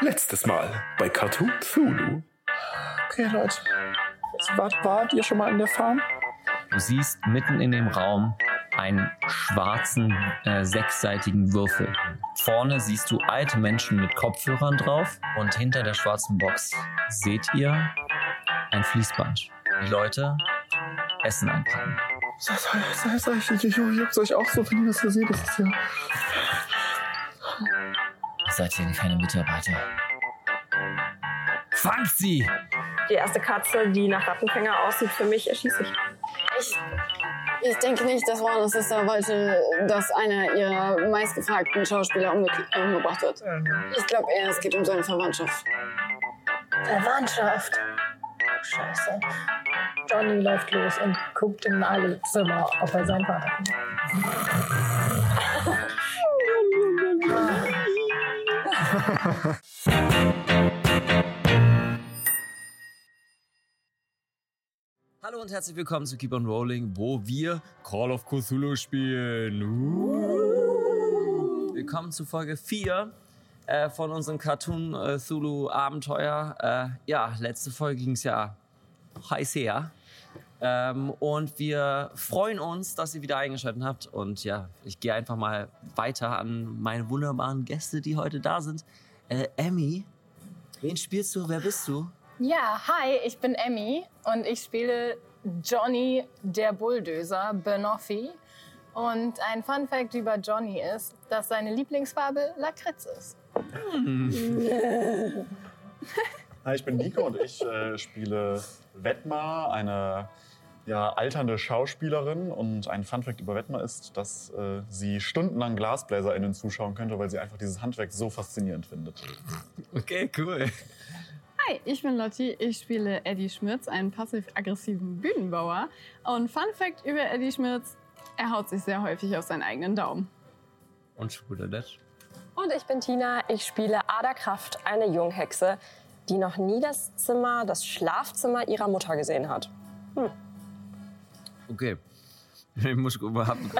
Letztes Mal bei Cartoon Zulu. Okay, Leute. Also wart, wart ihr schon mal an der Farm? Du siehst mitten in dem Raum einen schwarzen, äh, sechsseitigen Würfel. Vorne siehst du alte Menschen mit Kopfhörern drauf und hinter der schwarzen Box seht ihr ein Fließband. Die Leute Essen einpacken. Soll, soll, soll, soll ich, ich, ich, soll ich auch so verlieren, dass ihr seht, das ist ja. Seid ihr denn keine Mitarbeiter? Fangt sie! Die erste Katze, die nach Rattenfänger aussieht, für mich erschieße ich. Ich, ich denke nicht, dass Warner Sister wollte, dass einer ihrer meistgefragten Schauspieler umge äh, umgebracht wird. Ich glaube eher, es geht um seine Verwandtschaft. Äh, Verwandtschaft. Oh, Scheiße. Johnny läuft los und guckt in alle Zimmer, ob er seinen Vater findet. Hallo und herzlich willkommen zu Keep on Rolling, wo wir Call of Cthulhu spielen. Uh. Willkommen zu Folge 4 äh, von unserem Cartoon äh, Zulu Abenteuer. Äh, ja, letzte Folge ging es ja heiß her. Ähm, und wir freuen uns, dass ihr wieder eingeschaltet habt. Und ja, ich gehe einfach mal weiter an meine wunderbaren Gäste, die heute da sind. Äh, Emmy, wen spielst du? Wer bist du? Ja, hi, ich bin Emmy und ich spiele Johnny der Bulldozer, Benoffi. Und ein Fun Fact über Johnny ist, dass seine Lieblingsfarbe Lakritz ist. Hi, ich bin Nico und ich äh, spiele Wetmar, eine ja, alternde Schauspielerin. Und ein Funfact über Wetmar ist, dass äh, sie stundenlang GlasbläserInnen zuschauen könnte, weil sie einfach dieses Handwerk so faszinierend findet. Okay, cool. Hi, ich bin Lotti. Ich spiele Eddie Schmitz, einen passiv-aggressiven Bühnenbauer. Und Fun Fact über Eddie Schmitz: Er haut sich sehr häufig auf seinen eigenen Daumen. Und zu guter Letzt. Und ich bin Tina, ich spiele Ada Kraft, eine Junghexe, die noch nie das Zimmer, das Schlafzimmer ihrer Mutter gesehen hat. Okay. Ich muss überhaupt.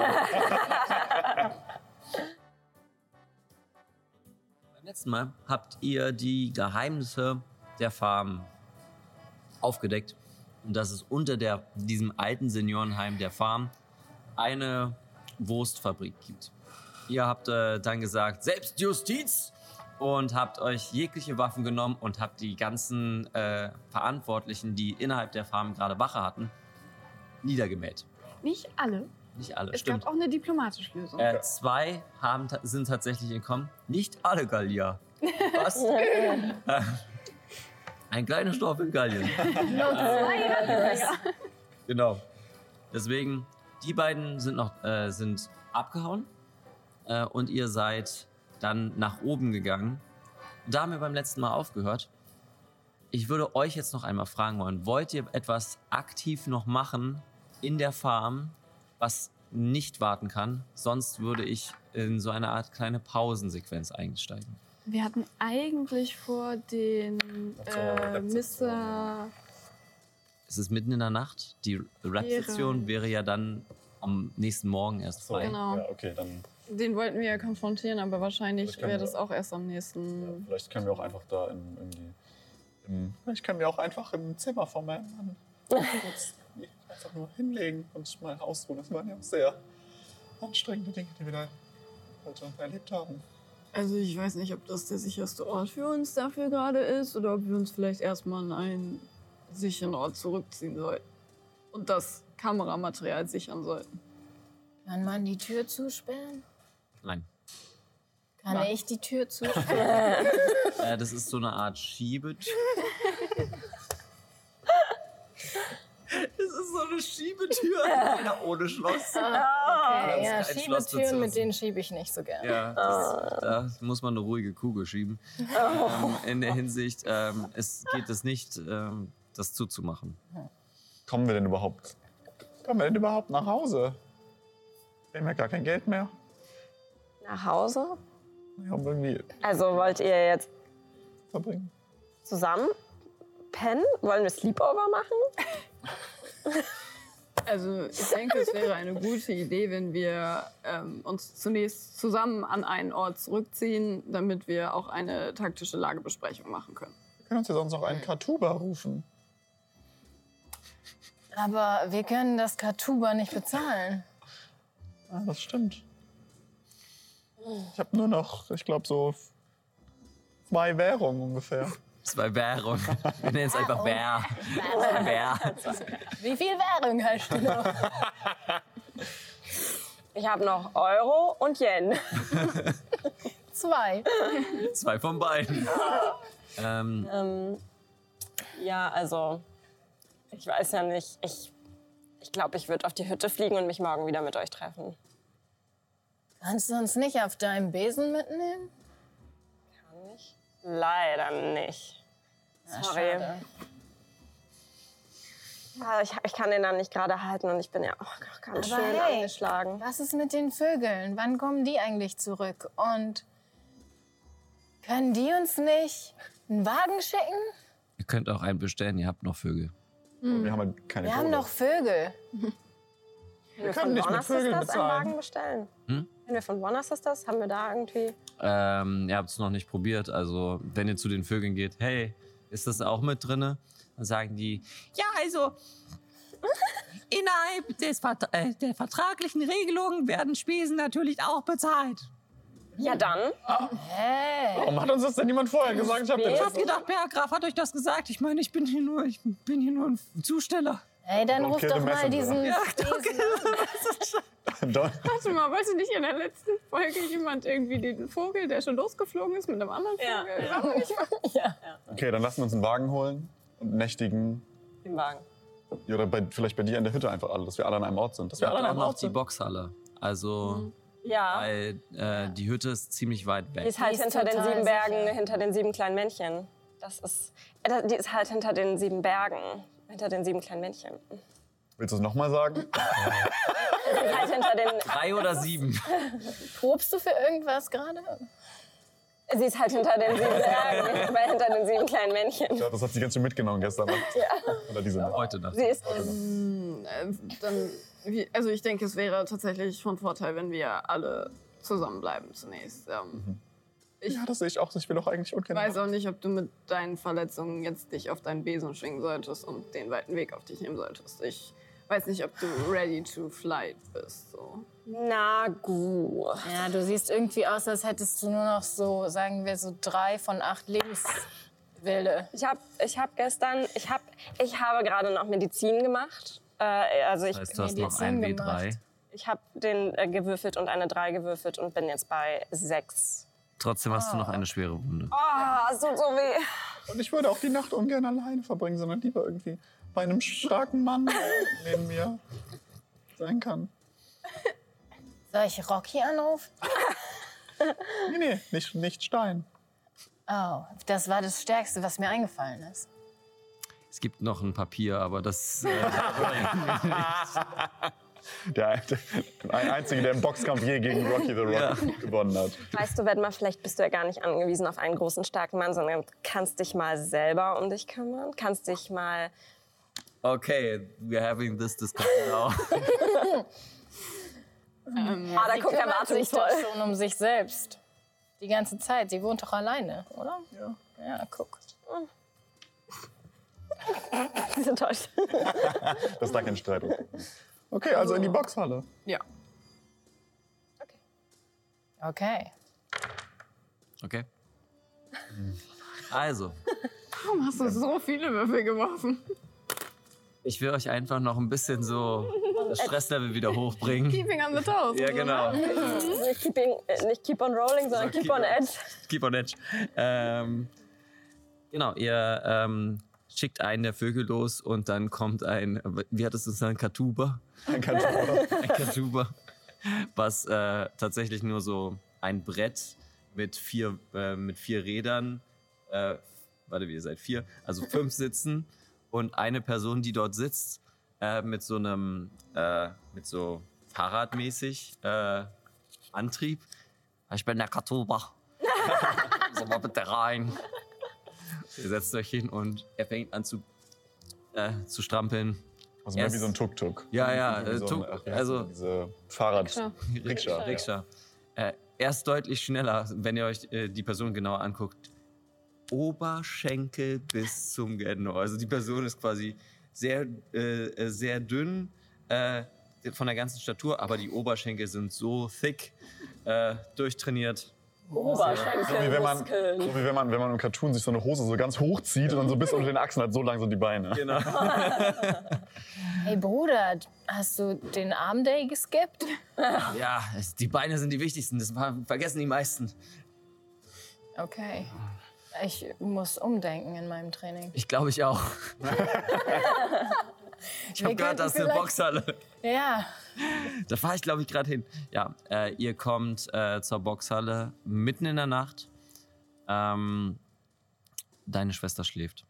Beim letzten Mal habt ihr die Geheimnisse der Farm aufgedeckt. Und das ist unter der, diesem alten Seniorenheim der Farm eine Wurstfabrik gibt. Ihr habt äh, dann gesagt, selbst Justiz! Und habt euch jegliche Waffen genommen und habt die ganzen äh, Verantwortlichen, die innerhalb der Farm gerade Wache hatten, niedergemäht. Nicht alle. Nicht alle, Es stimmt. gab auch eine diplomatische Lösung. Äh, zwei haben, ta- sind tatsächlich entkommen. Nicht alle Gallier. Was? Äh, Ein kleines Dorf in Gallien. genau. Deswegen, die beiden sind noch äh, sind abgehauen äh, und ihr seid dann nach oben gegangen. Da haben wir beim letzten Mal aufgehört. Ich würde euch jetzt noch einmal fragen wollen, wollt ihr etwas aktiv noch machen in der Farm, was nicht warten kann? Sonst würde ich in so eine Art kleine Pausensequenz einsteigen. Wir hatten eigentlich vor den äh, Mr. Es ist mitten in der Nacht. Die Rap-Sektion wäre ja dann am nächsten Morgen erst So, frei. Genau. Ja, okay, dann Den wollten wir ja konfrontieren, aber wahrscheinlich Das können wäre wir- das auch erst am ja, nächsten. vielleicht können wir auch einfach da in, in die. Im, vielleicht können wir auch einfach im Zimmer von meinem Mann kurz einfach nur hinlegen und mal ausruhen. Das waren ja auch sehr anstrengende Dinge, die wir da heute erlebt haben. Also ich weiß nicht, ob das der sicherste Ort für uns dafür gerade ist oder ob wir uns vielleicht erstmal an einen sicheren Ort zurückziehen sollten. Und das Kameramaterial sichern sollten. Kann man die Tür zusperren? Nein. Kann Ja. ich die Tür zusperren? Äh, das ist so eine Art Schiebetür. Das ist so eine Schiebetür, leider ohne Schloss. Okay, ja, Kannst kein Schloss dazu Schiebetüren, ziehen. mit denen schiebe ich nicht so gern. Ja, das, da muss man eine ruhige Kugel schieben. Ähm, in der Hinsicht, ähm, es geht es nicht, ähm, das zuzumachen. Kommen wir denn überhaupt? Kommen wir denn überhaupt nach Hause? Wir haben ja gar kein Geld mehr. Nach Hause? Wir haben irgendwie Also wollt ihr jetzt verbringen. zusammen pennen? Wollen wir Sleepover machen? Also ich denke, es wäre eine gute Idee, wenn wir ähm, uns zunächst zusammen an einen Ort zurückziehen, damit wir auch eine taktische Lagebesprechung machen können. Wir können uns ja sonst noch einen Katuba rufen. Aber wir können das Katuba nicht bezahlen. Ah, das stimmt. Ich habe nur noch, ich glaube, so zwei Währungen ungefähr. Zwei Währungen. Wir nennen es einfach Bär. Oh. Bär. Wie viel Währung hast du noch? Ich habe noch Euro und Yen. Zwei. Zwei von beiden. ähm, Ähm, ja, also, ich weiß ja nicht. Ich ich, glaube, ich würde auf die Hütte fliegen und mich morgen wieder mit euch treffen. Kannst du uns nicht auf deinem Besen mitnehmen? Kann ich? Leider nicht. Ah, Sorry. schade. Ja, Ah, ich, ich kann den dann nicht gerade halten und ich bin ja auch ganz Aber schön hey. angeschlagen. Was ist mit den Vögeln? Wann kommen die eigentlich zurück? Und können die uns nicht einen Wagen schicken? ihr könnt auch einen bestellen, ihr habt noch Vögel. Wir haben halt keine Wir haben Kohle. noch Vögel. Wenn wir können von nicht Warner mit Vögeln Sisters einen bezahlen. Wagen bestellen. Hm? Wenn wir von Warner Sisters, haben wir da Hm. irgendwie. Ähm, ihr habt es noch nicht probiert, also wenn ihr zu den Vögeln geht, hey, ist das auch mit drinne? Dann sagen die, ja, also innerhalb des Vert äh, der vertraglichen Regelungen werden Spesen natürlich auch bezahlt. Ja, dann. Hey. Warum hat uns das denn niemand vorher gesagt? Ich hab den Ich Rest- hab gedacht, Berggraf hat euch das gesagt. Ich meine, ich bin hier nur, ich bin hier nur ein Zusteller. Hey, dann Don't ruf kill doch the mal messenger. diesen. Ja, Don- Warte mal, wollte nicht in der letzten Folge jemand irgendwie den Vogel, der schon losgeflogen ist, mit einem anderen Ja. Vogel? Warum nicht? Okay, dann lassen wir uns einen Wagen holen und nächtigen. Den Wagen. Ja, Oder bei, vielleicht bei dir in der Hütte einfach alle, dass wir alle an einem Ort sind. Dass wir Ihr alle an habt auch einem noch Ort die sind. Boxhalle. Also, Ja. weil äh, die Hütte ist ziemlich weit Die weg. ist halt Die Mhm. ist hinter den total sieben Bergen, sicher. hinter den sieben kleinen Männchen. Das ist. äh, da- Die ist halt hinter den sieben Bergen. Hinter den sieben kleinen Männchen. Willst du es nochmal sagen? Die ist halt hinter den, Drei oder sieben. Probst du für irgendwas gerade? sie ist halt hinter den sieben Bergen, weil hinter den sieben kleinen Männchen. Ja, das hat sie ganz schön mitgenommen gestern. Nacht. Oder diese Nacht. Heute Nacht. Sie ist. Genau. Äh, Dann, wie- also ich denke, es wäre tatsächlich von Vorteil, wenn wir alle zusammenbleiben zunächst. Ähm, Ja, das sehe ich auch. Ich will doch eigentlich ich unkenntlich. weiß auch nicht, ob du mit deinen Verletzungen jetzt dich auf deinen Besen schwingen solltest und den weiten Weg auf dich nehmen solltest. Ich weiß nicht, ob du ready to fly bist. So. Na gut. Ja, du siehst irgendwie aus, als hättest du nur noch so, sagen wir so drei von acht Lebenswille. Ich habe ich hab gestern. Ich, hab, ich habe gerade noch Medizin gemacht. Äh, also ich, Das heißt, du hast die noch jetzt ein Sinn gemacht. W3. ich habe den äh, gewürfelt und eine 3 gewürfelt und bin jetzt bei 6. Trotzdem hast du noch eine schwere Wunde. Ah, es tut so weh. Und ich würde auch die Nacht ungern alleine verbringen, sondern lieber irgendwie bei einem starken Mann der neben mir sein kann. Soll ich Rocky anrufen? Nee, nee, nicht, nicht Stein. Oh, das war das Stärkste, was mir eingefallen ist. Es gibt noch ein Papier, aber das. Äh, Der, der, ein- einzige, der im Boxkampf je gegen Rocky the Rock gewonnen hat. Weißt du, Wedmar, vielleicht bist du ja gar nicht angewiesen auf einen großen, starken Mann, sondern kannst dich mal selber um dich kümmern. Kannst dich mal. okay, we're having this discussion now. ah, da guckt er mal sich doch atemvoll. schon um sich selbst. Die ganze Zeit. Sie wohnt doch alleine, oder? Ja. Ja, guck. Sie sind enttäuscht. Das lag in Streit. Okay, also in die Boxhalle. Ja. Okay. Okay. Also, Warum hast du so viele Würfel geworfen? ich will euch einfach noch ein bisschen so das Stresslevel wieder hochbringen. Keeping on the toes. ne? Ja, genau. Nicht, keeping, äh, nicht keep on rolling, sondern So, keep, keep on on- edge. Keep on edge. Ähm, genau, ihr ähm, schickt einen der Vögel los und dann kommt ein, wie hattest du es gesagt, Katuba? Dann kannst du auch noch- Ein Katuba, was äh, tatsächlich nur so ein Brett mit vier, äh, mit vier Rädern, äh, warte, wie ihr seid vier, also fünf sitzen und eine Person, die dort sitzt, äh, mit so einem, äh, mit so Fahrradmäßig äh, Antrieb. Ich bin der Katuba. so mal bitte rein. Ihr setzt euch hin und er fängt an zu, äh, zu strampeln Also mehr Erst- wie so ein Tuk-Tuk. Ja, ja, Wie äh, so ein- Tuk- ach, wie heißt also- denn Diese Fahrrad. Rikscha. Rikscha. ja. Rikscha. Äh, er ist deutlich schneller, wenn ihr euch äh, die Person genauer anguckt. Oberschenkel bis zum Ende. Also die Person ist quasi sehr, äh, äh, sehr dünn äh, von der ganzen Statur, aber die Oberschenkel sind so thick, äh, durchtrainiert. So wie wenn man, so wie wenn man, wenn man im Cartoon sich so eine Hose so ganz hoch zieht und dann so bis unter den Achseln hat, so lang sind die Beine. Genau. Hey Bruder, hast du den Armday geskippt? Ja, es, die Beine sind die wichtigsten, das ver- vergessen die meisten. Okay. Ich muss umdenken in meinem Training. Ich glaube, ich auch. ich habe Wir gehört, könnten das ist eine vielleicht- Boxhalle. Ja, Da fahre ich, glaube ich, gerade hin. Ja, äh, ihr kommt äh, zur Boxhalle mitten in der Nacht. Ähm, deine Schwester schläft.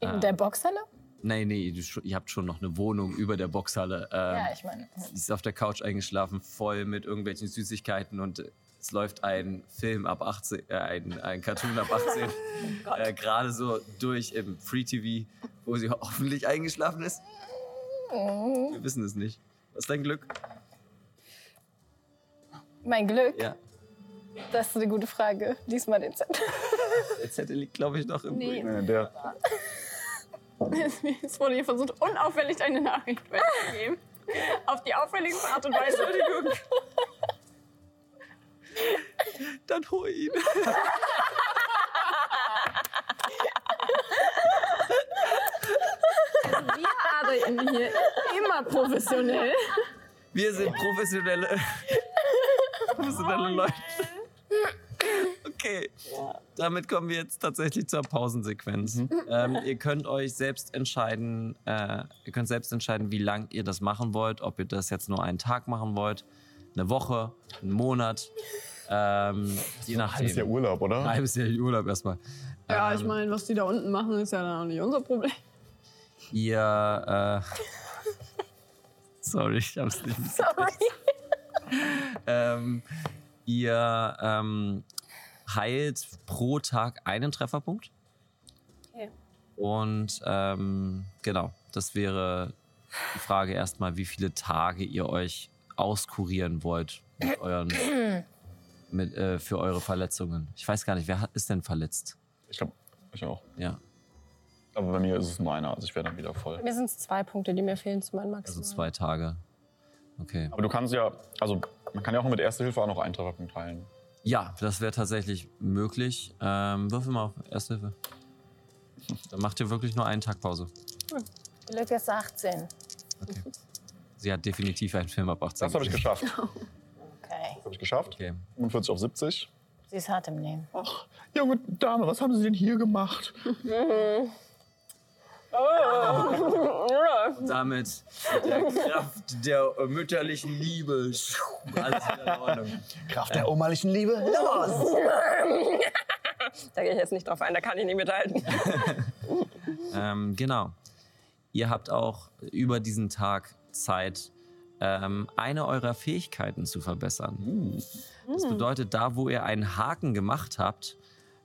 in Ah. der Boxhalle? Nee, nee, du, sch- ihr habt schon noch eine Wohnung über der Boxhalle. Ähm, Ja, ich meine. Sie ist auf der Couch eingeschlafen, voll mit irgendwelchen Süßigkeiten und äh, es läuft ein Film ab 18, äh, ein, ein Cartoon ab 18, Oh äh, gerade so durch im Free TV, wo sie hoffentlich eingeschlafen ist. Oh. Wir wissen es nicht. Was ist dein Glück? Mein Glück, Ja, das ist eine gute Frage. Diesmal den Zettel. der Zettel liegt, glaube ich, noch im Nee. Nee, der, Es wurde hier versucht, unauffällig eine Nachricht weiterzugeben. Auf die auffälligste Art und Weise. Entschuldigung. Dann hol ihn. Wir arbeiten hier immer professionell. Wir sind professionelle, professionelle Leute. Okay, damit kommen wir jetzt tatsächlich zur Pausensequenz. Ähm, ihr könnt euch selbst entscheiden, äh, ihr könnt selbst entscheiden, wie lang ihr das machen wollt, ob ihr das jetzt nur einen Tag machen wollt, eine Woche, einen Monat, ähm, je das ist ja nachdem. Urlaub, oder? Ein halbes Jahr Urlaub erstmal. Ja, Ähm. ich meine, was die da unten machen, ist ja dann auch nicht unser Problem. Ihr. Äh, sorry, ich hab's nicht. Sorry. ähm, ihr ähm, heilt pro Tag einen Trefferpunkt. Okay. Und ähm, genau, das wäre die Frage erstmal, wie viele Tage ihr euch auskurieren wollt mit euren, mit, äh, für eure Verletzungen. Ich weiß gar nicht, wer hat- ist denn verletzt? Ich glaube, ich auch. Ja, Aber bei mir ist es nur einer, also ich wäre dann wieder voll. Mir sind es zwei Punkte, die mir fehlen zu meinem also Maximum. zwei Tage. Okay. Aber du kannst ja, also man kann ja auch mit Erste Hilfe auch noch einen Trefferpunkt teilen. Ja, das wäre tatsächlich möglich. Ähm, würfel mal auf Erste Hilfe. Dann macht ihr wirklich nur einen Tag Pause. Glück ist 18. Sie hat definitiv einen Film ab 18. Das habe ich gesehen. geschafft. Das Okay. habe ich geschafft. Okay. 45 auf 70. Sie ist hart im Nehmen. Ach, junge Dame, was haben Sie denn hier gemacht? Und damit mit der Kraft der mütterlichen Liebe. schuh, Alles wieder in Ordnung. Kraft der omerlichen Liebe. Oh, Da gehe ich jetzt nicht drauf ein, da kann ich nicht mithalten. Ähm, genau. Ihr habt auch über diesen Tag Zeit, ähm, eine eurer Fähigkeiten zu verbessern. Das bedeutet, da wo ihr einen Haken gemacht habt,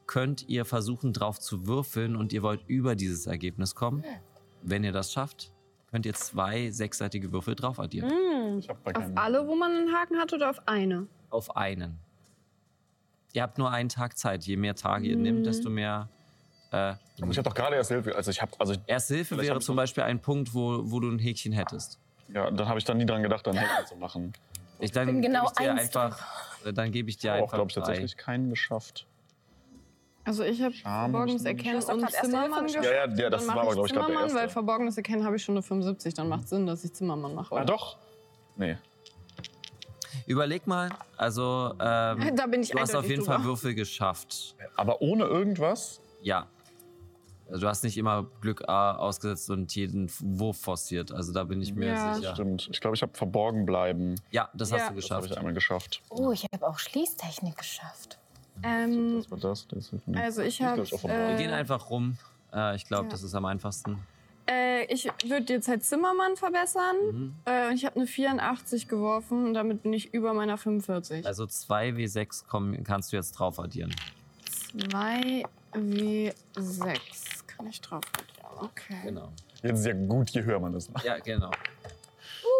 könnt ihr versuchen, drauf zu würfeln und ihr wollt über dieses Ergebnis kommen. Wenn ihr das schafft, könnt ihr zwei sechsseitige Würfel drauf addieren. Ich habe bei Auf keinem. alle, wo man einen Haken hat oder auf eine? Auf einen. Ihr habt nur einen Tag Zeit. Je mehr Tage ihr Mhm. nehmt, desto mehr. Äh, Aber Ich habe doch gerade Erste Hilfe. Also ich habe, also ich, Erste Hilfe Vielleicht wäre hab ich zum Beispiel ein Punkt, wo, wo du ein Häkchen hättest. ja, dann habe ich dann nie dran gedacht, dann Hacker zu machen. Ich, dann bin genau gebe ich dir eins einfach, äh, dann gebe ich dir Ja, auch einfach glaube ich drei. tatsächlich keinen geschafft. Also ich habe Charme hab ich verborgenes nicht. Erkennen hast doch und grad erste Hilfe Zimmermann geschrieben. Ja, ja, ja das Dann mach war aber glaube ich gerade der Zimmermann, weil erste. verborgenes Erkennen habe ich schon eine 75, dann macht Sinn, dass ich Zimmermann mache. Ah, oder? doch. Nee. Überleg mal, also ähm, Da bin ich du hast auf eindeutig jeden Fall drüber. Würfel geschafft. Aber ohne irgendwas? Ja. Also Du hast nicht immer Glück A ausgesetzt und jeden F- Wurf forciert. Also da bin ich mir Ja. sicher. Stimmt. Ich glaube, ich habe verborgen bleiben. Ja, das Ja. hast du Das habe ich geschafft. einmal geschafft. Oh, ich habe auch Schließtechnik geschafft. Ähm, Das war das. das ist also ich glaub, habe, ich auch von Wir Morgen. gehen äh, einfach rum. Äh, ich glaube, Ja. das ist am einfachsten. äh, ich würde jetzt halt Zimmermann verbessern. Mhm. Äh, und ich habe eine 84 geworfen und damit bin ich über meiner 45. Also 2W6 kommen, kannst du jetzt drauf addieren. 2 W6 kann ich drauf. Okay. Genau. Jetzt ist ja gut, je höher man ist. ne? Ja, genau.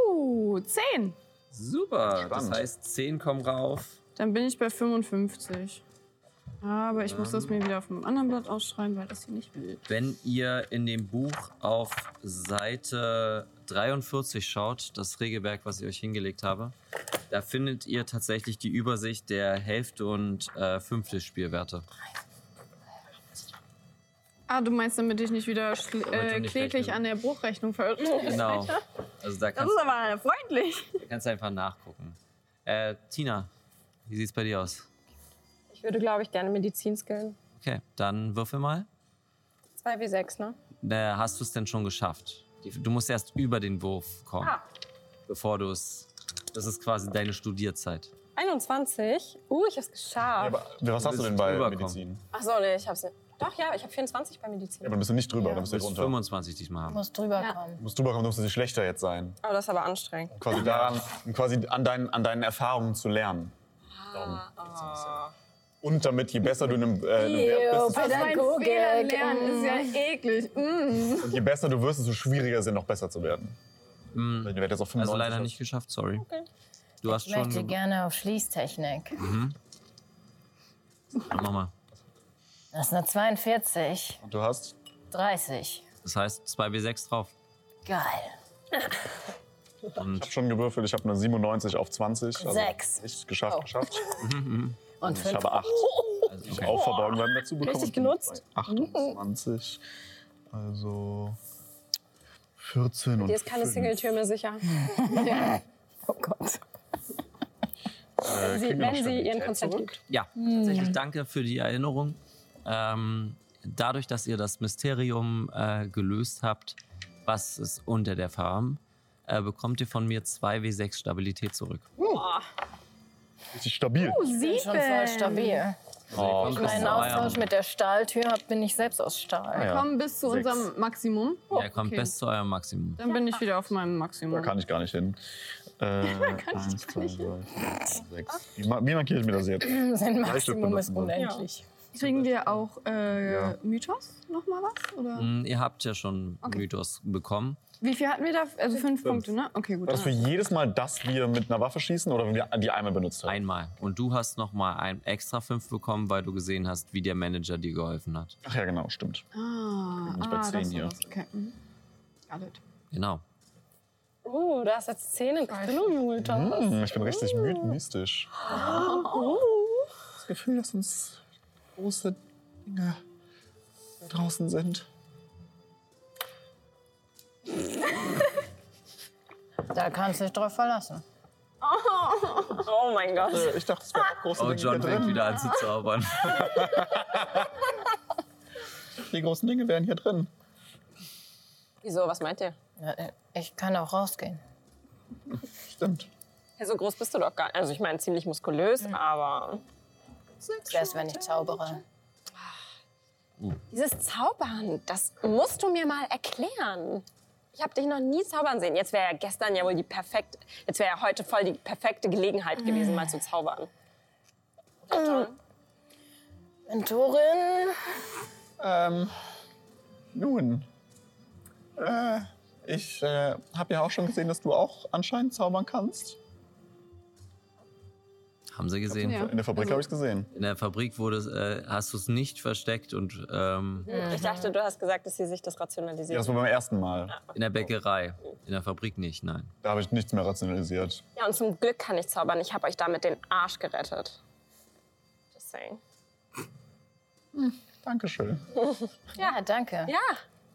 Uh, 10. Super. Das Spannend. heißt, 10 kommen rauf. Dann bin ich bei 55. Aber ich muss das mir wieder auf dem anderen Blatt ausschreiben, weil das hier nicht will. Wenn ihr in dem Buch auf Seite 43 schaut, das Regelwerk, was ich euch hingelegt habe, da findet ihr tatsächlich die Übersicht der Hälfte und äh, Fünfte Spielwerte. Ah, du meinst, damit ich nicht wieder schl- Damit du äh, nicht kläglich rechnen. an der Bruchrechnung veröffentliche? Genau. Also da Das kannst, ist aber freundlich. kannst du einfach nachgucken. Äh, Tina, wie sieht's bei dir aus? Ich würde, glaube ich, gerne Medizin skillen. Okay, dann würfel mal. 2W6, ne? Na, hast du es denn schon geschafft? Die- Du musst erst über den Wurf kommen, Ah. bevor du es. Das ist quasi deine Studierzeit. 21. Uh, ich hab's Ja, geschafft. aber was hast du bist denn bei drüberkommen. Medizin? Ach so, nee, ich hab's nicht. Doch, ja, ich hab 24 bei Medizin. Ja, aber dann bist du nicht drüber, dann bist Du du musst runter. 25 diesmal haben. Muss drüber kommen. Du musst drüber kommen, dann musst du schlechter jetzt sein. Aber das ist aber anstrengend. Um Ah. Quasi daran, um quasi an deinen, an deinen Erfahrungen zu lernen. Darum geht's ein bisschen. Ah. Und damit, je besser du in einem, äh, einem Wert bist, Pädagogik. Fehler lernen ist ja eklig. Mm. und je besser du wirst, desto schwieriger ist es, noch besser zu werden. Mm. Ich werde jetzt auf 95 Also leider nicht geschafft, sorry. Du hast Ich schon. möchte gerne auf Schließtechnik. Mach mal. Das ist eine 42, Du hast 30. Das heißt 2W6 drauf. Geil. ich hab schon gewürfelt, ich habe eine 97 auf 20. Also Sechs. Nicht Oh. geschafft, geschafft. Und Ich fünf. habe 8. Also, Ich okay. auch verborgen bleiben dazu bekommen. Richtig genutzt. 28. Also 14 und Hier ist keine fünf. Singletür mehr sicher. Oh Gott. Äh, Sie, kriegen wir noch wenn sie ihren Stabilität Konzept zurück? gibt. Ja, Hm. tatsächlich danke für die Erinnerung. Ähm, dadurch, dass ihr das Mysterium äh, gelöst habt, was ist unter der Farm, äh, bekommt ihr von mir 2W6 Stabilität zurück. Richtig stabil. Sieben. Schon voll stabil. Oh, Ich Mein Austausch mit der Stahltür hab- bin ich selbst aus Stahl. Ja. Komm bis zu Sechs. unserem Maximum. er kommt Oh, bis zu eurem Maximum. Dann bin ich wieder auf meinem Da Maximum. kann ich gar nicht hin. Äh, eins, zwei, drei, vier, sechs. Wie, ma- wie markiere ich mir das jetzt? Sein Bleistift Maximum ist benutzen wollen. unendlich. Kriegen wir auch äh, Ja. Mythos nochmal was? Oder? Hm, ihr habt ja schon Okay. Mythos bekommen. Wie viel hatten wir da? Also fünf, Punkte, ne? Okay, gut. War das für dann- jedes Mal, dass wir mit einer Waffe schießen oder wenn wir die einmal benutzt haben? Einmal. Und du hast nochmal ein extra 5 bekommen, weil du gesehen hast, wie der Manager dir geholfen hat. Ach ja, genau, stimmt. ah, bin ich bei ah, das zehn war hier. das. Okay. mhm. Got it. Genau. Uh, da ist jetzt 10 in Knummeltas. Hm, ich bin richtig my- mystisch. Das Gefühl, dass uns große Dinge da draußen sind. Da kannst du dich drauf verlassen. Oh mein Gott. Äh, Ich dachte, es wären große Oh, Dinge John hier fängt drin. wieder an zu zaubern. Die großen Dinge wären hier drin. Wieso, was meint ihr? äh, Ich kann auch rausgehen. Stimmt. Hey, so groß bist du doch gar nicht. Also ich meine, ziemlich muskulös, aber... Das wär's, wenn ich zaubere. Dieses Zaubern, das musst du mir mal erklären. Ich habe dich noch nie zaubern sehen. Jetzt wäre ja gestern ja wohl die perfekte... Jetzt wäre ja heute voll die perfekte Gelegenheit gewesen, mal zu zaubern. Äh. Mentorin, Ähm, nun. Äh, ich äh, habe ja auch schon gesehen, dass du auch anscheinend zaubern kannst. Haben sie gesehen. Ja. In der Fabrik habe ich es gesehen. In der Fabrik wurde, äh, hast du es nicht versteckt und ähm, Ich dachte, du hast gesagt, dass sie sich das Ja, rationalisiert. das war beim ersten Mal. in der Bäckerei. In der Fabrik nicht, nein. Da habe ich nichts mehr rationalisiert. Ja, und zum Glück kann ich zaubern. Ich habe euch damit den Arsch gerettet. Just saying. Dankeschön. Ja, danke. Ja,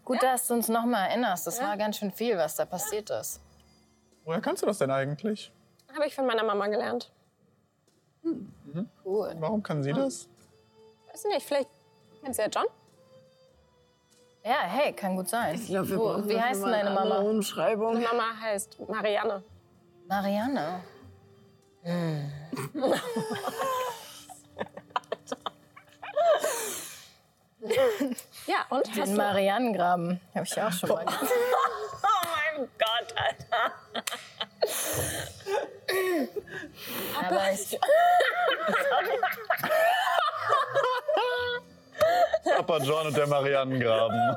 Gut, dass du uns nochmal erinnerst. Das war ganz schön viel, was da passiert ist. Woher kannst du das denn eigentlich? habe ich von meiner Mama gelernt. Cool. Warum kann sie das? Weiß nicht, vielleicht kennst du ja John? Ja, hey, kann gut sein. Ich glaube, wir Wo- brauchen Oh, Wie dafür heißt denn mal eine deine andere Mama? Umschreibung. Meine Mama heißt Marianne. Marianne. Ja, und hast Den du... Mariannengraben. Habe ich auch schon mal gesehen. Oh mein Gott, Alter. Aber ich, Papa John und der Marianengraben. Oh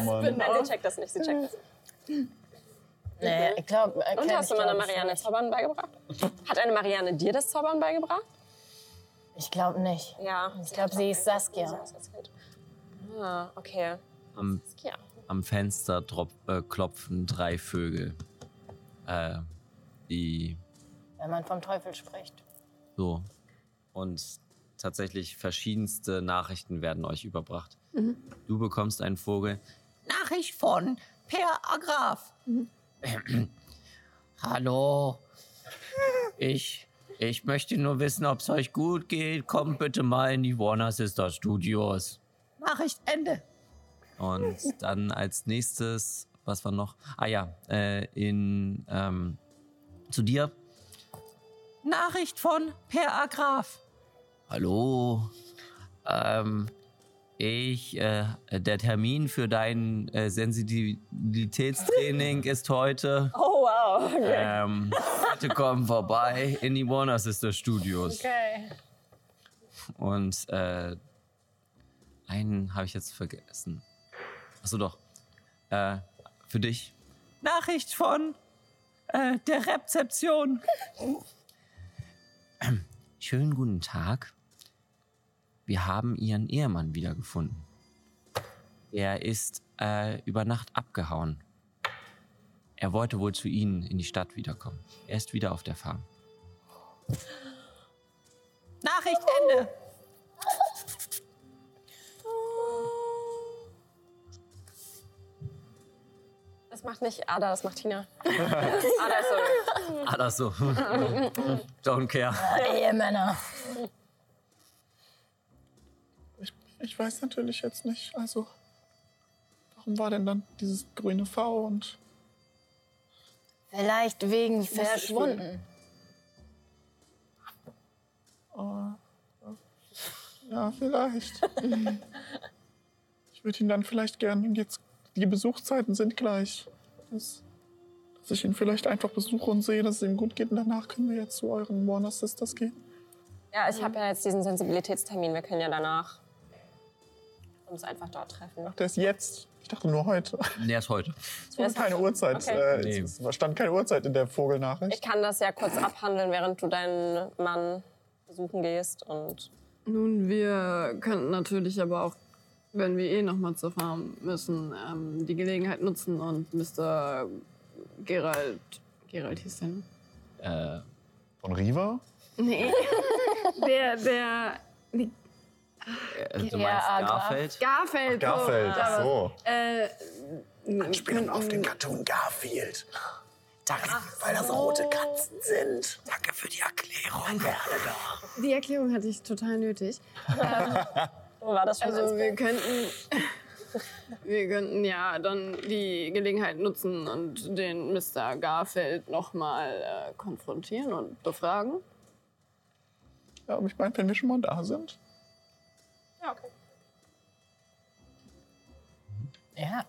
Mann. Nein, sie checkt das nicht, sie checkt das. Nee, ich glaube. Und hast du meiner Marianne Zaubern beigebracht? Hat eine Marianne dir das Zaubern beigebracht? Ich glaube nicht. Ja. Ich glaube, sie ist Saskia. Ah, okay. Am, Saskia. am Fenster trop, äh, klopfen drei Vögel. Äh, die Wenn man vom Teufel spricht. so. Und tatsächlich verschiedenste Nachrichten werden euch überbracht. Du bekommst einen Vogel. Nachricht von Per Agraf. Hallo. Ich, ich möchte nur wissen, ob es euch gut geht. Kommt bitte mal in die Warner Sister Studios. Nachricht Ende. Und dann als nächstes, was war noch? Ah ja, äh, in ähm, zu dir. Nachricht von Per Agraf. Hallo. Ähm, ich, äh, der Termin für dein äh, Sensitivitätstraining ist heute. Oh, wow. Ähm, bitte komm vorbei in die Warner Sister Studios. Okay. Und äh, einen habe ich jetzt vergessen. Achso, doch. Äh, für dich. Nachricht von äh, der Rezeption. Schönen guten Tag. Wir haben Ihren Ehemann wiedergefunden. Er ist äh, über Nacht abgehauen. Er wollte wohl zu Ihnen in die Stadt wiederkommen. Er ist wieder auf der Farm. Nachricht Ende. Das macht nicht Ada, das macht Tina. Ada ist so. Ah, das so. Don't care. Ehemänner. Ich, ich weiß natürlich jetzt nicht, also. Warum war denn dann dieses grüne V und. Vielleicht wegen verschwunden. Ja, vielleicht. ich würde ihn dann vielleicht gern. Und jetzt, die Besuchszeiten sind gleich. Dass, dass ich ihn vielleicht einfach besuche und sehe, dass es ihm gut geht. Und danach können wir jetzt zu euren Warner Sisters gehen. Ja, ich habe ja jetzt diesen Sensibilitätstermin. Wir können ja danach uns einfach dort treffen. Ach, der ist jetzt. Ich dachte nur heute. Der ist heute. Es wurde ist keine Uhrzeit. Okay. Äh, es, es stand keine Uhrzeit in der Vogelnachricht. Ich kann das ja kurz abhandeln, während du deinen Mann besuchen gehst. Und Nun, wir könnten natürlich aber auch, wenn wir eh nochmal zur Farm müssen, ähm, die Gelegenheit nutzen und Mr. Gerald. Gerald hieß der, ne? Äh, Von Riva? Nee. der, der. Nee, du Äh, meinst Ja, Agraf. Garfeld? Garfeld. Garfeld, aber, so. Äh, Anspielung auf den Cartoon Garfield. Danke, weil das rote Katzen sind. Danke für die Erklärung. die Erklärung hatte ich total nötig. so war das schon Also eins- wir könnten, wir könnten ja dann die Gelegenheit nutzen und den Mr. Garfeld nochmal äh, konfrontieren und befragen. Ja, aber ich meine, wenn wir schon mal da sind. Ja.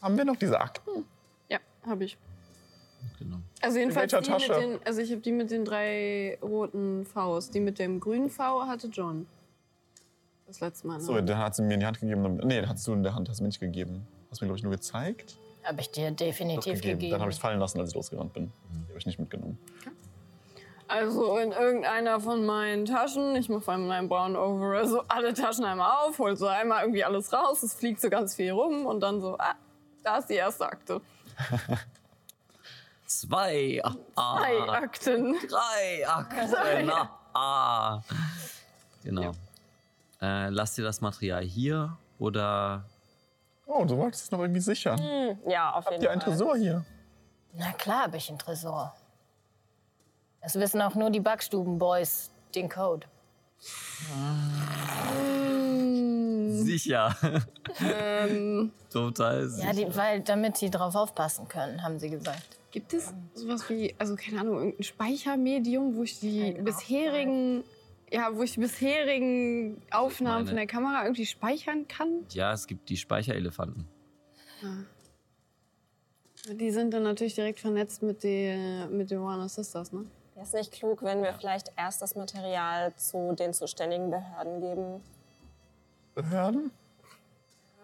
Haben wir noch diese Akten? Ja, habe ich. Genau. Also jedenfalls welcher die mit Tasche? den, also ich habe die mit den drei roten Vs. Die mit dem grünen V hatte John. Das letzte Mal. Ne? So, dann hat sie mir in die Hand gegeben. dann- Nee, dann hast du in der Hand, hast du mir nicht gegeben. Hast mir, glaube ich, nur gezeigt. Habe ich dir Doch, definitiv gegeben. gegeben. Dann habe ich es fallen lassen, als ich losgerannt bin. Die habe ich nicht mitgenommen. Also in irgendeiner von meinen Taschen, ich mache von meinem braunen Overall so Also alle Taschen einmal auf, hol so einmal irgendwie alles raus, es fliegt so ganz viel rum und dann so, ah, da ist die erste Akte. Zwei. Ah, Drei Akten. Drei Akten. Ah. Genau. Äh, lass dir das Material hier oder Oh, du wolltest es noch irgendwie sichern. ja, auf Habt ihr einen jeden Fall. Tresor hier? Na klar habe ich einen Tresor. Das wissen auch nur die Backstuben-Boys, den Code. sicher. Total Hm. Ähm. Ja, sicher. die, weil damit sie drauf aufpassen können, haben sie gesagt. Gibt es sowas wie, also keine Ahnung, irgendein Speichermedium, wo ich die bisherigen, ja, wo ich die bisherigen Aufnahmen meine- von der Kamera irgendwie speichern kann? Ja, es gibt die Speicherelefanten. Die sind dann natürlich direkt vernetzt mit, die, mit den Warner Sisters, ne? Wäre es nicht klug, wenn wir vielleicht erst das Material zu den zuständigen Behörden geben? Behörden?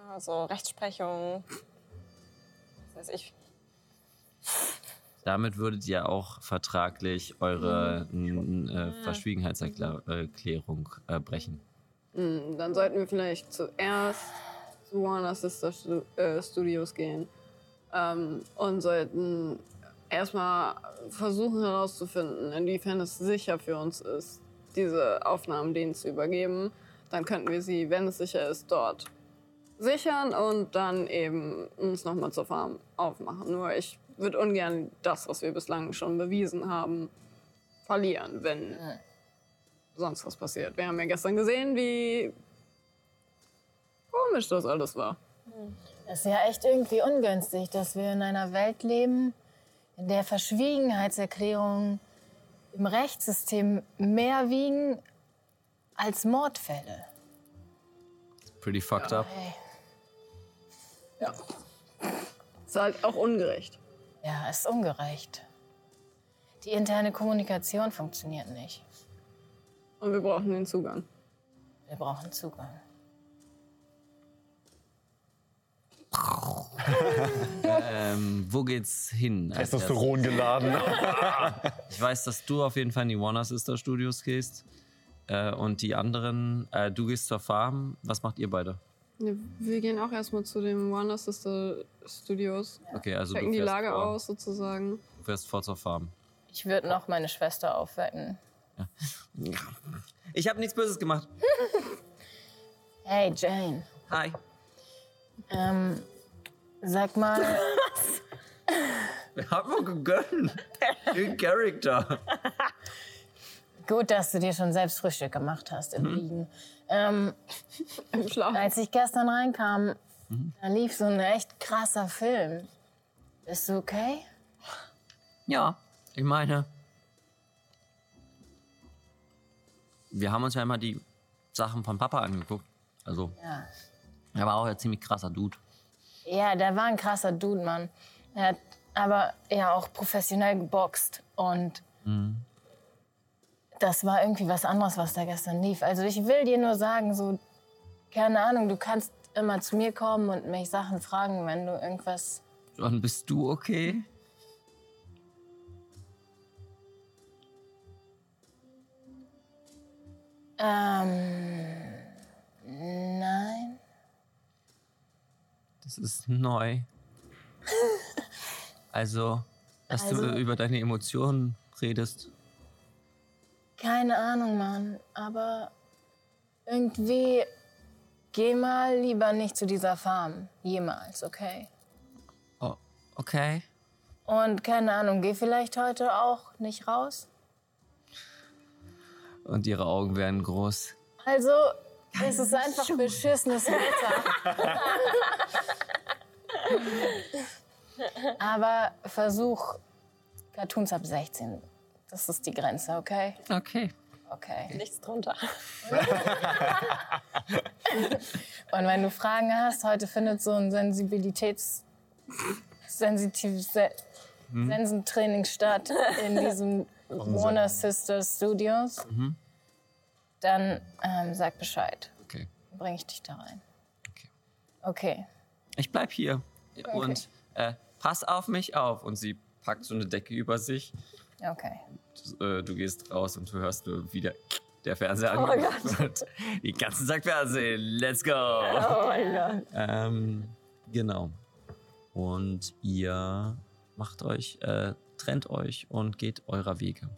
Ja, so Also Rechtsprechung. Was weiß ich. Damit würdet ihr auch vertraglich eure Hm. n, n, äh, Verschwiegenheitserklärung äh, brechen. Hm, dann sollten wir vielleicht zuerst zu Warner Sister Stu äh, Studios gehen ähm, und sollten erstmal versuchen herauszufinden, inwiefern es sicher für uns ist, diese Aufnahmen denen zu übergeben. Dann könnten wir sie, wenn es sicher ist, dort sichern und dann eben uns nochmal zur Farm aufmachen. Nur ich würde ungern das, was wir bislang schon bewiesen haben, verlieren, wenn sonst was passiert. Wir haben ja gestern gesehen, wie komisch das alles war. Das ist ja echt irgendwie ungünstig, dass wir in einer Welt leben, in der Verschwiegenheitserklärungen im Rechtssystem mehr wiegen als Mordfälle. Pretty fucked up. Hey. Ist halt auch ungerecht. Ja, ist ungerecht. Die interne Kommunikation funktioniert nicht. Und wir brauchen den Zugang. Wir brauchen Zugang. Ähm, wo geht's hin? als erstes? Testosteron geladen. Ich weiß, dass du auf jeden Fall in die Warner Sister Studios gehst. Äh, und die anderen, äh, du gehst zur Farm. Was macht ihr beide? Ne, Wir gehen auch erstmal zu dem Warner Sister Studios, Okay, also checken du die fährst Lage vor, aus sozusagen. Du fährst vor zur Farm. Ich würde noch meine Schwester aufwecken. Ich habe nichts Böses gemacht. Hey, Jane. Hi. Ähm, sag mal, Wir haben wir gegönnt. In Character. gut, dass du dir schon selbst Frühstück gemacht hast im Liegen. Ähm, Im Schlaf. als ich gestern reinkam, da lief so ein echt krasser Film. Bist du okay? Ja, ich meine. Wir haben uns ja immer die Sachen von Papa angeguckt. Also, Ja. er war auch ein ziemlich krasser Dude. Ja, der war ein krasser Dude, Mann. Er hat aber ja auch professionell geboxt. Und das war irgendwie was anderes, was da gestern lief. Also ich will dir nur sagen, so, keine Ahnung, du kannst immer zu mir kommen und mich Sachen fragen, wenn du irgendwas... John, bist du okay? Ähm, nein. Das ist neu. Also, dass du über deine Emotionen redest. Keine Ahnung, Mann. Aber irgendwie geh mal lieber nicht zu dieser Farm. Jemals, okay? Oh, okay. Und keine Ahnung, geh vielleicht heute auch nicht raus? Und ihre Augen werden groß. Also, es ist einfach beschissenes Wetter. Aber versuch Cartoons ab 16. Das ist die Grenze, okay? Okay. Okay. Nichts drunter. Und wenn du Fragen hast, heute findet so ein Sensibilitäts... Sensitives... Se Mhm. Sensentraining statt in diesem Warner Sisters Studios. Mhm. Dann ähm, sag Bescheid. Okay. bringe ich dich da rein. Okay. Okay. Ich bleib hier. Und äh, pass auf mich auf. Und sie packt so eine Decke über sich. Okay. äh, du gehst raus und du hörst nur wieder der Fernseher angemacht wird. Den ganzen Tag Fernsehen. Let's go. Oh mein Gott. Ähm, genau. Und ihr macht euch, äh, trennt euch und geht eurer Wege.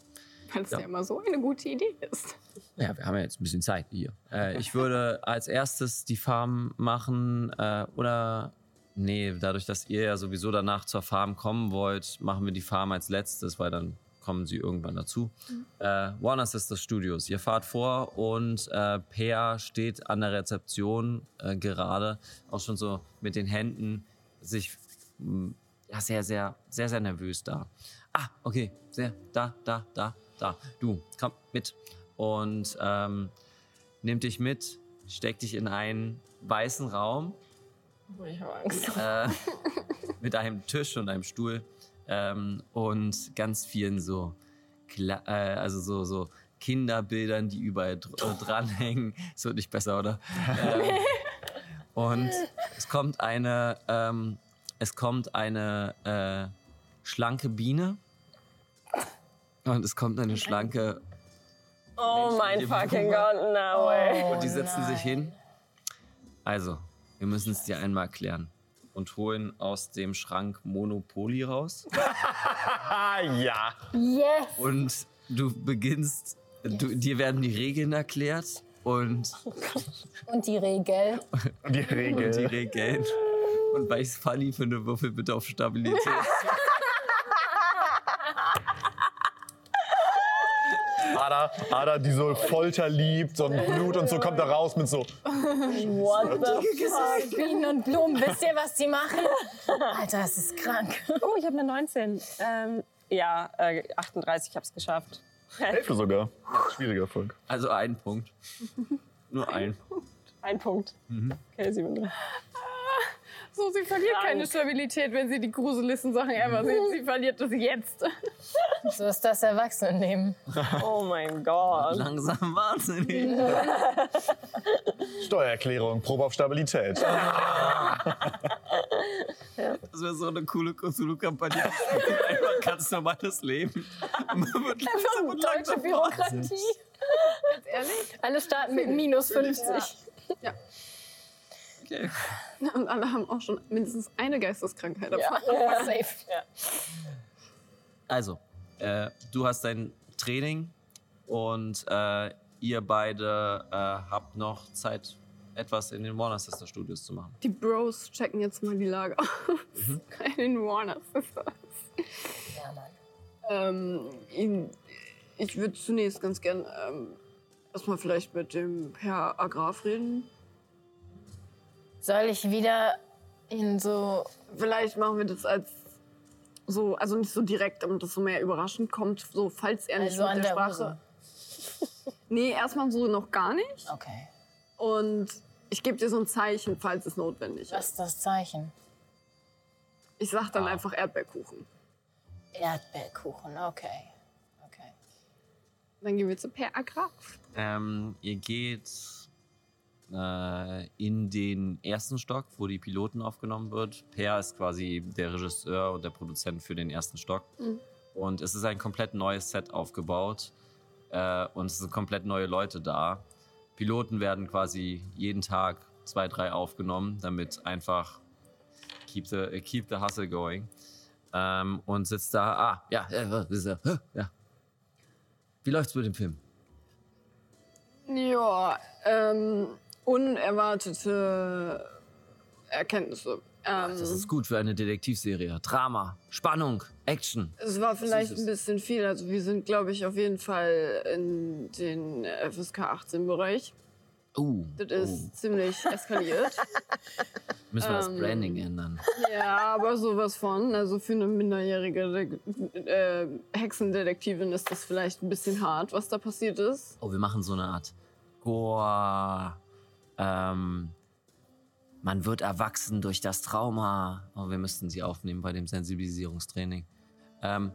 Weil es Ja. ja. immer so eine gute Idee ist. Ja, wir haben ja jetzt ein bisschen Zeit hier. Äh, ich würde als erstes die Farm machen äh, oder. Nee, dadurch, dass ihr ja sowieso danach zur Farm kommen wollt, machen wir die Farm als letztes, weil dann kommen sie irgendwann dazu. Äh, Warner Sisters Studios, ihr fahrt vor und äh, Peer steht an der Rezeption äh, gerade, auch schon so mit den Händen, sich mh, ja, sehr, sehr, sehr, sehr nervös da. Ah, okay, sehr, da, da, da, da. Du, komm mit und ähm, nimmt dich mit, steckt dich in einen weißen Raum Ich habe Angst. äh, mit einem Tisch und einem Stuhl ähm, und ganz vielen so, Kla äh, also so, so Kinderbildern, die überall dr äh, dranhängen. Es wird nicht besser, oder? Ähm, und Es kommt eine, ähm, es kommt eine äh, schlanke Biene und es kommt eine schlanke Oh mein fucking Gott, no way. Oh und Oh, die setzen sich hin. Also, wir müssen es dir einmal erklären und holen aus dem Schrank Monopoly raus Ah, ja. Yes! und du beginnst, du, dir werden die Regeln erklärt und Oh. Und die Regel. Und die Regel. die Regeln. Und weil ich es funny finde, würfel bitte auf Stabilität. Ada, Ada, die so Folter liebt und Blut und so, kommt da raus mit so. Oh, Bienen und Blumen, wisst ihr, was die machen? Alter, das ist krank. Oh, ich habe eine 19. Ähm, ja, äh, 38, ich habe es geschafft. Hälfte sogar. Schwieriger Erfolg. Also ein Punkt. Nur ein. Ein Punkt. Okay, 37. So, sie verliert keine Stabilität, wenn sie die gruseligsten Sachen ever sieht. Sie verliert das jetzt. So ist das Erwachsenenleben. Oh mein Gott. Langsam wahnsinnig. Steuererklärung, Probe auf Stabilität. Das wäre so eine coole Cthulhu-Kampagne. Einfach ganz normales Leben. Man wird langsam und Deutsche langsam Bürokratie. Ganz ehrlich? Alle starten mit minus 50. Okay. Und alle haben auch schon mindestens eine Geisteskrankheit erfahren. Safe. Also, äh, du hast dein Training und äh, ihr beide äh, habt noch Zeit, etwas in den Warner Sister Studios zu machen. Die Bros checken jetzt mal die Lage aus. Mhm. Keinen Warner Sisters. Ja, Mann. Ähm, ihn- ich würde zunächst ganz gern ähm, erstmal vielleicht mit dem Herr Agraf reden. Soll ich wieder ihn so. Vielleicht machen wir das als so, also nicht so direkt, damit das so mehr überraschend kommt, so falls er nicht Also mit an der der Sprache. Hose. Nee, erstmal so noch gar nicht. Okay. Und ich gebe dir so ein Zeichen, falls es notwendig ist. Was ist das Zeichen? Ich sag dann einfach Erdbeerkuchen. Erdbeerkuchen, okay. Okay. Dann gehen wir zu Per Agraf. Ähm, ihr geht äh, in den ersten Stock, wo die Piloten aufgenommen wird. Per ist quasi der Regisseur und der Produzent für den ersten Stock. Und es ist ein komplett neues Set aufgebaut. Äh, und es sind komplett neue Leute da. Piloten werden quasi jeden Tag zwei, drei aufgenommen, damit einfach keep the, äh, keep the hustle going. Ähm, und sitzt da, ah, ja, ja, ja, ja, ja. Wie läuft's mit dem Film? Ja, ähm, unerwartete Erkenntnisse. Ähm, Das ist gut für eine Detektivserie. Drama, Spannung, Action. Es war vielleicht Süßes. ein bisschen viel. Also wir sind, glaube ich, auf jeden Fall in den FSK 18-Bereich. Uh, Das ist ziemlich eskaliert. müssen wir das ähm, Branding ändern. ja, aber sowas von. Also für eine minderjährige äh, Hexendetektivin ist das vielleicht ein bisschen hart, was da passiert ist. Oh, wir machen so eine Art Goa. Ähm, man wird erwachsen durch das Trauma. Oh, wir müssten sie aufnehmen bei dem Sensibilisierungstraining. Ähm,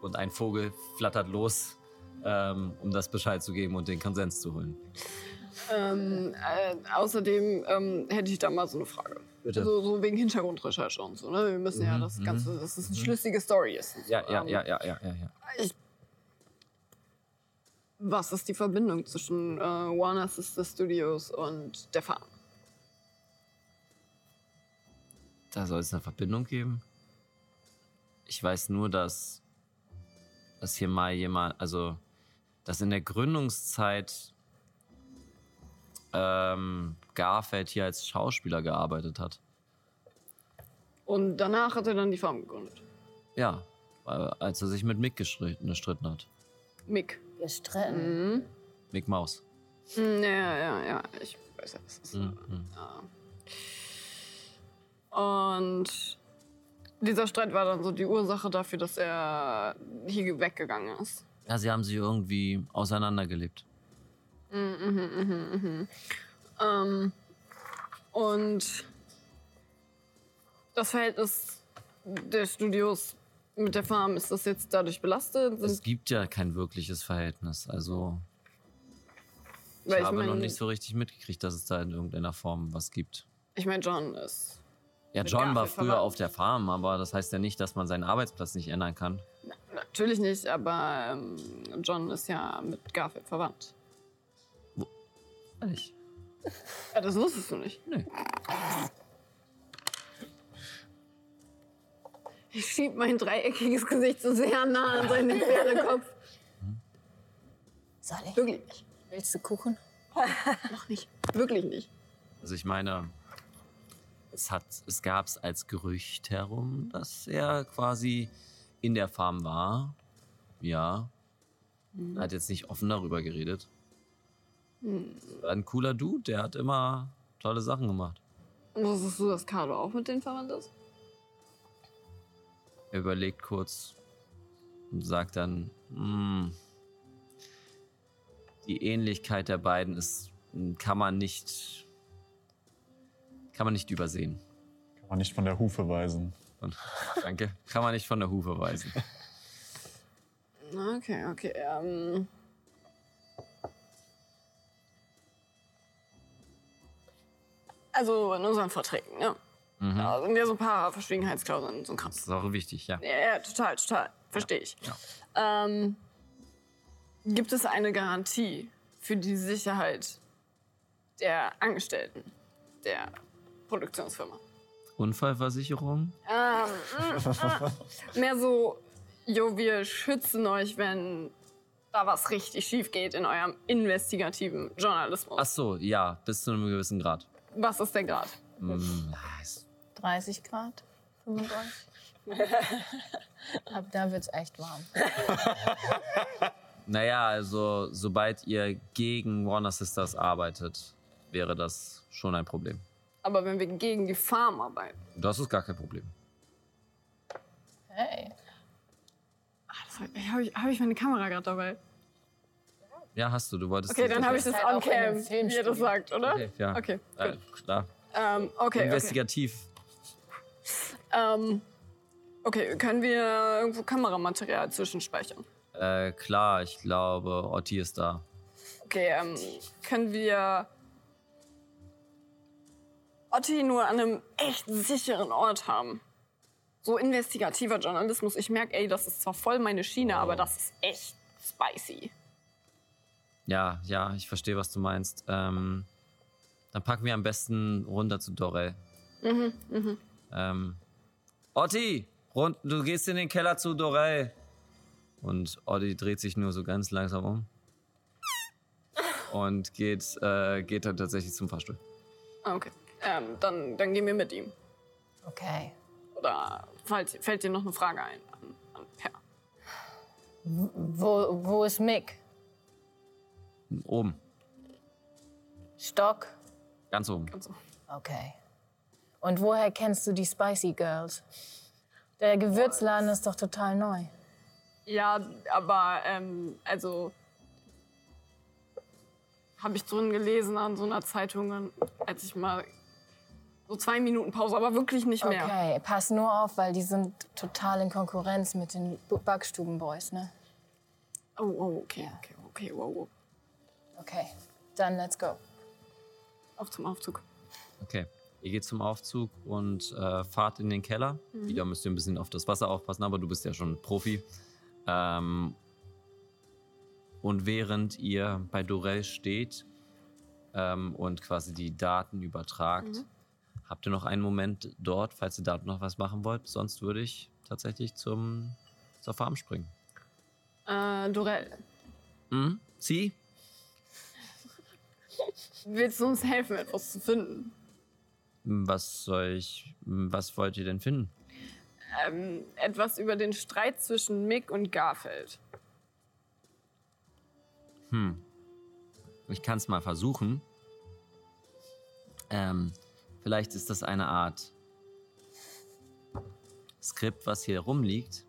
und ein Vogel flattert los, ähm, um das Bescheid zu geben und den Konsens zu holen. Ähm, äh, außerdem ähm, hätte ich da mal so eine Frage. Bitte. Mhm, So, so wegen Hintergrundrecherche und so. Ne? Wir müssen ja das Ganze, dass es eine schlüssige Story ist. und so. Ja, ja, Ähm, ja, ja, ja, ja. ja. Was ist die Verbindung zwischen äh, Warner Sister Studios und der Farm? Da soll es eine Verbindung geben. Ich weiß nur, dass, dass hier mal jemand, also, dass in der Gründungszeit ähm, Garfeld hier als Schauspieler gearbeitet hat. Und danach hat er dann die Farm gegründet. Ja, äh, als er sich mit Mick gestritten gestritten hat. Mick. Gestritten. Mhm. Mick Maus. Mm, Ja, ja, ja, ich weiß ja, was es ist. Mhm. Ja. Und dieser Streit war dann so die Ursache dafür, dass er hier weggegangen ist. Ja, sie haben sich irgendwie auseinandergelebt. Mhm, mhm, mhm, mhm. Ähm, und das Verhältnis der Studios mit der Farm, ist das jetzt dadurch belastet? Es Sind, gibt ja kein wirkliches Verhältnis. Also, ich weil habe noch mein- nicht so richtig mitgekriegt, dass es da in irgendeiner Form was gibt. Ich meine, John ist. Ja, mit John Garfield war früher verwandt. auf der Farm, aber das heißt ja nicht, dass man seinen Arbeitsplatz nicht ändern kann. Natürlich nicht, aber ähm, John ist ja mit Garfield verwandt. Ehrlich? Ja, das wusstest du nicht. Nee. Ich schieb mein dreieckiges Gesicht so sehr nah an seinen Pferdekopf. Soll ich? Wirklich nicht. Willst du Kuchen? Noch nicht. Wirklich nicht. Also ich meine, es, hat, es gab es als Gerücht herum, dass er quasi in der Farm war. Ja. Mhm. Er hat jetzt nicht offen darüber geredet. Hm. War Ein cooler Dude, der hat immer tolle Sachen gemacht. Wusstest du, dass Carlo auch mit denen verwandt ist? Er überlegt kurz und sagt dann, "Hm, die Ähnlichkeit der beiden ist, kann man nicht, kann man nicht übersehen. Kann man nicht von der Hufe weisen. Und, danke. Kann man nicht von der Hufe weisen. Okay, okay. Ähm, also in unseren Verträgen, ne? Mhm. Da sind ja so ein paar Verschwiegenheitsklauseln und so ein Kram. Das ist auch wichtig, ja. Ja, ja, total, total. Verstehe ich. Ähm, gibt es eine Garantie für die Sicherheit der Angestellten der Produktionsfirma? Unfallversicherung? Ähm, mm, ah, mehr so, jo, wir schützen euch, wenn da was richtig schief geht in eurem investigativen Journalismus. Ach so, ja, bis zu einem gewissen Grad. Was ist der Grad? Hm, ah, ist- 30 Grad? 35? Ab da wird's echt warm. Naja, also sobald ihr gegen Warner Sisters arbeitet, wäre das schon ein Problem. Aber wenn wir gegen die Farm arbeiten, Das ist gar kein Problem. Hey. habe ich, hab ich meine Kamera gerade dabei? Ja, hast du, du wolltest... Okay, dann habe ich das Halt on auch in einem cam, wie ihr Filmstudio. das sagt, oder? Okay, ja. Okay, äh, klar. Ähm, okay, okay. Investigativ. Ähm, okay, können wir irgendwo Kameramaterial zwischenspeichern? Äh, klar, ich glaube, Otti ist da. Okay, ähm, können wir Otti nur an einem echt sicheren Ort haben? So investigativer Journalismus. Ich merke, ey, das ist zwar voll meine Schiene, Wow. aber das ist echt spicy. Ja, ja, ich verstehe, was du meinst. Ähm, dann packen wir am besten runter zu Dorel. Mhm, mhm. Ähm, Otti, rund, du gehst in den Keller zu Dorel. Und Otti dreht sich nur so ganz langsam um. Und geht, äh, geht dann tatsächlich zum Fahrstuhl. Ah, Okay, ähm, dann, dann gehen wir mit ihm. Okay. Oder fällt, fällt dir noch eine Frage ein? An, an per. W- Wo, wo ist Mick? Oben, Stock? ganz oben. Ganz so. Okay. Und woher kennst du die Spicy Girls? Der Gewürzladen ist doch total neu. Ja, aber ähm, also habe ich drin gelesen an so einer Zeitung, als ich mal so zwei Minuten Pause, aber wirklich nicht mehr. Okay, pass nur auf, weil die sind total in Konkurrenz mit den Bu- Backstubenboys, ne? Oh, oh, okay, okay, okay, wow, wow. Okay, dann let's go. Auf zum Aufzug. Okay. Ihr geht zum Aufzug und äh, fahrt in den Keller. Wieder müsst ihr ein bisschen auf das Wasser aufpassen, aber du bist ja schon Profi. Ähm, und während ihr bei Dorel steht ähm, und quasi die Daten übertragt, habt ihr noch einen Moment dort, falls ihr da noch was machen wollt. Sonst würde ich tatsächlich zum, zur Farm springen. Äh, Dorel, Mhm. Sie? willst du uns helfen, etwas zu finden? Was soll ich, was wollt ihr denn finden? Ähm, etwas über den Streit zwischen Mick und Garfield. Hm. Ich kann es mal versuchen. Ähm, vielleicht ist das eine Art Skript, was hier rumliegt.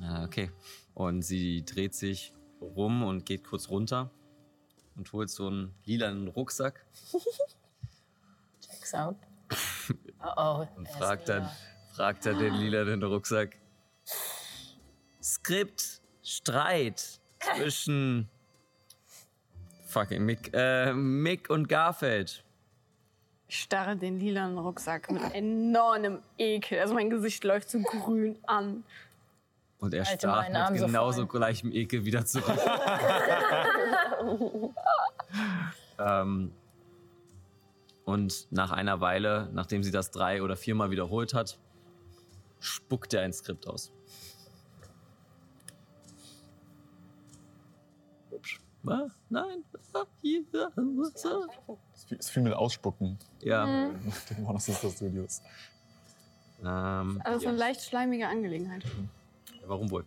Ah, okay. Und sie dreht sich rum und geht kurz runter und holt so einen lilanen Rucksack Checks out. Oh oh. und er ist fragt dann, wieder- fragt dann den lilanen Rucksack. Skript Streit zwischen fucking Mick, äh, Mick und Garfeld. Ich starre den lilanen Rucksack mit enormem Ekel. Also mein Gesicht läuft so grün an. Und er Halte starrt Halt meinen Arm mit so genauso gleichem Ekel wieder zurück. ähm, und nach einer Weile, nachdem sie das drei- oder viermal wiederholt hat, spuckt er ein Skript aus. Hübsch. Ah, nein, ah, hier, ah, so. Ist viel, ist viel mit Ausspucken. Ja. Mhm. Den Monos ist das Studios. Ähm, Also so ja. eine leicht schleimige Angelegenheit. Warum wohl?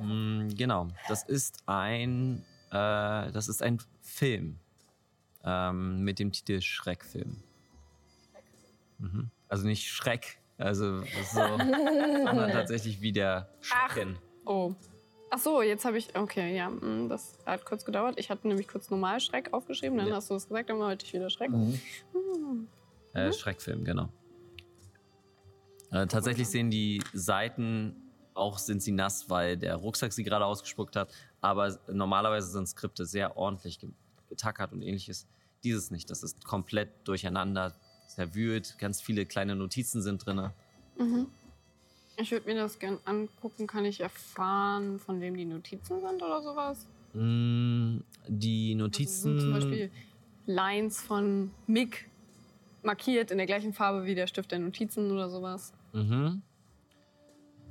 Mm, genau, das ist ein, äh, das ist ein Film ähm, mit dem Titel Schreckfilm. Mhm. Also nicht Schreck, also so, sondern tatsächlich wie der Schrecken. Oh. Ach so, jetzt habe ich. Okay, ja, mm, das hat kurz gedauert. Ich hatte nämlich kurz normal Schreck aufgeschrieben, dann Ja. Mhm. hast du es gesagt, dann wollte ich wieder Schreck. Mhm. Hm. Äh, Schreckfilm, genau. Äh, tatsächlich sehen die Seiten, auch sind sie nass, weil der Rucksack sie gerade ausgespuckt hat. Aber normalerweise sind Skripte sehr ordentlich ge- getackert und ähnliches. Dieses nicht. Das ist komplett durcheinander, zerwühlt. Ganz viele kleine Notizen sind drin. Mhm. Ich würde mir das gern angucken. Kann ich erfahren, von wem die Notizen sind oder sowas? Mm, Die Das sind Mhm, zum Beispiel Notizen. Lines von Mick markiert in der gleichen Farbe wie der Stift der Notizen oder sowas. Mhm.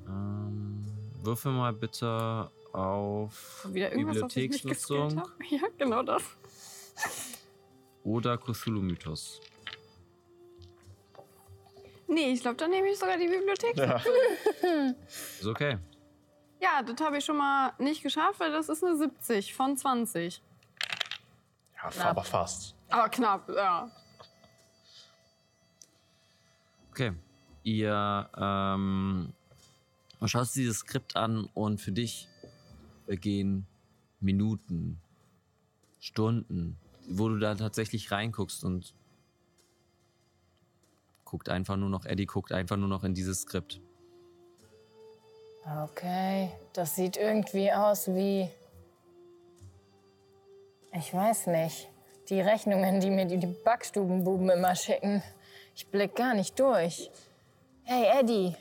Ähm, würfel mal bitte auf Wieder irgendwas, was ich nicht geskillt Bibliotheksnutzung. habe. Ja, genau das. Oder Cthulhu-Mythos. Nee, ich glaube, dann nehme ich sogar die Bibliothek. Ja. Ja. Ist okay. das habe ich schon mal nicht geschafft, weil das ist eine 70 von 20. Ja, aber fast. Aber Ah, knapp, ja. Okay. Ihr ähm, du schaust dieses Skript an und für dich gehen Minuten, Stunden, wo du da tatsächlich reinguckst und guckt einfach nur noch, Eddie guckt einfach nur noch in dieses Skript. Okay, das sieht irgendwie aus wie. Ich weiß nicht. Die Rechnungen, die mir die die Backstubenbuben immer schicken. Ich blick gar nicht durch. Hey, Eddie.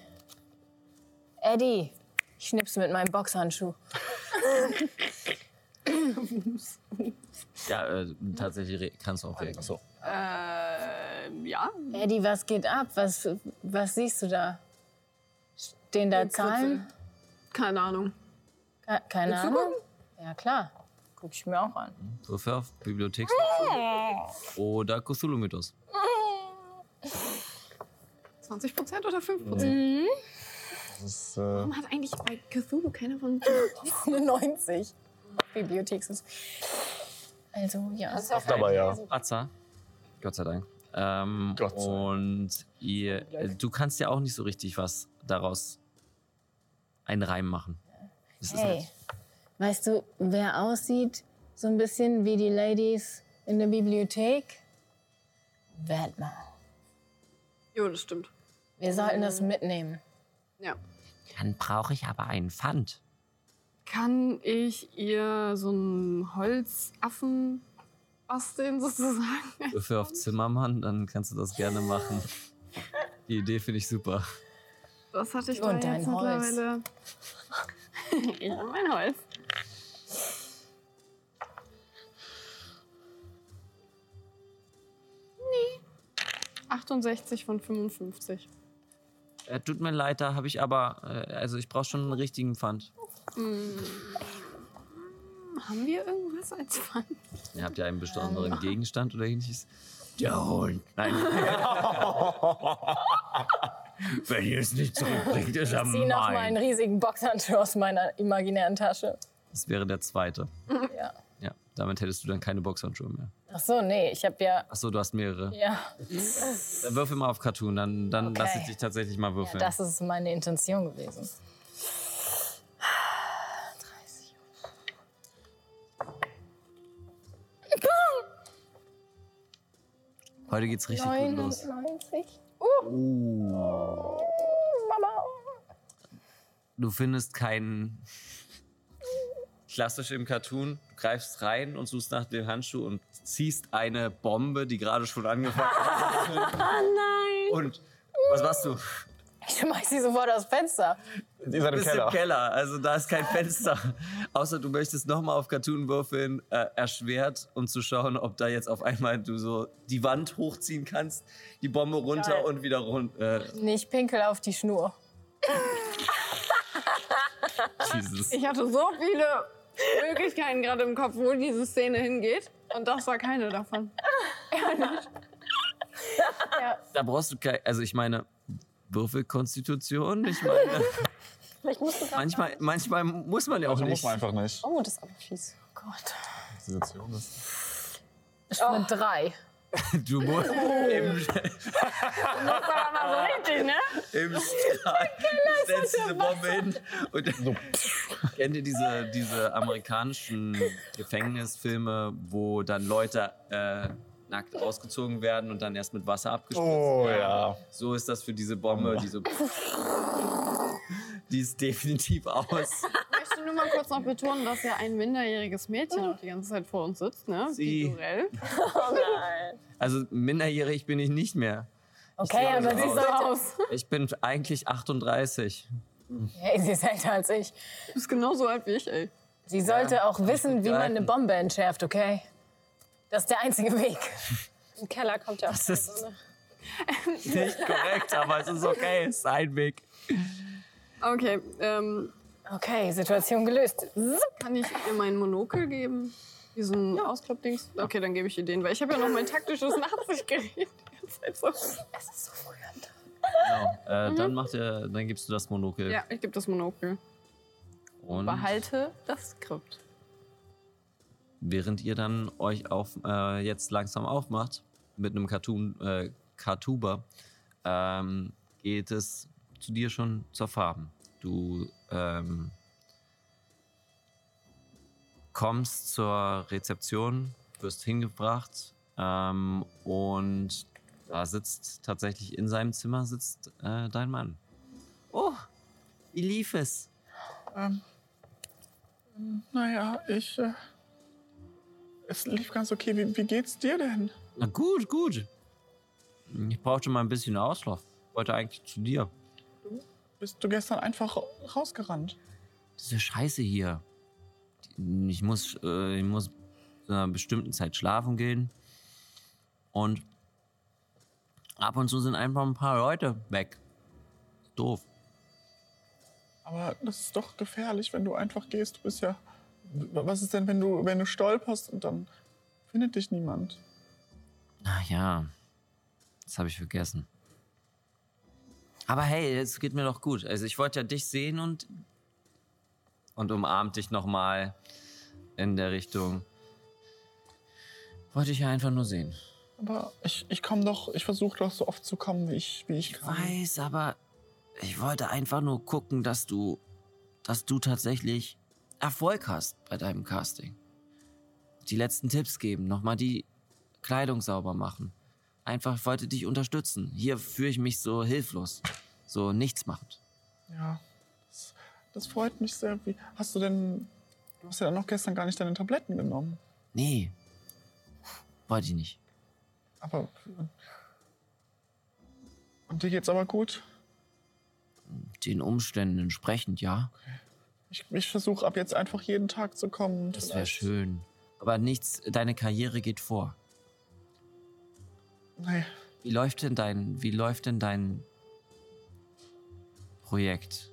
Eddie. Ich schnips mit meinem Boxhandschuh. Ja, äh, tatsächlich re- kannst du auch reagieren. So. Ähm, ja. Eddie, was geht ab? Was, was siehst du da? Stehen da Eine Kritze. Zahlen? Keine Ahnung. Ke keine Willst du Ahnung. Ja, klar. Guck ich mir auch an. Würfel auf Bibliothek oder Cthulhu-Mythos. 20 Prozent oder 5 Prozent? Mhm. Das ist, äh, Oh Warum hat eigentlich bei Cthulhu keiner von. Eine 90. Bibliotheks. Also, ja. Das auch dabei, ja. Atza. Gott sei Dank. Ähm, Gott sei Dank. Und ihr, äh, du kannst ja auch nicht so richtig was daraus einen Reim machen. Es ist Hey, halt- weißt du, wer aussieht so ein bisschen wie die Ladies in der Bibliothek? Batman. Jo, das stimmt. Wir sollten das mitnehmen. Ja. Dann brauche ich aber einen Pfand. Kann ich ihr so einen Holzaffen basteln, sozusagen? Würfel auf Zimmermann, dann kannst du das gerne machen. Die Idee finde ich super. Das hatte ich Und da jetzt dein Holz. mittlerweile. ich hab mein Holz. Nee. 68 von 55. Äh, tut mir leid, da habe ich aber, äh, also ich brauche schon einen richtigen Pfand. Hm. Haben wir irgendwas als Pfand? Ihr habt ja einen Ähm. besonderen Gegenstand oder ähnliches. Der Hund. Nein, wenn ihr es nicht zurückbringt, ist er Ich zieh noch mal einen Oh mein. riesigen Boxhandschuh aus meiner imaginären Tasche. Das wäre der zweite. Ja. Ja, damit hättest du dann keine Boxhandschuhe mehr. Ach so, nee, ich habe ja. Achso, du hast mehrere. Ja, Dann würfel mal auf Cartoon, dann, dann Okay. lass ich dich tatsächlich mal würfeln. das ist meine Intention gewesen. Heute geht's richtig gut los. 90. Uh. Uh. Du findest keinen klassisch im Cartoon, du greifst rein und suchst nach dem Handschuh und ziehst eine Bombe, die gerade schon angefangen hat. Oh nein. Und was warst du? Ich schmeiß sie sofort aus Fenster. Die halt seid im bist Keller. im Keller, also da ist kein Fenster. Außer du möchtest nochmal auf Cartoon würfeln, äh, erschwert, um zu schauen, ob da jetzt auf einmal du so die Wand hochziehen kannst, die Bombe runter Geil. und wieder runter. Äh, Nee, ich pinkel auf die Schnur. Jesus. Ich hatte so viele Möglichkeiten gerade im Kopf, wo diese Szene hingeht. Und das war keine davon. Da brauchst du kein, also ich meine, Würfelkonstitution, ich meine, Vielleicht musst du gerade. manchmal, manchmal muss man ja auch Manchmal nicht. Also muss man einfach nicht. Oh, das ist aber fies. Oh Gott. Die Situation ist. Ich bin drei. Du musst im, Ah, Aber mal so richtig, ne? im Strahl setzt diese Bombe hin und so. kennt ihr diese, diese amerikanischen Gefängnisfilme, wo dann Leute äh, nackt ausgezogen werden und dann erst mit Wasser abgespritzt Oh werden? ja. So ist das für diese Bombe, die so die ist definitiv aus. Ich möchte nur mal kurz noch betonen, dass ja ein minderjähriges Mädchen noch die ganze Zeit vor uns sitzt, ne? Sie- Die Durell. Oh nein. Also minderjährig bin ich nicht mehr. Okay, Ich aber sehe sie so ist, aus. Ich bin eigentlich 38. hey, sie ist älter als ich. Du bist genauso alt wie ich, ey. Sie sollte auch wissen, wie man begleiten. eine Bombe entschärft, okay? Das ist der einzige Weg. Im Keller kommt ja auch. Das ist Also- nicht korrekt, aber es ist okay, es ist ein Weg. Okay, ähm, Okay, Situation gelöst. kann ich ihr meinen Monokel geben? Diesen Ausklappdings? Okay, dann gebe ich ihr den, weil ich habe ja noch mein taktisches Nachsichtgerät. Die ganze Zeit so. Es ist so früh am Tag. Genau. Äh, dann, macht er, dann gibst du das Monokel. Ja, ich gebe das Monokel. Und Behalte das Skript. während ihr dann euch auf, äh, jetzt langsam aufmacht, mit einem Cartoon, äh, Cartuber, ähm, geht es zu dir schon zur Farben. Du ähm, kommst zur Rezeption, wirst hingebracht ähm, und da sitzt tatsächlich in seinem Zimmer sitzt äh, dein Mann. Oh, wie lief es? Ähm, naja, ich. Äh, es lief ganz okay. Wie, wie geht's dir denn? Na gut, gut. Ich brauchte mal ein bisschen Auslauf. Wollte eigentlich zu dir. Bist du gestern einfach ra- rausgerannt? Diese Scheiße hier. Die- Ich muss, äh, ich muss zu einer bestimmten Zeit schlafen gehen. Und ab und zu sind einfach ein paar Leute weg. Doof. Aber das ist doch gefährlich, wenn du einfach gehst. Du bist ja. W- Was ist denn, wenn du, wenn du stolperst und dann findet dich niemand? Ach ja. Das habe ich vergessen. Aber hey, es geht mir doch gut. Also ich wollte ja dich sehen und und umarmt dich nochmal in der Richtung. Wollte ich ja einfach nur sehen. Aber ich, ich komme doch, ich versuche doch so oft zu kommen, wie ich, wie ich Ich kann. weiß, aber ich wollte einfach nur gucken, dass du, dass du tatsächlich Erfolg hast bei deinem Casting. Die letzten Tipps geben, nochmal die Kleidung sauber machen. Einfach ich wollte dich unterstützen. Hier fühle ich mich so hilflos, so nichts machend. Ja, das, das freut mich sehr. Wie, hast du denn. Du hast ja dann noch gestern gar nicht deine Tabletten genommen. Nee, wollte ich nicht. Aber. Und dir geht's aber gut? Den Umständen entsprechend, ja. Ich, ich versuche ab jetzt einfach jeden Tag zu kommen. Das wäre schön. Aber nichts, deine Karriere geht vor. Nee, Wie läuft denn dein, wie läuft denn dein Projekt?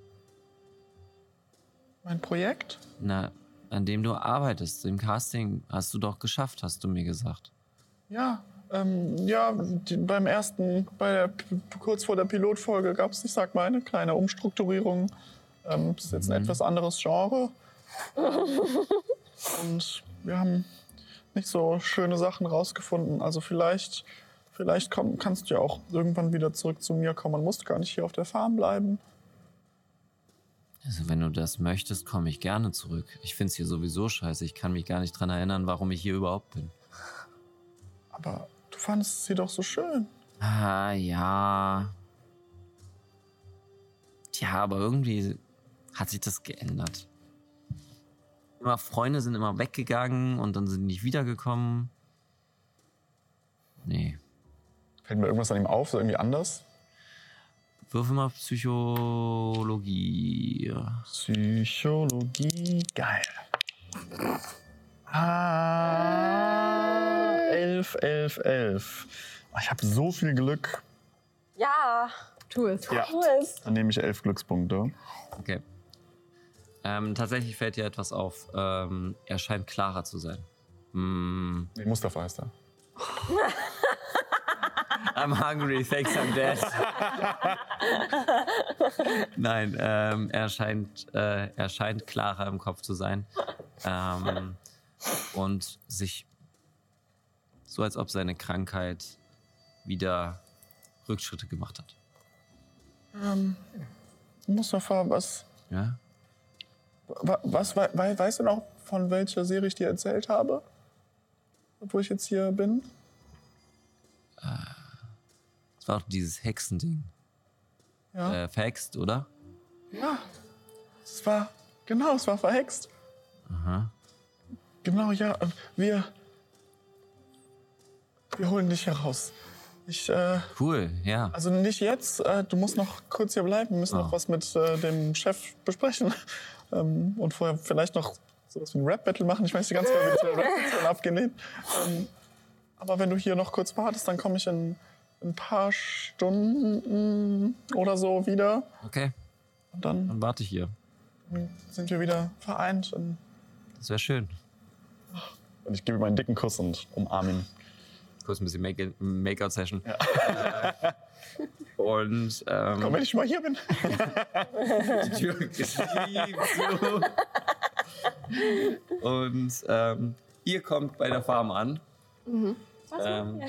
mein Projekt? Na, an dem du arbeitest, im Casting, hast du doch geschafft, hast du mir gesagt. Ja. Ähm, ja, die, beim ersten, bei der, P- kurz vor der Pilotfolge gab es, ich sag mal, eine kleine Umstrukturierung. Ähm, das ist jetzt Mhm. ein etwas anderes Genre. Und wir haben nicht so schöne Sachen rausgefunden. Also vielleicht, vielleicht komm, kannst du ja auch irgendwann wieder zurück zu mir kommen. Man muss gar nicht hier auf der Farm bleiben. Also, wenn du das möchtest, komme ich gerne zurück. Ich find's hier sowieso scheiße. Ich kann mich gar nicht dran erinnern, warum ich hier überhaupt bin. Aber du fandest sie doch so schön. Ah, ja. Tja, aber irgendwie hat sich das geändert. immer Freunde sind immer weggegangen und dann sind die nicht wiedergekommen. Nee. Fällt mir irgendwas an ihm auf, so irgendwie anders? Würfel mal Psychologie. Psychologie, geil. Ah, 11, 11, 11. Oh, Ich habe so viel Glück. Ja, tu es. Ja. Tu es. Dann nehme ich elf Glückspunkte. Okay. Ähm, tatsächlich fällt dir etwas auf. Ähm, er scheint klarer zu sein. Mm, Nee, Mustafa heißt er. I'm hungry, thanks I'm dead. Nein, ähm, er, scheint, äh, er scheint klarer im Kopf zu sein. Ähm, und sich so, als ob seine Krankheit wieder Rückschritte gemacht hat. Ähm, Mustafa, was, Ja? wa- was wei- wei- weißt du noch, von welcher Serie ich dir erzählt habe? Wo ich jetzt hier bin? Es war doch dieses Hexending. Ja. Äh, verhext, oder? Ja. Es war, genau, es war verhext. Aha. Genau, ja. ähm, Wir. Wir holen dich heraus. Ich, äh, Cool, ja. also nicht jetzt. Äh, du musst noch kurz hier bleiben. Wir müssen Ah. noch was mit äh, dem Chef besprechen. Ähm, und vorher vielleicht noch sowas wie ein Rap-Battle machen. Ich weiß die ganze Zeit, wie das Rap-Battle abgelehnt. Ähm, aber wenn du hier noch kurz wartest, dann komme ich in ein paar Stunden oder so wieder. Okay, Und dann dann warte ich hier. sind wir wieder vereint. Und Das wäre schön. Und ich gebe ihm einen dicken Kuss und umarme ihn. kurz ein bisschen Make- Make-out-Session. Äh, Und ähm, komm, wenn ich schon mal hier bin. die Tür geschrieben. So. Und ähm, ihr kommt bei der Farm an. Ähm,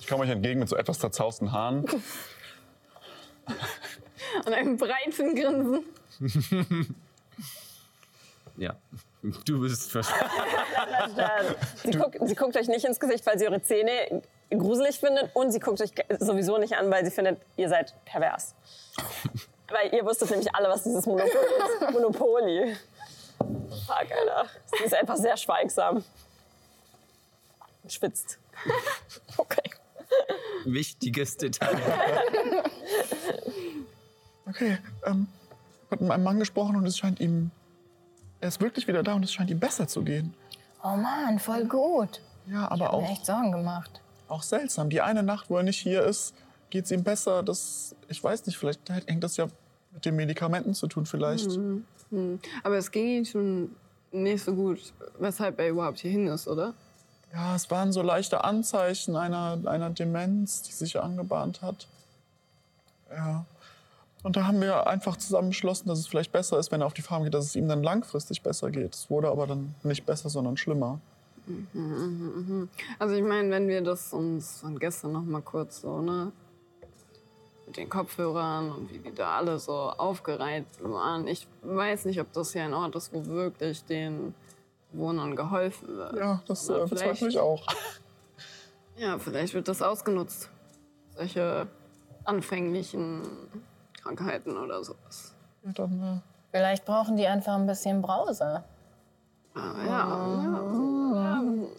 Ich komme euch entgegen mit so etwas zerzausten Haaren. An einem breiten Grinsen. Ähm, ja. du bist verstanden. Sie, guckt, sie guckt euch nicht ins Gesicht, weil sie eure Zähne gruselig findet und sie guckt euch ge- sowieso nicht an, weil sie findet, ihr seid pervers. Weil ihr wusstet nämlich alle, was dieses Monopoly ist. Monopoly. Fuck, Alter. Sie ist einfach sehr schweigsam. Und schwitzt. Okay. Wichtiges Detail. Okay, ähm, ich hab mit meinem Mann gesprochen und es scheint ihm. Er ist wirklich wieder da und es scheint ihm besser zu gehen. Oh Mann, voll gut. Ja, aber Hab mir auch, echt Sorgen gemacht. auch seltsam. Die eine Nacht, wo er nicht hier ist, geht es ihm besser. Das, ich weiß nicht, vielleicht hängt das ja mit den Medikamenten zu tun, vielleicht. Mhm. Hm. Aber es ging ihm schon nicht so gut, weshalb er überhaupt hier hin ist, oder? Ja, es waren so leichte Anzeichen einer, einer Demenz, die sich angebahnt hat. Ja. Und da haben wir einfach zusammen beschlossen, dass es vielleicht besser ist, wenn er auf die Farm geht, dass es ihm dann langfristig besser geht. Es wurde aber dann nicht besser, sondern schlimmer. Mhm, mhm. Also ich meine, wenn wir das uns von gestern noch mal kurz so, ne? Mit den Kopfhörern und wie die da alle so aufgereiht waren. Ich weiß nicht, ob das hier ein Ort ist, wo wirklich den Bewohnern geholfen wird. Ja, das Na, äh, bezweifle vielleicht. ich auch. Ja, vielleicht wird das ausgenutzt. Solche anfänglichen Krankheiten oder sowas. Ja, dann, äh, Vielleicht brauchen die einfach ein bisschen Brause. Aber ja, ja, Ähm, so,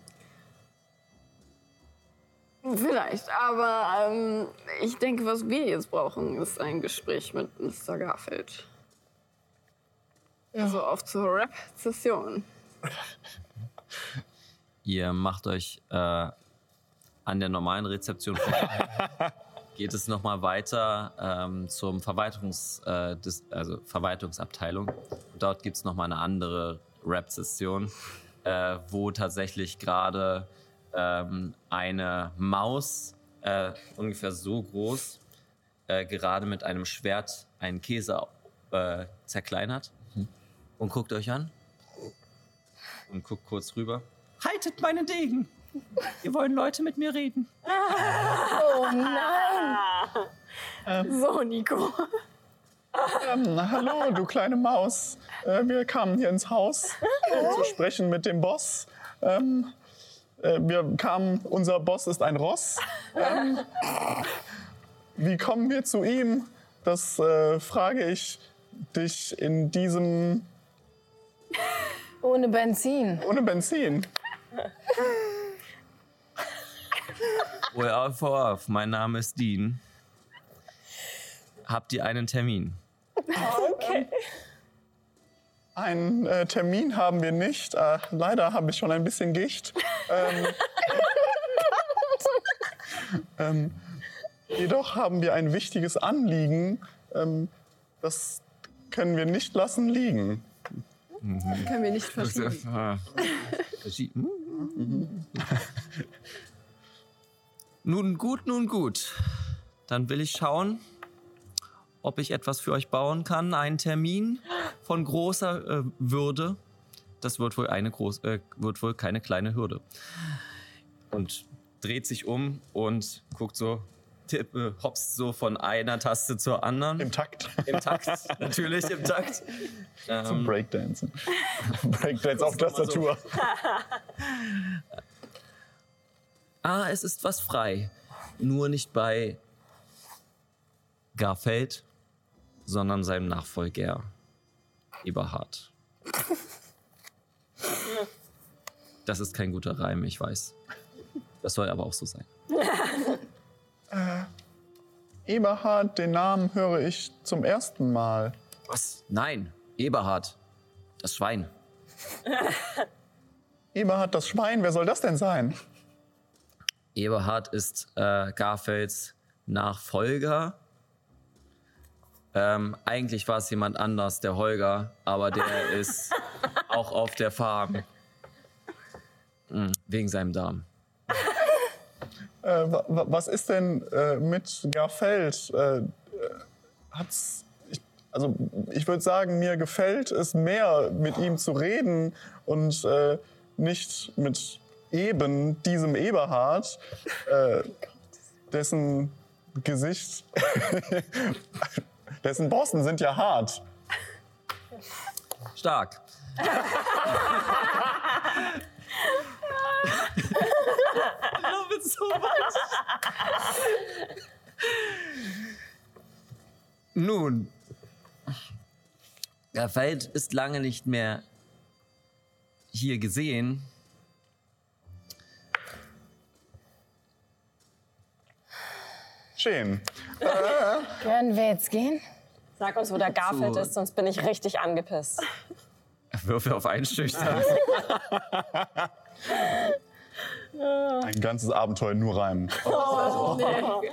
ja. Vielleicht, aber ähm, ich denke, was wir jetzt brauchen, ist ein Gespräch mit Mr. Garfield. Ja. So auf zur Rap-Session. Ihr macht euch äh, an der normalen Rezeption vorbei. geht es nochmal weiter ähm, zum Verwaltungs, äh, des, also Verwaltungsabteilung. Dort gibt es nochmal eine andere Rap-Session, äh, wo tatsächlich gerade ähm, eine Maus, äh, ungefähr so groß, äh, gerade mit einem Schwert einen Käse äh, zerkleinert und guckt euch an und guckt kurz rüber. Haltet meinen Degen! Ihr wollen Leute mit mir reden. Oh nein! So, Nico. Ähm, hallo, du kleine Maus. Äh, wir kamen hier ins Haus, um zu sprechen mit dem Boss. Ähm, äh, wir kamen, unser Boss ist ein Ross. Ähm, wie kommen wir zu ihm? Das äh, frage ich dich in diesem Ohne Benzin. Ohne Benzin. Well, off, off. Mein Name ist Dean. Habt ihr einen Termin? Einen äh, Termin haben wir nicht. Äh, leider habe ich schon ein bisschen Gicht. Ähm, ähm, jedoch haben wir ein wichtiges Anliegen. Ähm, das können wir nicht lassen liegen. Können wir nicht verschieben. nun gut, nun gut. Dann will ich schauen, ob ich etwas für euch bauen kann. Einen Termin von großer äh, Würde. Das wird wohl, eine groß, äh, wird wohl keine kleine Hürde. Und dreht sich um und guckt so, tipp, äh, hopst so von einer Taste zur anderen. Im Takt. Im Takt, natürlich im Takt. Zum Ähm, Breakdancen. Breakdance auf Tastatur. ah, es ist was frei. Nur nicht bei Garfeld, sondern seinem Nachfolger Eberhard. Das ist kein guter Reim, ich weiß. Das soll aber auch so sein. Eberhard, den Namen höre ich zum ersten Mal. Was? Nein, Eberhard. Das Schwein. Eberhard, das Schwein, wer soll das denn sein? Eberhard ist äh, Garfelds Nachfolger. Ähm, eigentlich war es jemand anders, der Holger, aber der ist auch auf der Farm. Mm, wegen seinem Darm. Äh, wa- wa- was ist denn äh, mit Garfeld? Äh, äh, hat's, ich, also ich würde sagen, mir gefällt es mehr, mit ihm zu reden und äh, nicht mit eben diesem Eberhard, äh, dessen Gesicht, dessen Borsten sind ja hart. Stark. I love it so much. Nun, der Feld ist lange nicht mehr hier gesehen. Schön. Können wir jetzt gehen? Sag uns, wo der Garfield So. ist, sonst bin ich richtig angepisst. Würfe auf Einschüchtern. Ein ganzes Abenteuer nur reimen.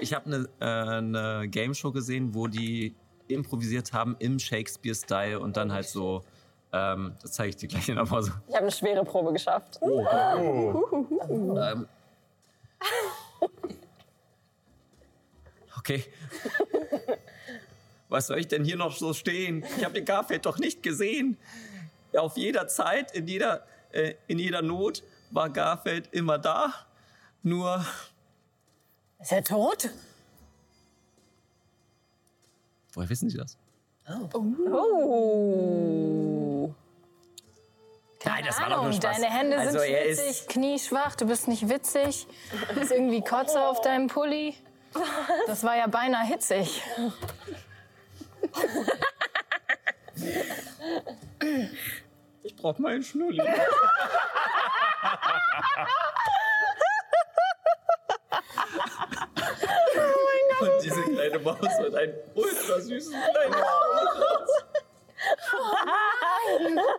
Ich habe eine äh, ne Game Show gesehen, wo die improvisiert haben im Shakespeare-Style und dann halt so. Ähm, das zeige ich dir gleich in der Pause. Ich habe eine schwere Probe geschafft. Ähm. Okay. Was soll ich denn hier noch so stehen? Ich habe den Garfield doch nicht gesehen. Ja, auf jeder Zeit, in jeder, äh, in jeder Not war Garfield immer da. Nur Ist er tot? Woher wissen Sie das? Oh. Nein, das war doch nur Spaß. Oh. Deine Hände also sind er schwitzig, ist, knieschwach, du bist nicht witzig. Ist irgendwie Kotze auf deinem Pulli. Das war ja beinahe hitzig. ich brauche meinen Schnulli. Und diese kleine Maus mit einem ultra süßen kleinen Maus.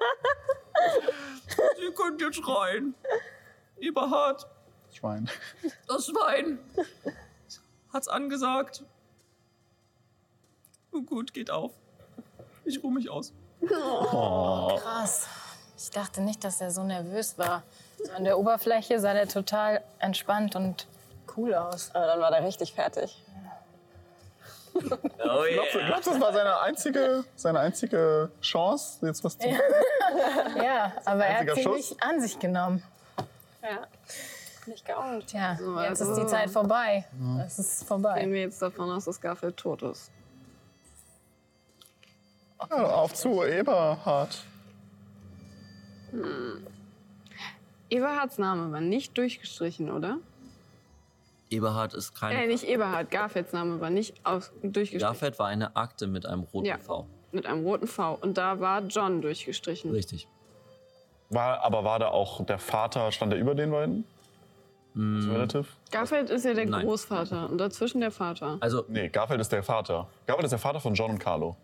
Sie könnt jetzt rein. Eberhard, Schwein. das Schwein hat's angesagt. Nun gut, geht auf. Ich ruhe mich aus. Krass. Ich dachte nicht, dass er so nervös war. So An der Oberfläche sah er total entspannt und cool aus. Aber dann war der richtig fertig. Oh Glaubst du, glaubst du, das war seine einzige, seine einzige Chance, jetzt was zu Ja, aber er einziger hat sie Schuss. nicht an sich genommen. Ja. Nicht geahnt. Tja, jetzt ist die also. Zeit vorbei. Es ist vorbei. Gehen wir jetzt davon aus, dass Garfield tot ist. Ja, auf zu Eberhard. Eberhards Name war nicht durchgestrichen, oder? Eberhard ist Äh, kein. nicht Eberhard, Garfields Name war nicht aus durchgestrichen. Garfeld war eine Akte mit einem roten Ja. V. Mit einem roten V. Und da war John durchgestrichen. Richtig. War, aber war da auch der Vater, stand er über den beiden? Das Relative? Garfield ist ja der Nein. Großvater und dazwischen der Vater. Also Nee, Garfield ist der Vater. Garfield ist der Vater von John und Carlo.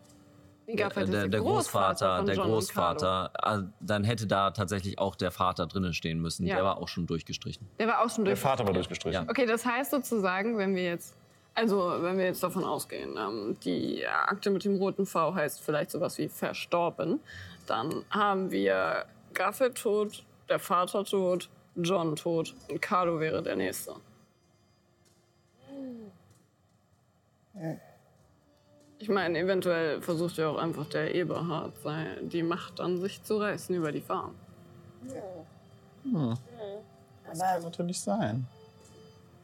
Nee, Garfield äh, der, ist der Großvater, von der John und Carlo. Großvater, also dann hätte da tatsächlich auch der Vater drinnen stehen müssen. Ja. Der war auch schon durchgestrichen. Der war auch schon Der durch. Vater war durchgestrichen. Okay, das heißt sozusagen, wenn wir jetzt, also wenn wir jetzt davon ausgehen, ähm, die Akte mit dem roten V heißt vielleicht sowas wie verstorben, dann haben wir Garfield tot, der Vater tot, John tot und Carlo wäre der Nächste. Ich meine, eventuell versucht ja auch einfach der Eberhard sei- die Macht an sich zu reißen über die Farm. Das kann natürlich sein.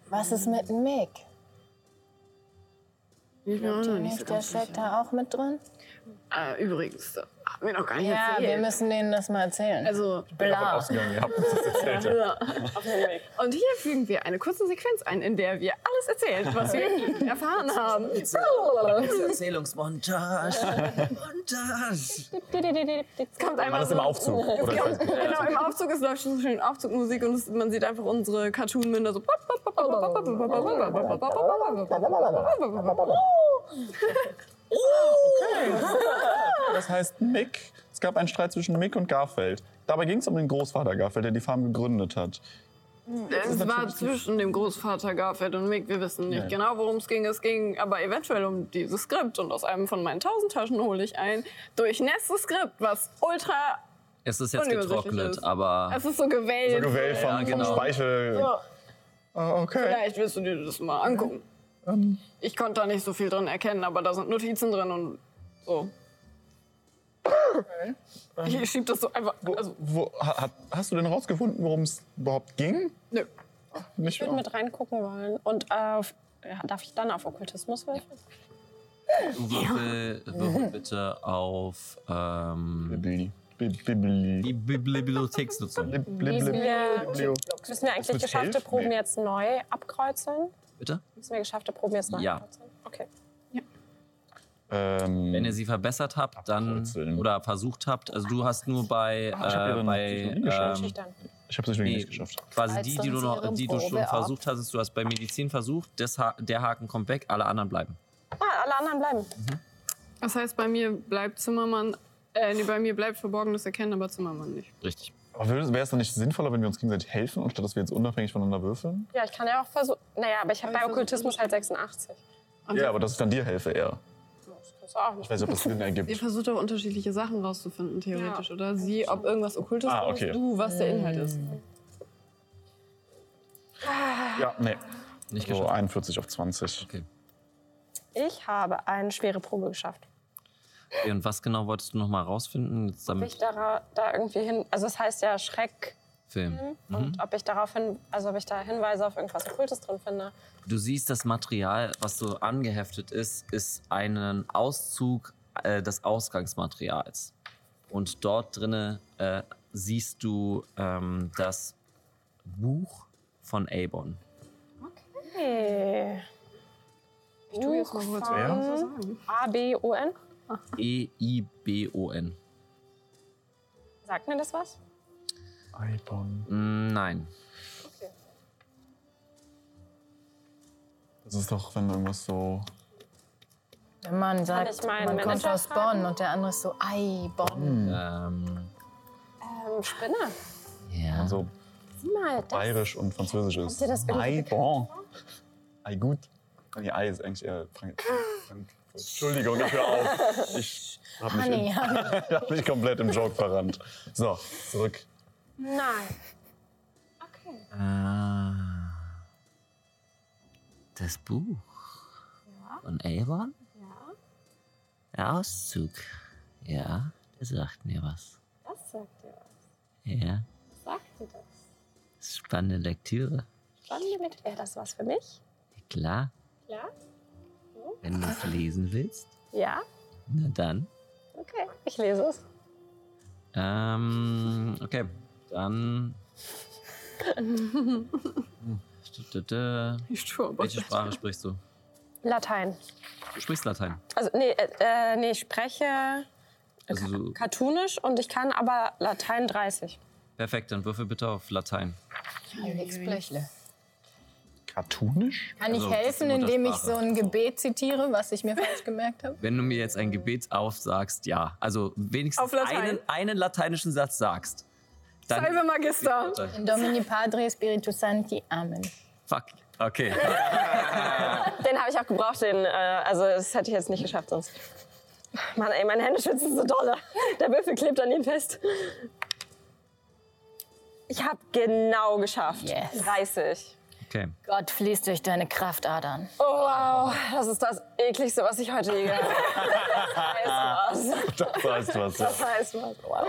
Was ist mit Mick? Ich bin mir auch noch nicht so Nicht der ganz steckt sicher. da auch mit drin? Äh, übrigens, da haben wir noch gar nicht Ja, wir erzählt. müssen denen das mal erzählen. also, Bla. Ausgegangen, ihr habt uns das erzählt. ja. Und hier fügen wir eine kurze Sequenz ein, in der wir alles erzählen, was wir erfahren haben. Erzählungsmontage. Montage. Es kommt einmal Alles so, im Aufzug. Oder ich weiß nicht. Genau, im Aufzug, es läuft schon so schön Aufzugmusik und es, man sieht einfach unsere Cartoon-Münder so. Das heißt, Mick, es gab einen Streit zwischen Mick und Garfeld. Dabei ging es um den Großvater Garfeld, der die Farm gegründet hat. Es war zwischen dem Großvater Garfield und Mick. Wir wissen nicht genau, worum es ging. Es ging aber eventuell um dieses Skript. Und aus einem von meinen tausend Taschen hole ich ein durchnässtes Skript, was ultra. Es ist jetzt Unübersichtlich getrocknet, ist. aber Es ist so gewählt. Gewell vom, Ja, genau. vom Speichel. Ja. Ah, okay. Vielleicht willst du dir das mal angucken. Ähm, Ich konnte da nicht so viel drin erkennen, aber da sind Notizen drin und so. Ich schieb das so einfach. Also, wo, ha, hat- hast du denn rausgefunden, worum es überhaupt ging? nö. Nicht Ich würde mit reingucken wollen. Und äh, auf, ja, darf ich dann auf Okkultismus werfen? würfel, würfel bitte auf ähm, Bibli. Bibli. die Bibli- Bibliotheksnutzung. Bibli. Ja. Müssen wir eigentlich mit geschaffte elf? Proben Nee. jetzt neu abkreuzeln? Bitte? Müssen wir geschaffte Proben jetzt neu Ja. abkreuzeln? Okay. Wenn ihr Ähm, sie verbessert habt, dann Abkreuzeln. oder versucht habt, also du hast nur bei, Ah, ich hab äh, ihren- bei die geschafft. ähm, Schüchtern. ich habe es natürlich Nee. nicht geschafft. quasi die, die du, noch, die du schon Probe ab. versucht hast, du hast bei Medizin versucht, das ha der Haken kommt weg, alle anderen bleiben. Ah, alle anderen bleiben. Das heißt, bei mir bleibt Zimmermann. Äh, nee, bei mir bleibt verborgenes Erkennen, aber Zimmermann nicht. Richtig. Aber wäre es dann nicht sinnvoller, wenn wir uns gegenseitig helfen, anstatt dass wir jetzt unabhängig voneinander würfeln? Ja, ich kann ja auch versuchen. Naja, aber ich habe bei Okkultismus halt 86. Und Ja, aber dass ich dann dir helfe eher. Das ist auch Ich weiß nicht, ob das Sinn Ihr ergibt. versucht auch unterschiedliche Sachen rauszufinden, theoretisch, oder? Sie, ob irgendwas Okkultes Ah, drin okay. ist, du, was der Inhalt ist. Ja, nee. Nicht So geschafft. 41 auf 20. Okay. Ich habe eine schwere Probe geschafft. Okay, Und was genau wolltest du nochmal rausfinden? Jetzt Mhm. Ob damit ich da, da irgendwie hin. Also, es heißt ja Schreck. Film. Mhm. Mhm. Und ob ich darauf hin, also ob ich da Hinweise auf irgendwas Okkultes drin finde. Du siehst, das Material, was so angeheftet ist, ist einen Auszug äh, des Ausgangsmaterials. Und dort drinne äh, siehst du ähm, das Buch von Avon. Hey. Ich tu jetzt mal kurz, Buch wer? von A, B, O, N. E E-I-B-O-N. Sagt mir das was? Ibon. Mm, nein. Das ist doch, wenn irgendwas so. Der Mann sagt, ich meinen man kommt Manager aus fragen? Bonn und der andere ist so, ei, Bonn. Ähm, Ähm, Spinne. ja. so Sieh mal, das. bayerisch und französisch ist. dir das irgendwie Ibon. Ei gut. Nee, Ei ist eigentlich eher Frank Frank- Entschuldigung, ich hör auf. Ich hab mich, Honey, in, honey. hab mich komplett im Joke verrannt. So, zurück. Nein. Okay. Ah. Das Buch von Avon? Ja. Der Auszug. Ja, der sagt mir was. Das sagt dir was. Ja, Was sagt dir das? das ist spannende Lektüre. Spannende mit. Wäre das was für mich? Ja, Klar, Ja? wenn du es lesen willst, Ja? na dann. Okay. Ich lese es. Ähm, okay, dann. Dö, dö, dö. Ich tue aber. Welche Sprache sprichst du? Latein. Du sprichst Latein. Also, nee, äh, äh, nee, ich spreche Also du, Cartoonisch und ich kann aber Latein 30. Perfekt, dann würfel bitte auf Latein. Felix Blöchle. Cartoonisch? Kann ich Also, das ist die helfen, indem ich so Muttersprache. ein Gebet zitiere, was ich mir falsch gemerkt habe? Wenn du mir jetzt ein Gebet aufsagst, ja. Also wenigstens Auf Latein. einen, einen lateinischen Satz sagst. Dann Salve Magister. In Domini Padre Spiritus Sancti. Amen. Fuck. Okay. Den habe ich auch gebraucht, den, äh, also das hätte ich jetzt nicht geschafft sonst. Mann, ey, meine Hände schwitzen so dolle. Der Würfel klebt an ihm fest. Ich habe genau geschafft. Yes. 30. Okay. Gott fließt durch deine Kraftadern. Oh, wow, das ist das ekligste, was ich heute je gehört habe. Das heißt was. Das heißt was. Ja. Das heißt was. Wow.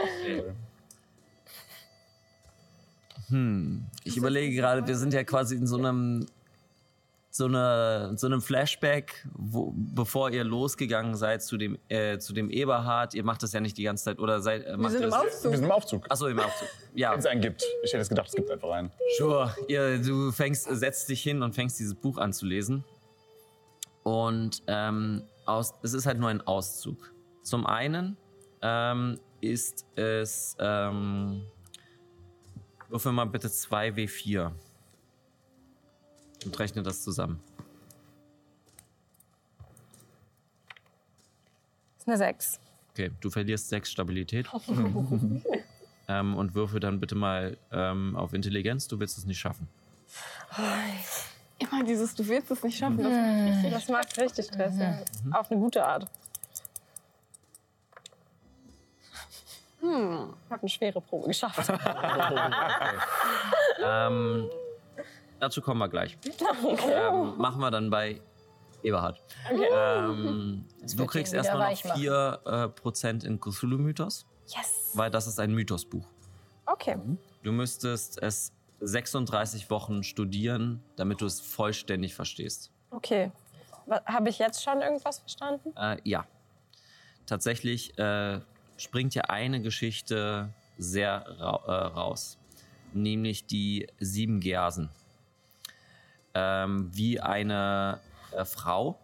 Ich überlege gerade, wir sind ja quasi in so einem so, eine, so einem Flashback, wo, bevor ihr losgegangen seid zu dem äh, zu dem Eberhard. Ihr macht das ja nicht die ganze Zeit oder seid äh, macht ihr das? Wir sind im Aufzug. Achso, im Aufzug. Ja. Wenn es einen gibt. Ich hätte es gedacht, es gibt einfach einen. Sure. Ihr, du fängst, setzt dich hin und fängst dieses Buch an zu lesen. Und ähm, aus, es ist halt nur ein Auszug. Zum einen ähm, ist es. Ähm, würfel mal bitte 2W4. Und rechne das zusammen. Das ist eine 6. Okay, du verlierst 6 Stabilität. ähm, und würfel dann bitte mal ähm, auf Intelligenz. Du willst es nicht schaffen. Immer dieses, du willst es nicht schaffen. Das Das macht richtig Stress, ja. Auf eine gute Art. Hm, ich habe eine schwere Probe geschafft. Ähm, dazu kommen wir gleich. Oh. Ähm, machen wir dann bei Eberhard. Ähm, du wird kriegst ihn wieder erstmal weich noch 4% äh, Prozent in Cthulhu-Mythos, Yes. weil das ist ein Mythosbuch. Okay. Du müsstest es 36 Wochen studieren, damit du es vollständig verstehst. Okay. Wa- Habe ich jetzt schon irgendwas verstanden? Äh, ja. Tatsächlich äh, springt ja eine Geschichte sehr ra äh, raus. Nämlich die sieben Gersen. Ähm, wie eine äh, Frau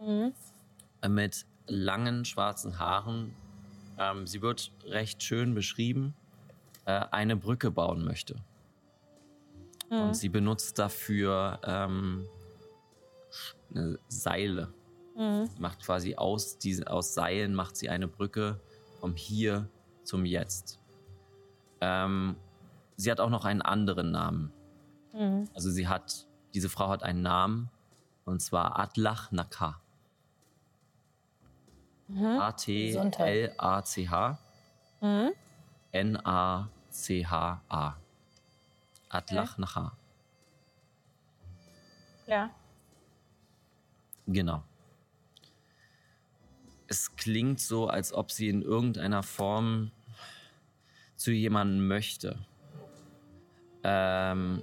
äh, mit langen schwarzen Haaren, ähm, sie wird recht schön beschrieben, äh, eine Brücke bauen möchte. Und sie benutzt dafür ähm, Sch- äh, Seile macht quasi aus, diese, aus Seilen macht sie eine Brücke vom Hier zum Jetzt. Ähm, sie hat auch noch einen anderen Namen. Also sie hat, diese Frau hat einen Namen und zwar Atlach Naka. A-T-L-A-C-H N-A-C-H-A Atlach Naka. Ja. Genau. Es klingt so, als ob sie in irgendeiner Form zu jemandem möchte. Ähm,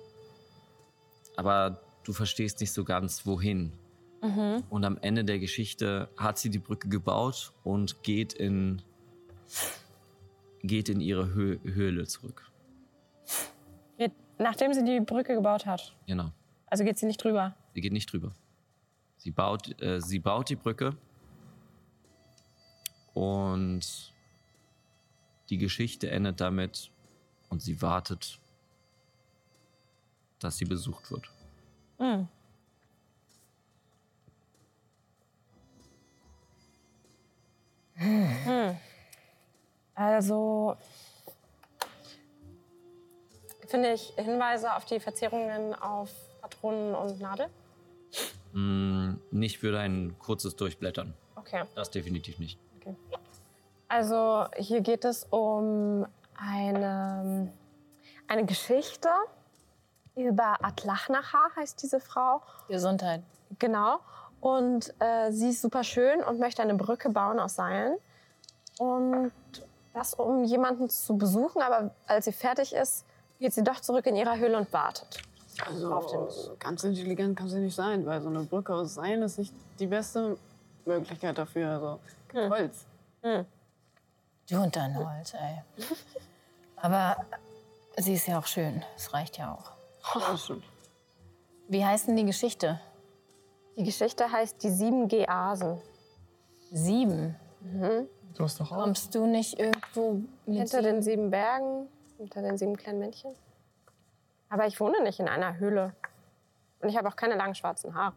aber du verstehst nicht so ganz, wohin. Und am Ende der Geschichte hat sie die Brücke gebaut und geht in, geht in ihre Hö Höhle zurück. Geht, nachdem sie die Brücke gebaut hat. Genau. Also geht sie nicht drüber. Sie geht nicht drüber. Sie baut, äh, sie baut die Brücke. Und die Geschichte endet damit und sie wartet, dass sie besucht wird. Also finde ich Hinweise auf die Verzierungen auf Patronen und Nadel. Mm, nicht für dein kurzes Durchblättern. Okay. Das definitiv nicht. Also hier geht es um eine, eine Geschichte über Atlachnacha, heißt diese Frau. Gesundheit. Genau. Und äh, sie ist super schön und möchte eine Brücke bauen aus Seilen. Und das, um jemanden zu besuchen. Aber als sie fertig ist, geht sie doch zurück in ihrer Höhle und wartet. Auf den Also, ganz intelligent kann sie nicht sein, weil so eine Brücke aus Sein ist nicht die beste Möglichkeit dafür. Also, Holz. Du und dein Holz, ey. Aber sie ist ja auch schön. Das reicht ja auch. Ja, stimmt. Wie heißt denn die Geschichte? Die Geschichte heißt Die sieben Geasen. Sieben. Du hast doch auch. Kommst du nicht irgendwo mit Hinter den sieben Bergen, Unter den sieben kleinen Männchen. Aber ich wohne nicht in einer Höhle. Und ich habe auch keine langen schwarzen Haare.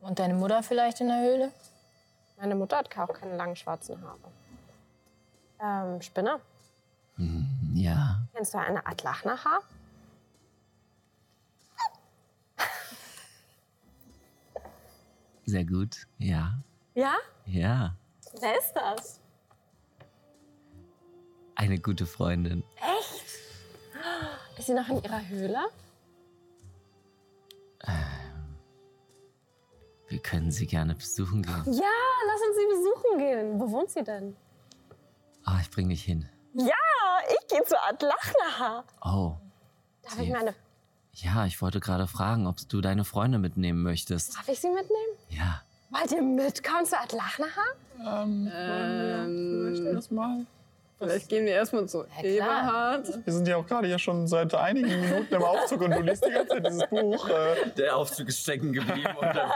Und deine Mutter vielleicht in der Höhle? Meine Mutter hat auch keine langen schwarzen Haare. Ähm, Spinner, Ja. kennst du eine Art Lachnacher? Sehr gut. Ja. Ja? Ja. Wer ist das? Eine gute Freundin. Echt? Ist sie noch in ihrer Höhle? Wir können sie gerne besuchen gehen. Ja, lass uns sie besuchen gehen. Wo wohnt sie denn? Ah, ich bringe dich hin. Ja, Ah, ich gehe zu Art Lachnacher. Oh. Darf ich meine. Ja, ich wollte gerade fragen, ob du deine Freunde mitnehmen möchtest. Darf ich sie mitnehmen? Ja. Wollt ihr mitkommen zu Art Lachnacher? Ähm, Ähm. vielleicht erstmal. Vielleicht gehen wir erstmal zu Eberhard. Wir sind ja auch gerade ja schon seit einigen Minuten im Aufzug und du liest die ganze Zeit dieses Buch. Äh, Der Aufzug ist stecken geblieben und dann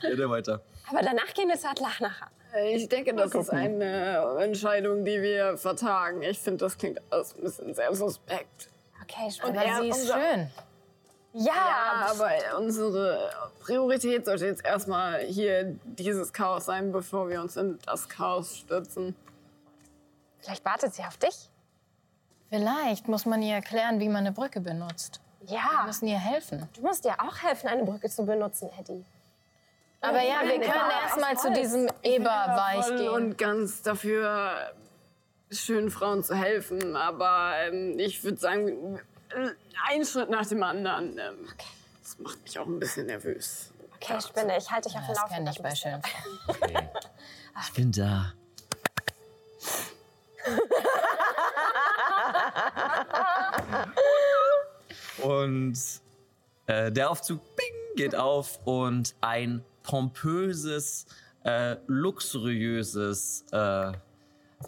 geht er weiter. Aber danach gehen wir zu Art Lachnacher. Ich denke, das ist eine Entscheidung, die wir vertagen. Ich finde, das klingt alles ein bisschen sehr suspekt. Okay, Und spannend. er- Aber sie ist unser- schön. Ja, Ja, aber unsere Priorität sollte jetzt erstmal hier dieses Chaos sein, bevor wir uns in das Chaos stürzen. vielleicht wartet sie auf dich. Vielleicht muss man ihr erklären, wie man eine Brücke benutzt. Wir Ja, müssen ihr helfen. du musst dir auch helfen, eine Brücke zu benutzen, Eddie. Aber ja, wir können aber erstmal aus zu Holz. diesem Eberweich Voll gehen. Äh, und ganz dafür, schönen Frauen zu helfen. Aber ähm, ich würde sagen, äh, ein Schritt nach dem anderen. Ähm, Das macht mich auch ein bisschen nervös. Okay, Spinne, ich halte dich auf den Das kann Laufenden. ich bei schön. Ich bin da. und äh, der Aufzug bing, geht auf und ein pompöses, äh, luxuriöses äh,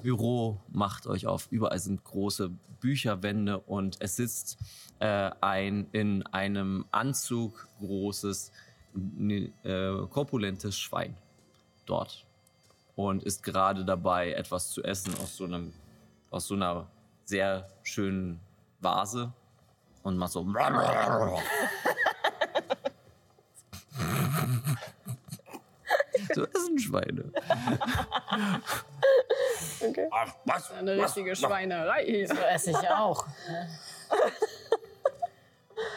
Büro macht euch auf. Überall sind große Bücherwände und es sitzt äh, ein in einem Anzug großes, n- äh, korpulentes Schwein dort und ist gerade dabei, etwas zu essen aus so, einem, aus so einer sehr schönen Vase und macht so. so essen Schweine. Ach, was? Eine richtige Schweinerei hier. So esse ich auch.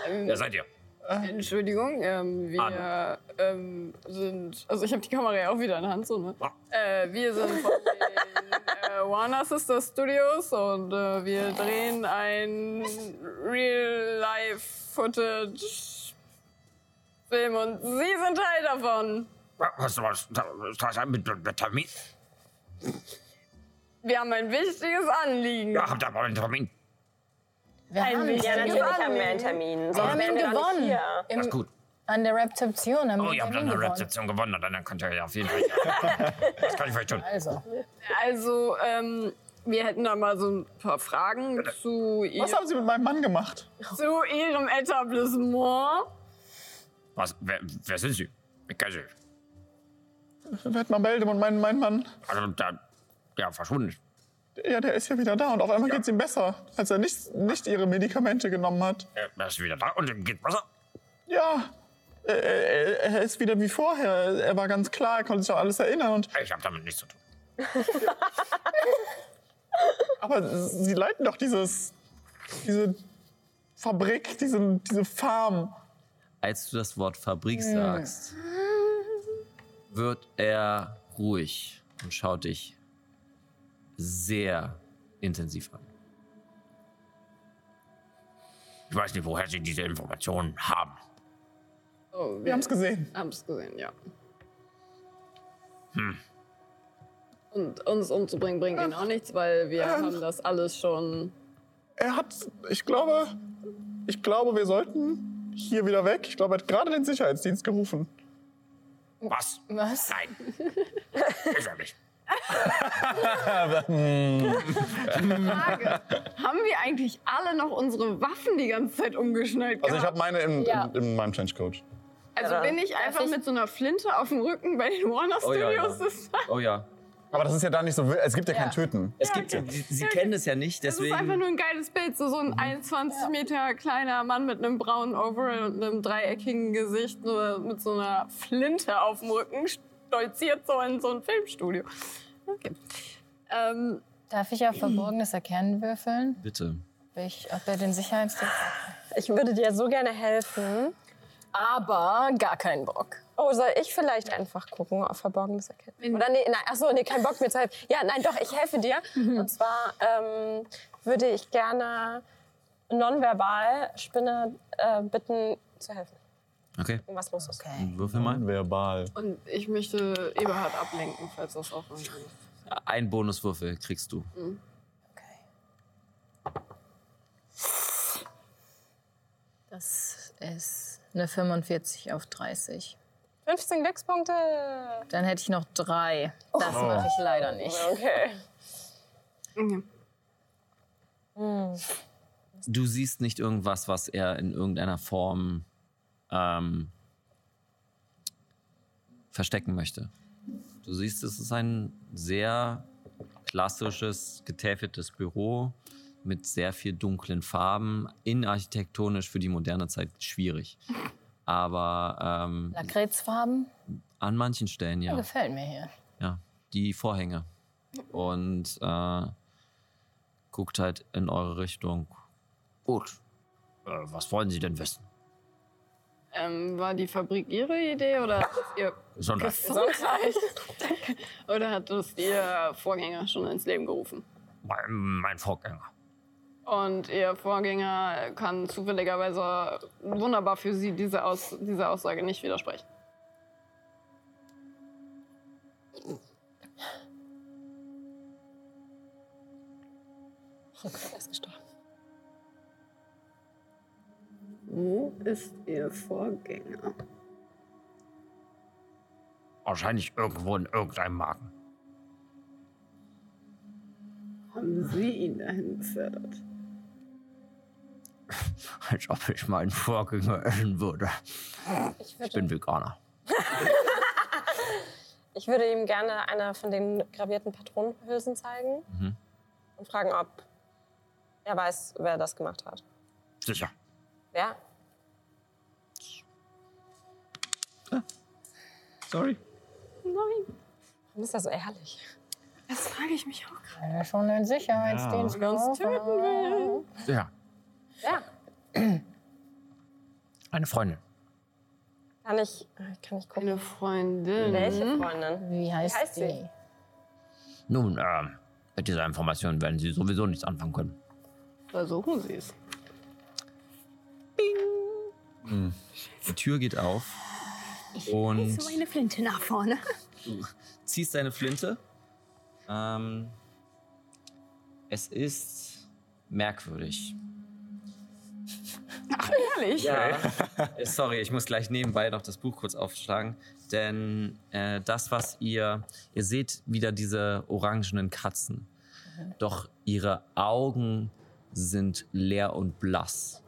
Wer seid ihr? Entschuldigung, ähm, wir Anne. ähm, sind. Also, ich habe die Kamera ja auch wieder in der Hand, so, ne? Äh, wir sind von den äh, Warner Sisters Studios und äh, wir drehen ein Real-Life-Footage-Film und Sie sind Teil davon. Was, was, was, was mit, mit Termin? Wir haben ein wichtiges Anliegen. Ja, habt ihr aber einen Termin? Wir haben Ja, natürlich haben wir einen Termin. Sonst haben wären ihn wir doch nicht gewonnen. hier. Das ist Im, gut. an der Rezeption haben Oh, wir ihr habt dann einen Termin eine gewonnen. Rezeption gewonnen, und dann könnt ihr ja auf jeden Fall. Was kann ich für euch tun? Also, Also, ähm, wir hätten da mal so ein paar Fragen zu, ihr, was haben sie mit meinem Mann gemacht? zu Ihrem Etablissement. Was, wer, wer sind Sie? Ich kenne Sie. Wettmann Beldem und mein, mein Mann, Also, da, ja, verschwunden. ja, der ist ja wieder da und auf einmal geht's ihm besser, als er nicht, nicht ihre Medikamente genommen hat. Er er ist wieder da und ihm geht besser. Ja, er, er, er ist wieder wie vorher. Er war ganz klar, er konnte sich an alles erinnern. Und, Ich habe damit nichts zu tun. aber sie leiten doch dieses, diese Fabrik, diese, diese Farm. Als du das Wort Fabrik sagst, wird er ruhig und schaut dich sehr intensiv an. Ich weiß nicht, woher Sie diese Informationen haben. Oh, Wir haben es gesehen. Haben es gesehen, ja. Hm. Und uns umzubringen bringt ihnen auch nichts, weil wir haben das alles schon. Er hat, ich glaube, ich glaube, wir sollten hier wieder weg. Ich glaube, er hat gerade den Sicherheitsdienst gerufen. Was? was? Nein. ist er nicht. Haben wir eigentlich alle noch unsere Waffen die ganze Zeit umgeschnallt? Also ich gehabt? habe meine in, Ja. in, in meinem Changecode. also bin ich einfach mit so einer Flinte auf dem Rücken bei den Warner Oh Studios? ja, ja. Das ist- Oh ja. Aber das ist ja da nicht so wild. Es gibt ja, kein Töten. Es gibt, sie, sie kennen es ja nicht, Das ist einfach deswegen. Mhm. nur ein geiles Bild. So, so ein 21 Meter kleiner Mann mit einem braunen Overall und einem dreieckigen Gesicht so, mit so einer Flinte auf dem Rücken stolziert so in so ein Filmstudio. Okay. Ähm, Darf ich auf Verborgenes erkennen würfeln? Bitte. Will ich, ob er den Sicherheitsdienst. Ich würde dir so gerne helfen. Aber gar keinen Bock. Oh, soll ich vielleicht einfach gucken auf Verborgenes erkennen? Oder nee, nein, achso, nee, kein Bock mir zu helfen. Ja, nein, doch, ich helfe dir. Und zwar ähm, würde ich gerne nonverbal Spinne äh, bitten, zu helfen, Okay, wenn was los ist. würfel mal. Verbal. und ich möchte Eberhard ablenken, falls das auch irgendwie ist. Ein Bonuswürfel kriegst du. Das ist eine 45 auf 30. 15 Glückspunkte. Dann hätte ich noch drei. Das Oh. mache ich leider nicht. Okay. Okay. Du siehst nicht irgendwas, was er in irgendeiner Form ähm, verstecken möchte. Du siehst, es ist ein sehr klassisches, getäfeltes Büro mit sehr viel dunklen Farben. Innenarchitektonisch für die moderne Zeit schwierig. Aber ähm, Lakritzfarben? an manchen Stellen ja. Gefällt mir hier. ja, die Vorhänge. Und äh, guckt halt in eure Richtung. Gut. Äh, was wollen Sie denn wissen? Ähm, war die Fabrik Ihre Idee oder hat das Ihr Gesundheit. Gesundheit? oder hat das Ihr Vorgänger schon ins Leben gerufen? Mein, mein Vorgänger. Und ihr Vorgänger kann zufälligerweise wunderbar für sie diese, Aus diese Aussage nicht widersprechen. Er ist gestorben. Wo ist ihr Vorgänger? Wahrscheinlich irgendwo in irgendeinem Magen. Haben Sie ihn dahin befördert? Als ob ich meinen Vorgänger essen würde. Ich bin Veganer. Ich würde ihm gerne eine von den gravierten Patronenhülsen zeigen Mhm. und fragen, ob er weiß, wer das gemacht hat. Sicher. Wer? Ah, Sorry. Nein, Warum ist er so ehrlich? das frage ich mich auch gerade. Weil er schon den Sicherheitsdienst Wer uns gerufen töten will. Sicher. Ja. Eine Freundin. Kann ich, kann ich gucken? Mhm. Eine Freundin. Welche Freundin? Wie heißt, heißt die? sie? Nun, ähm, mit dieser Information werden Sie sowieso nichts anfangen können. Versuchen Sie es. Die Tür geht auf. Und Meine Flinte nach vorne. ziehst deine Flinte. Ähm, es ist merkwürdig. Ehrlich? Ja. Äh, Sorry, ich muss gleich nebenbei noch das Buch kurz aufschlagen. Denn äh, das, was ihr. Ihr seht wieder diese orangenen Katzen. Doch ihre Augen sind leer und blass.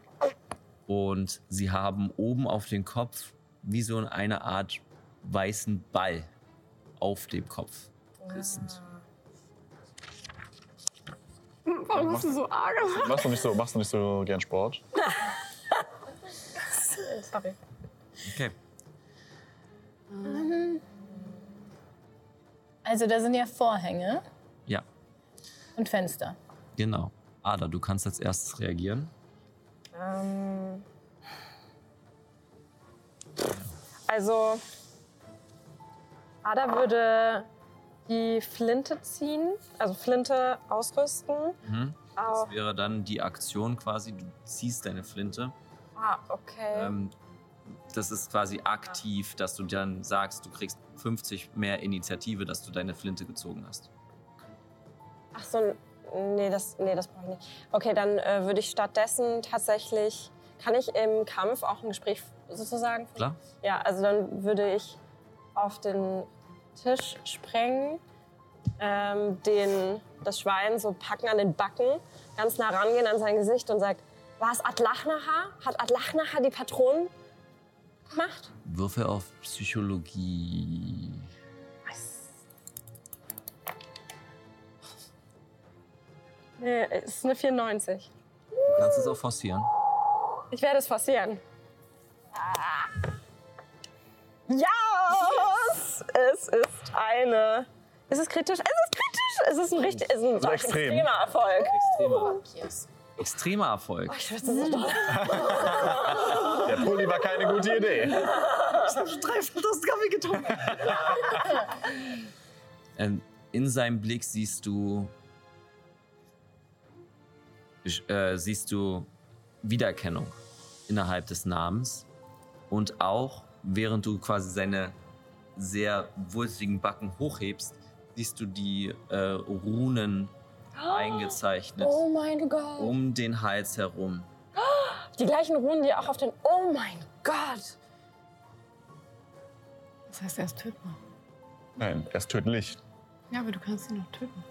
Und sie haben oben auf den Kopf wie so eine Art weißen Ball auf dem Kopf. sitzend. Warum hast du so arg? Machst du nicht so, machst du nicht so gern Sport? Sorry. Okay. Also da sind ja Vorhänge Ja, und Fenster. genau. Ada, du kannst als erstes reagieren. Ähm. Also, Ada würde die Flinte ziehen, also Flinte ausrüsten. Mhm. Au. Das wäre dann die Aktion quasi. Du ziehst deine Flinte. Ah, okay. Ähm, das ist quasi aktiv, dass du dann sagst, du kriegst 50 mehr Initiative, dass du deine Flinte gezogen hast. Ach so, nee, das, nee, das brauche ich nicht. Okay, dann äh, würde ich stattdessen tatsächlich, kann ich im Kampf auch ein Gespräch sozusagen? führen? Klar? Ja, also dann würde ich auf den Tisch sprengen, ähm, den, das Schwein so packen an den Backen, ganz nah rangehen an sein Gesicht und sagt, war es Adlachnacher? Hat Adlachnacher die Patronen gemacht? Würfel auf Psychologie. Nee, es ist eine 94. Du kannst es auch forcieren. Ich werde es forcieren. Ja! Es ist eine. Ist es kritisch? Es ist kritisch! Es ist ein richtig. Es ist ein solch extrem. extremer Erfolg. Extremer, Extremer Erfolg. Ich schwitze so doll. Der Pulli war keine gute Idee. Ich habe schon drei Stunden Kaffee getrunken. Ähm, in seinem Blick siehst du. Sch- Äh, siehst du Wiedererkennung innerhalb des Namens. Und auch, während du quasi seine sehr wulstigen Backen hochhebst, siehst du die äh, Runen eingezeichnet Oh mein Gott. um den Hals herum. Die gleichen Runen, die auch auf den. Oh mein Gott! Das heißt, er ist tötbar. Nein, er ist tödlich. Ja, aber du kannst ihn noch töten.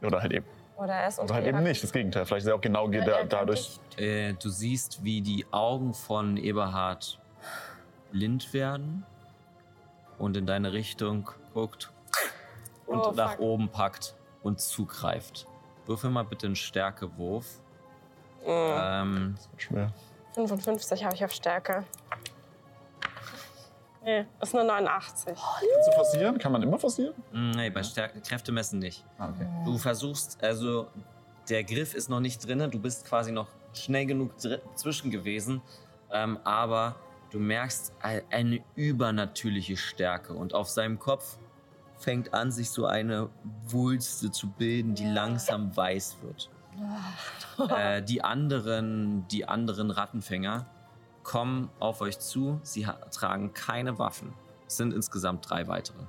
Oder halt eben, Oder er ist oder halt eben unter- nicht. Das Gegenteil. Vielleicht ist er auch genau ge- da, dadurch. Äh, du siehst, wie die Augen von Eberhard blind werden und in deine Richtung guckt und Oh, nach fuck. oben packt und zugreift. Würfel mal bitte einen Stärkewurf. Oh. Ähm, Schwer. 55 habe ich auf Stärke. Nee, ist eine 89. Kannst du forcieren? Kann man immer forcieren? mh, nee, bei Stärke Kräfte messen nicht. Ah, okay. Du versuchst, also der Griff ist noch nicht drin, du bist quasi noch schnell genug dr- zwischen gewesen, ähm, aber du merkst ei- eine übernatürliche Stärke und auf seinem Kopf fängt an, sich so eine Wulste zu bilden, die langsam weiß wird. Äh, die, anderen, die anderen Rattenfänger kommen auf euch zu, sie ha- tragen keine Waffen. Es sind insgesamt drei weitere.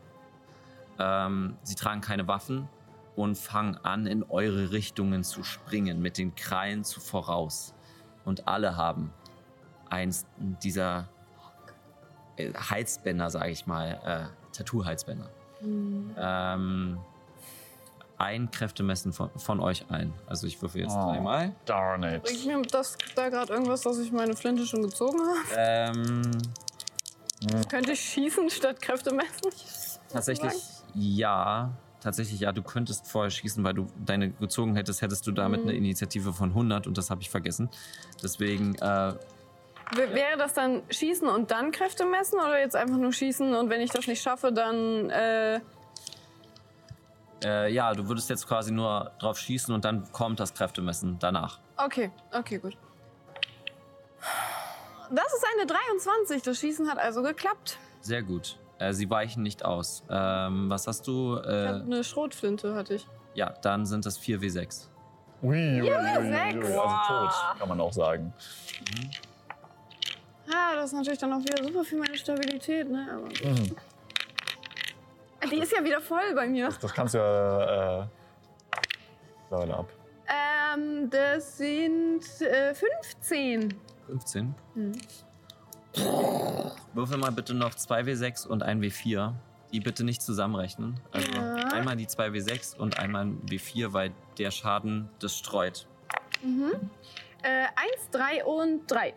Ähm, sie tragen keine Waffen, und fangen an, in eure Richtungen zu springen, mit den Krallen zu voraus. Und alle haben eins dieser äh, Halsbänder, sage ich mal, äh, Tattoo-Halsbänder. Ähm, ein Kräftemessen von, von euch ein. Also ich würfel jetzt Oh. dreimal. Darn Bringt it. mir das da gerade irgendwas, dass ich meine Flinte schon gezogen habe? Ähm, Könnte ich schießen statt Kräfte messen? tatsächlich ja. Tatsächlich ja, du könntest vorher schießen, weil du deine gezogen hättest, hättest du damit eine Initiative von 100 und das habe ich vergessen. Deswegen äh, W wäre das dann Schießen und dann Kräfte messen oder jetzt einfach nur Schießen und wenn ich das nicht schaffe, dann äh, Äh, ja, du würdest jetzt quasi nur drauf schießen und dann kommt das Kräftemessen danach. okay, okay, gut. Das ist eine 23. Das Schießen hat also geklappt. Sehr gut. Äh, sie weichen nicht aus. Ähm, was hast du? Ich Äh, hab eine Schrotflinte hatte ich. ja, dann sind das 4W6. Ui, ui, ui, ui, sechs. ui. Also tot, kann man auch sagen. Ah, das ist natürlich dann auch wieder super für meine Stabilität, ne? Aber Mhm. die ist ja wieder voll bei mir. Das kannst du ja. Äh, Level ab. Ähm, das sind äh, 15. 15. Mhm. Würfel mal bitte noch 2W6 und 1W4. Die bitte nicht zusammenrechnen. Also Ja. einmal die 2W6 und einmal ein W4, weil der Schaden das streut. Äh, 1, 3 und 3.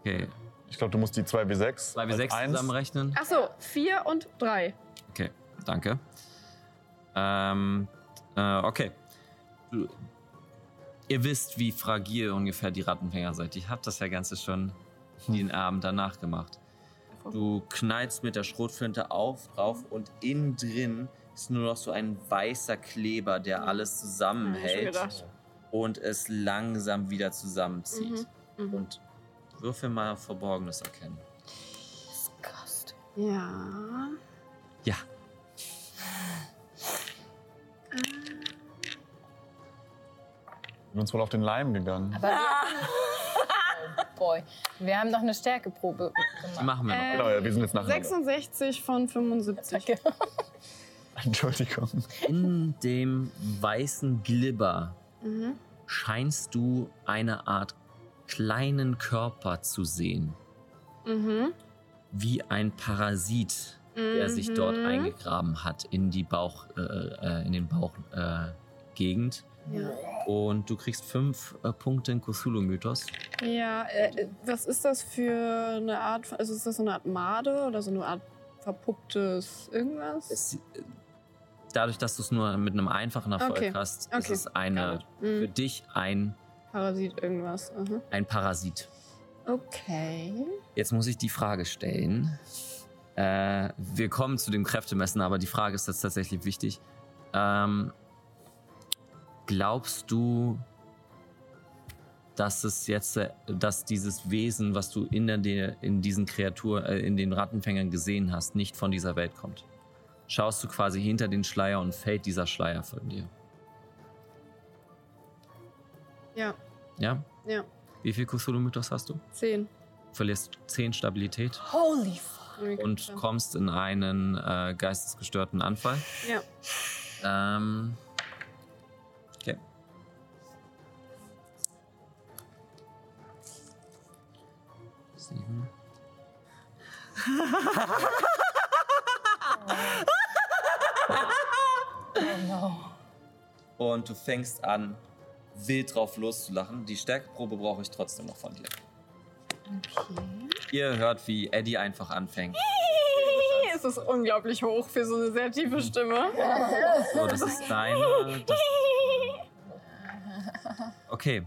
Okay. Ich glaube, du musst die 2W6. 2W6 eins- zusammenrechnen. Achso, 4 und 3. Okay, danke. Ähm, äh, okay. Du- Ihr wisst, wie fragil ungefähr die Rattenfänger seid. Ich hab das ja Ganze schon den Abend danach gemacht. Du knallst mit der Schrotflinte auf, drauf und innen drin ist nur noch so ein weißer Kleber, der alles zusammenhält Ja, Mhm. hab ich schon und es langsam wieder zusammenzieht. Mhm, mhm. Und würfel mal Verborgenes erkennen. Ja. Ja, Wir sind uns wohl auf den Leim gegangen. Aber wir, oh boy, wir haben noch eine Stärkeprobe die gemacht. machen wir noch. Äh, Genau, ja, wir sind jetzt Also, nachher. 66 von 75. Entschuldigung. In dem weißen Glibber Mhm. scheinst du eine Art kleinen Körper zu sehen, Mhm. wie ein Parasit, der sich dort Mhm. eingegraben hat in die Bauch, äh, äh, in den Bauchgegend. Äh, Gegend. Und du kriegst fünf äh, Punkte in Cthulhu-Mythos. Ja, äh, was ist das für eine Art, von- also ist das so eine Art Made oder so eine Art verpupptes irgendwas? Es- äh, Dadurch, dass du es nur mit einem einfachen Erfolg Okay. hast, ist Okay. es eine, Mhm. für dich ein, Parasit irgendwas. Aha. ein Parasit. Okay. Jetzt muss ich die Frage stellen. Äh, wir kommen zu dem Kräftemessen, aber die Frage ist jetzt tatsächlich wichtig. Ähm, glaubst du, dass es jetzt, äh, dass dieses Wesen, was du in, der, dir- in diesen Kreatur, äh, in den Rattenfängern gesehen hast, nicht von dieser Welt kommt? Schaust du quasi hinter den Schleier und fällt dieser Schleier von dir? Ja, Ja? ja. Wie viel Cthulhu-Mythos hast du? Zehn. Verlierst 10 Stabilität Holy fuck. und kommst in einen äh, geistesgestörten Anfall. Ja. Ähm. Okay. Sieben. Oh Und du fängst an, wild drauf loszulachen. Die Stärkeprobe brauche ich trotzdem noch von dir. Ihr hört, wie Eddie einfach anfängt. Es ist unglaublich hoch für so eine sehr Mhm. tiefe Stimme. So, Oh, das ist deine. Das okay.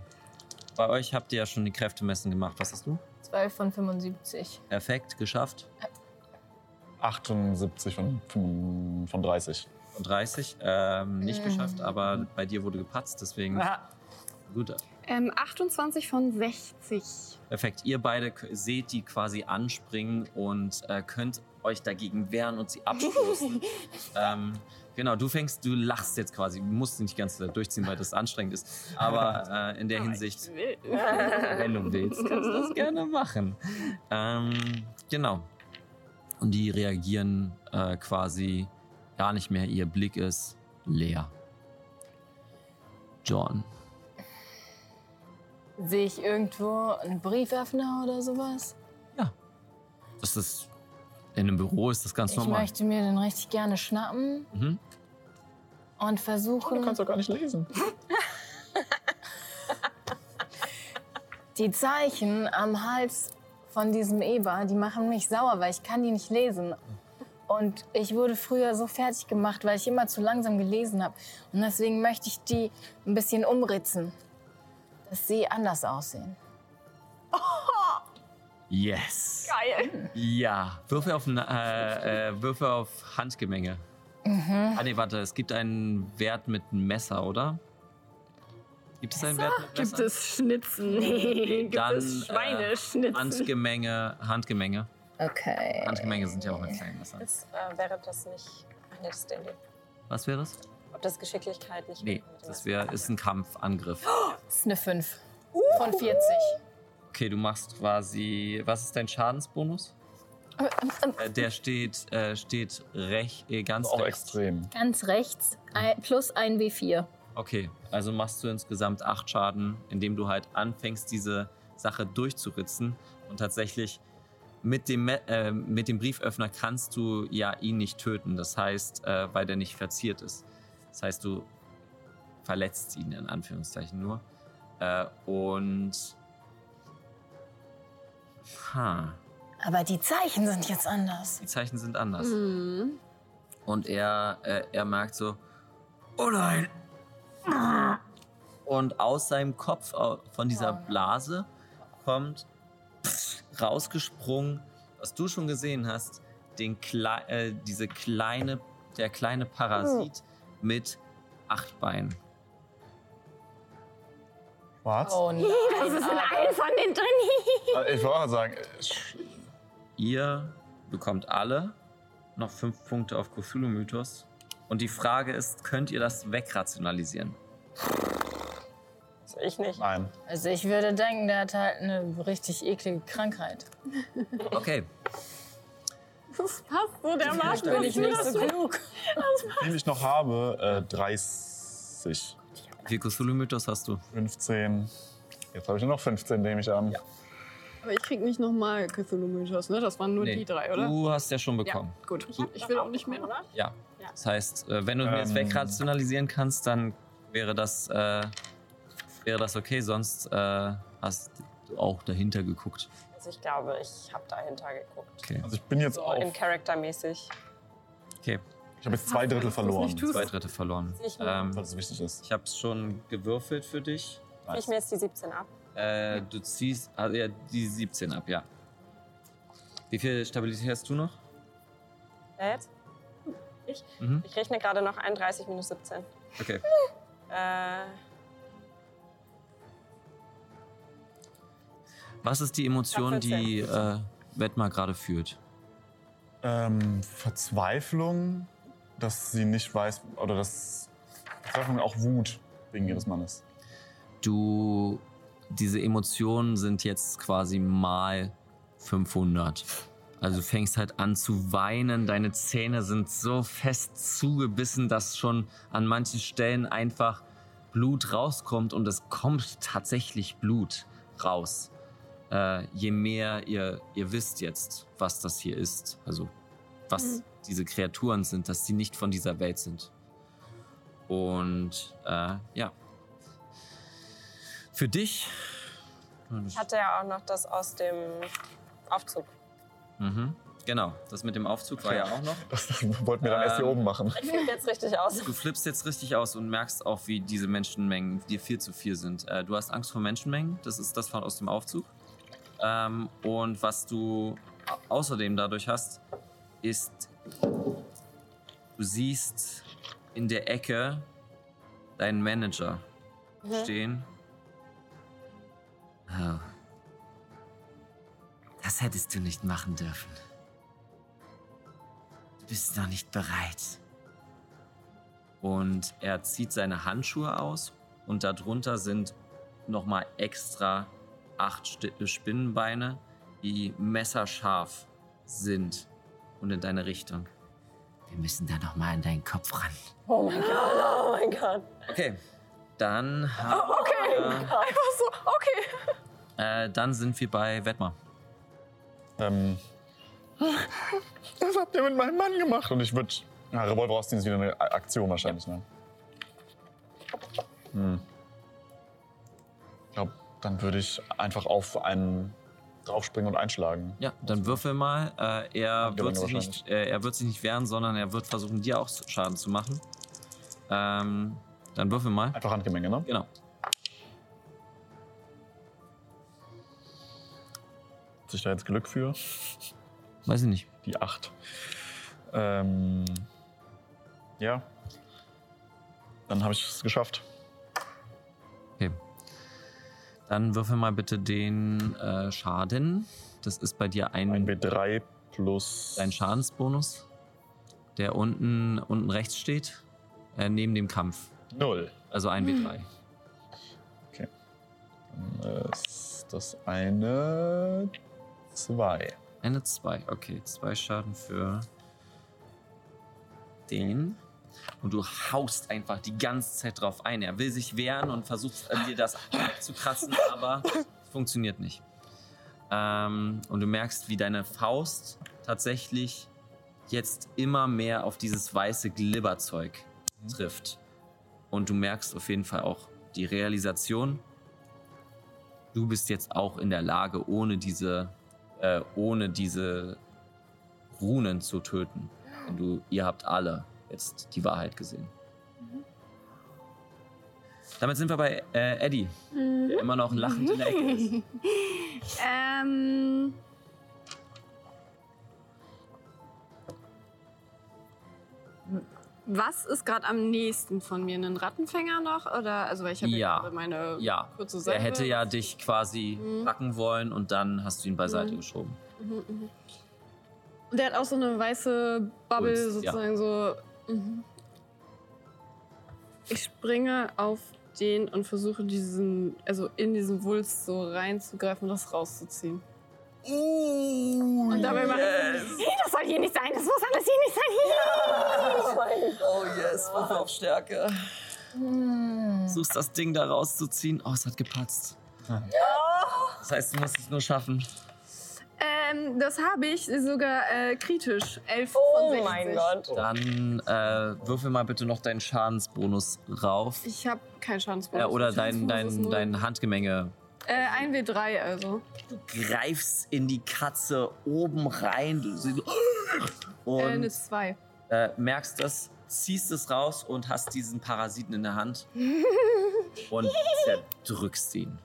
Bei euch habt ihr ja schon die Kräftemessen gemacht. Was hast du? 12 von 75. Perfekt, geschafft. 78 von, fünf- von 30. Und 30. Ähm, nicht Mm. geschafft, aber bei dir wurde gepatzt, deswegen. Ah. Gut. Ähm, 28 von 60. Perfekt. Ihr beide k- seht die quasi anspringen und äh, könnt euch dagegen wehren und sie abstoßen. ähm, genau, du fängst, du lachst jetzt quasi. Du musst nicht die ganze Zeit durchziehen, weil das anstrengend ist. Aber äh, in der Hinsicht, wenn du willst, kannst du das gerne machen. Ähm, genau. Und die reagieren äh, quasi gar nicht mehr. Ihr Blick ist leer. John. Sehe ich irgendwo einen Brieföffner oder sowas? Das ist. In einem Büro ist das ganz Ich normal. möchte mir den richtig gerne schnappen Mhm. und Oh, Du Oh, versuchen, kannst doch gar nicht lesen. die Zeichen am Hals von diesem Eber, die machen mich sauer, weil ich kann die nicht lesen. Und ich wurde früher so fertig gemacht, weil ich immer zu langsam gelesen habe. Und deswegen möchte ich die ein bisschen umritzen, dass sie anders aussehen. Yes. Geil. Ja. Würfel auf, Na- äh, äh, Würfel auf Handgemenge. Mhm. Ah, nee, warte, es gibt einen Wert mit einem Messer, oder? Gibt es einen Wert mit Messer? Gibt es Schnitzen? Nee, gibt Dann, es Schweineschnitzen? Äh, Handgemenge, Handgemenge. Okay. Handgemenge sind ja auch mit kleinen Messern. Ist, äh, wäre das nicht. Ach nee, das ist D&D. Was wäre das? Ob das Geschicklichkeit nicht. Nee, das wär, ist ein Kampfangriff. Das ist eine 5 von 40. Okay, du machst quasi. Was ist dein Schadensbonus? Äh, der steht, äh, steht rech, äh, ganz Auch rechts. extrem. Ganz rechts, ein, plus ein W4. Okay, also machst du insgesamt acht Schaden, indem du halt anfängst, diese Sache durchzuritzen. Und tatsächlich mit dem, Me- äh, mit dem Brieföffner kannst du ja ihn nicht töten. Das heißt, äh, weil der nicht verziert ist. Das heißt, du verletzt ihn in Anführungszeichen nur. Äh, und. Ha, Aber die Zeichen sind jetzt anders. die Zeichen sind anders. Hm. Und er, äh, er merkt so, oh nein. Und aus seinem Kopf, au- von dieser Blase, kommt pff, rausgesprungen, was du schon gesehen hast, den Kle äh, diese kleine, der kleine Parasit mit acht Beinen. Schwarz? Oh nein. Das ist ein von den drin. Äh, Ich wollte auch sagen, äh, sch- Ihr bekommt alle noch fünf Punkte auf Cthulhu-Mythos. Und die Frage ist, könnt ihr das wegrationalisieren? Ich nicht. nein. Also ich würde denken, der hat halt eine richtig eklige Krankheit. Okay, Das passt so dermaßen. Bin ich nicht so klug. Wie viel ich noch habe, äh, 30, wie viel Cthulhu-Mythos hast du? 15. Jetzt habe ich nur noch 15, nehme ich an. Aber ich krieg nicht nochmal Cthulhu-Mythos, ne? Das waren nur Nee, die drei, oder? Du hast ja schon bekommen. Gut, ich will auch nicht mehr. Ja. Das heißt, äh, wenn du mir jetzt Ähm. wegrationalisieren kannst, dann wäre das, äh, wäre das okay. Sonst äh, hast du auch dahinter geguckt. Also ich glaube, ich habe dahinter geguckt. Okay. Also ich bin jetzt So auf. in Charaktermäßig. okay. Ich habe jetzt zwei Drittel verloren. Zwei Drittel verloren. Nicht mehr. Ähm, Weil es wichtig ist. ich habe es schon gewürfelt für dich. Krieg ich mir jetzt die 17 ab. Äh, du ziehst also ja, die 17 ab, ja. Wie viel Stabilität hast du noch? Wer Jetzt? Ich? Mhm. Ich rechne gerade noch 31 minus 17. Okay. Äh, Was ist die Emotion, die äh, Wetmar gerade fühlt? Ähm, Verzweiflung, dass sie nicht weiß, oder dass Verzweiflung und auch Wut wegen ihres Mannes. Du, diese Emotionen sind jetzt quasi mal 500. Also du fängst halt an zu weinen, deine Zähne sind so fest zugebissen, dass schon an manchen Stellen einfach Blut rauskommt und es kommt tatsächlich Blut raus. Äh, je mehr ihr, ihr wisst jetzt, was das hier ist, also was diese Kreaturen sind, dass sie nicht von dieser Welt sind. Und äh, ja, für dich. ich hatte ja auch noch das aus dem Aufzug. Mhm. Genau, das mit dem Aufzug war ja auch noch. Das wollten wir dann erst hier Ähm. oben machen. Ich fliege jetzt richtig aus. Du flippst jetzt richtig aus und merkst auch, wie diese Menschenmengen dir viel zu viel sind. Äh, du hast Angst vor Menschenmengen, das ist das von aus dem Aufzug. Ähm, und was du au- außerdem dadurch hast, ist, du siehst in der Ecke deinen Manager Mhm. stehen. Oh. Das hättest du nicht machen dürfen. Du bist noch nicht bereit. Und er zieht seine Handschuhe aus und darunter sind nochmal extra acht Sti- äh, Spinnenbeine, die messerscharf sind und in deine Richtung. Wir müssen da nochmal an deinen Kopf ran. Oh mein Gott, oh mein Gott. Oh Okay, dann, haben Okay, Ja. einfach so, okay. äh, dann sind wir bei Wetmar. Ähm, Das habt ihr mit meinem Mann gemacht. und ich würde. Na, Revolver ausziehen ist wieder eine A- Aktion wahrscheinlich, ne? Hm. Ich glaube, dann würde ich einfach auf einen draufspringen und einschlagen. Ja, dann würfel mal. Äh, er, Gewinne wird sich nicht, äh, er wird sich nicht wehren, sondern er wird versuchen, dir auch Schaden zu machen. Ähm, dann würfel mal. Einfach Handgemenge, ne? Genau. Hat sich da jetzt Glück für? Weiß ich nicht. Die 8. Ähm, ja. Dann habe ich es geschafft. Okay. Dann würfel mal bitte den äh, Schaden. Das ist bei dir ein, Ein B3 plus. dein Schadensbonus, der unten, unten rechts steht, äh, neben dem Kampf. Null. Also ein W3. Dann ist das eine. Zwei. Eine 2. Okay, zwei Schaden für den. Und du haust einfach die ganze Zeit drauf ein. Er will sich wehren und versucht äh, dir das wegzukratzen, aber es funktioniert nicht. Ähm, und du merkst, wie deine Faust tatsächlich jetzt immer mehr auf dieses weiße Glibberzeug trifft. Und du merkst auf jeden Fall auch die Realisation, du bist jetzt auch in der Lage, ohne diese, äh, ohne diese Runen zu töten. Und du, ihr habt alle jetzt die Wahrheit gesehen. Mhm. Damit sind wir bei äh, Eddie, Mhm. der immer noch lachend in der Ecke ist. Ähm. Was ist gerade am nächsten von mir? Einen Rattenfänger noch? Oder, also, weil ich habe Ja. ja. gerade meine Ja, kurze Seite. er hätte ja dich quasi packen wollen und dann hast du ihn beiseite geschoben. Mhm, mhm. Und der hat auch so eine weiße Bubble, Kunst, sozusagen so. Mhm. Ich springe auf den und versuche diesen, also in diesen Wulst so reinzugreifen und das rauszuziehen. Oh, und dabei mache Das soll hier nicht sein. Das muss alles hier nicht sein. Oh yes, Wurf auf Stärke. Mhm. Suchst das Ding da rauszuziehen. Oh, es hat gepatzt. Das heißt, du musst es nur schaffen. Ähm, das habe ich sogar äh, kritisch. 11 von Oh 60. mein Gott. Dann äh, würfel mal bitte noch deinen Schadensbonus rauf. Ich habe keinen Schadensbonus. Äh, oder dein, Schadensbonus ist dein, null. dein Handgemenge. Äh, ein W3 also. Greifst in die Katze oben rein. Du siehst, Äh, eine und 2. äh, merkst das, ziehst es raus und hast diesen Parasiten in der Hand und zerdrückst ihn.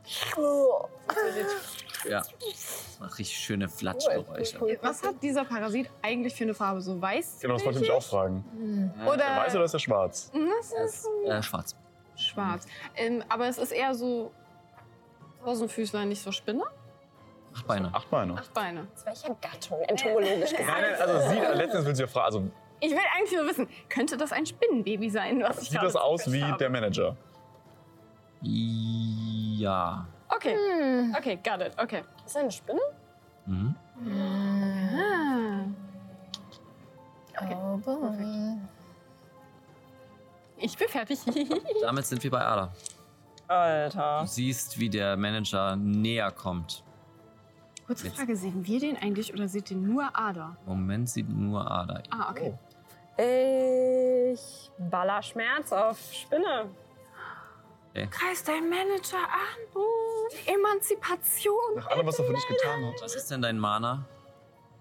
Ja, das macht richtig schöne Flatschgeräusche. Was hat dieser Parasit eigentlich für eine Farbe? So weiß? Genau, das wollte ich mich auch fragen. Hm. Ist der Oder weiß oder ist der schwarz? Das ist Äh, schwarz. schwarz. Ähm, aber es ist eher so Tausendfüßlein, nicht so Spinne. Acht Beine. Acht Beine. Acht Beine. Aus welcher Gattung? Entomologisch Nein, gesagt. nein, also sie, letztens will sie ja fragen, also Ich will eigentlich nur wissen, könnte das ein Spinnenbaby sein, was ich sieht gerade das aus zerquetscht wie habe? der Manager? Ja. Okay. Okay, got it. Okay. Ist das eine Spinne? Mhm. Ah. Oh, Okay. Ich bin fertig. Damit sind wir bei Ada. Alter. Du siehst, wie der Manager näher kommt. Kurze Jetzt. Frage, sehen wir den eigentlich oder seht ihr nur Ada? Im Moment sieht nur Ada. Ah, okay. Ich baller Schmerz auf Spinne. Oh. Okay. Kreis dein Manager an. Oh, Emanzipation. Nach allem, was er für dich getan hat. Was ist denn dein Mana?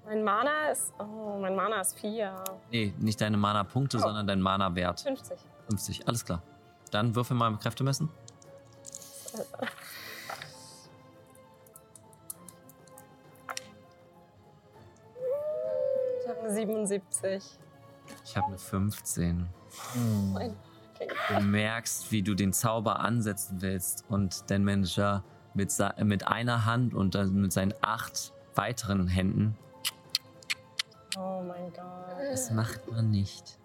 Mein Mana ist. Oh, mein Mana ist 4. Nee, nicht deine Mana-Punkte, sondern dein Mana-Wert. 50. 50, alles klar. Dann würfel mal im Kräftemessen. Ich habe eine 77. Ich habe eine 15. Nein. Du merkst, wie du den Zauber ansetzen willst und dein Manager mit, sa- mit einer Hand und dann mit seinen acht weiteren Händen. Oh mein Gott. Das macht man nicht.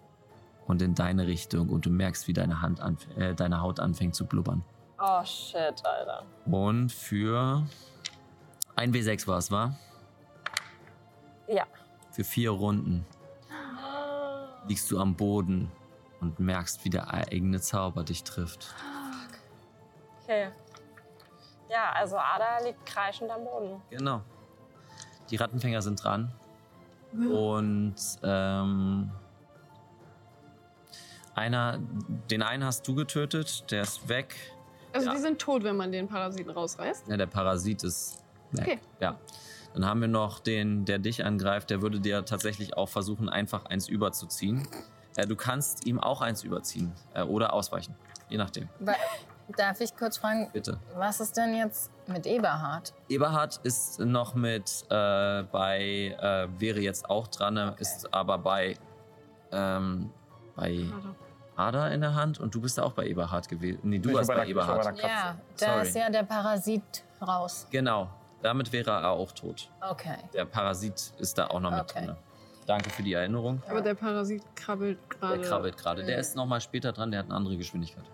Und in deine Richtung und du merkst, wie deine, Hand anf äh, deine Haut anfängt zu blubbern. Oh shit, Alter. Und für ein W6 war es, war? Ja. Für vier Runden liegst du am Boden und merkst, wie der eigene Zauber dich trifft. Okay. Ja, also Ada liegt kreischend am Boden. Genau. Die Rattenfänger sind dran. Und ähm, einer, den einen hast du getötet, der ist weg. Also Ja. die sind tot, wenn man den Parasiten rausreißt. Ja, der Parasit ist weg. Okay. Ja. Dann haben wir noch den, der dich angreift. Der würde dir tatsächlich auch versuchen, einfach eins überzuziehen. Äh, du kannst ihm auch eins überziehen äh, oder ausweichen. Je nachdem. Wa- Darf ich kurz fragen, Bitte. was ist denn jetzt mit Eberhard? Eberhard ist noch mit äh, bei, äh, wäre jetzt auch dran, ne, ist aber bei, ähm, bei Ada in der Hand und du bist auch bei Eberhard gewesen. Nee, du Ich war warst bei bei, der- ich war bei Eberhard. der Katze. Ja, da Sorry. ist ja der Parasit raus. Genau, damit wäre er auch tot. Okay. Der Parasit ist da auch noch mit Okay. drin. Danke für die Erinnerung. Aber der Parasit krabbelt gerade. Der krabbelt gerade. Der ist noch mal später dran, der hat eine andere Geschwindigkeit.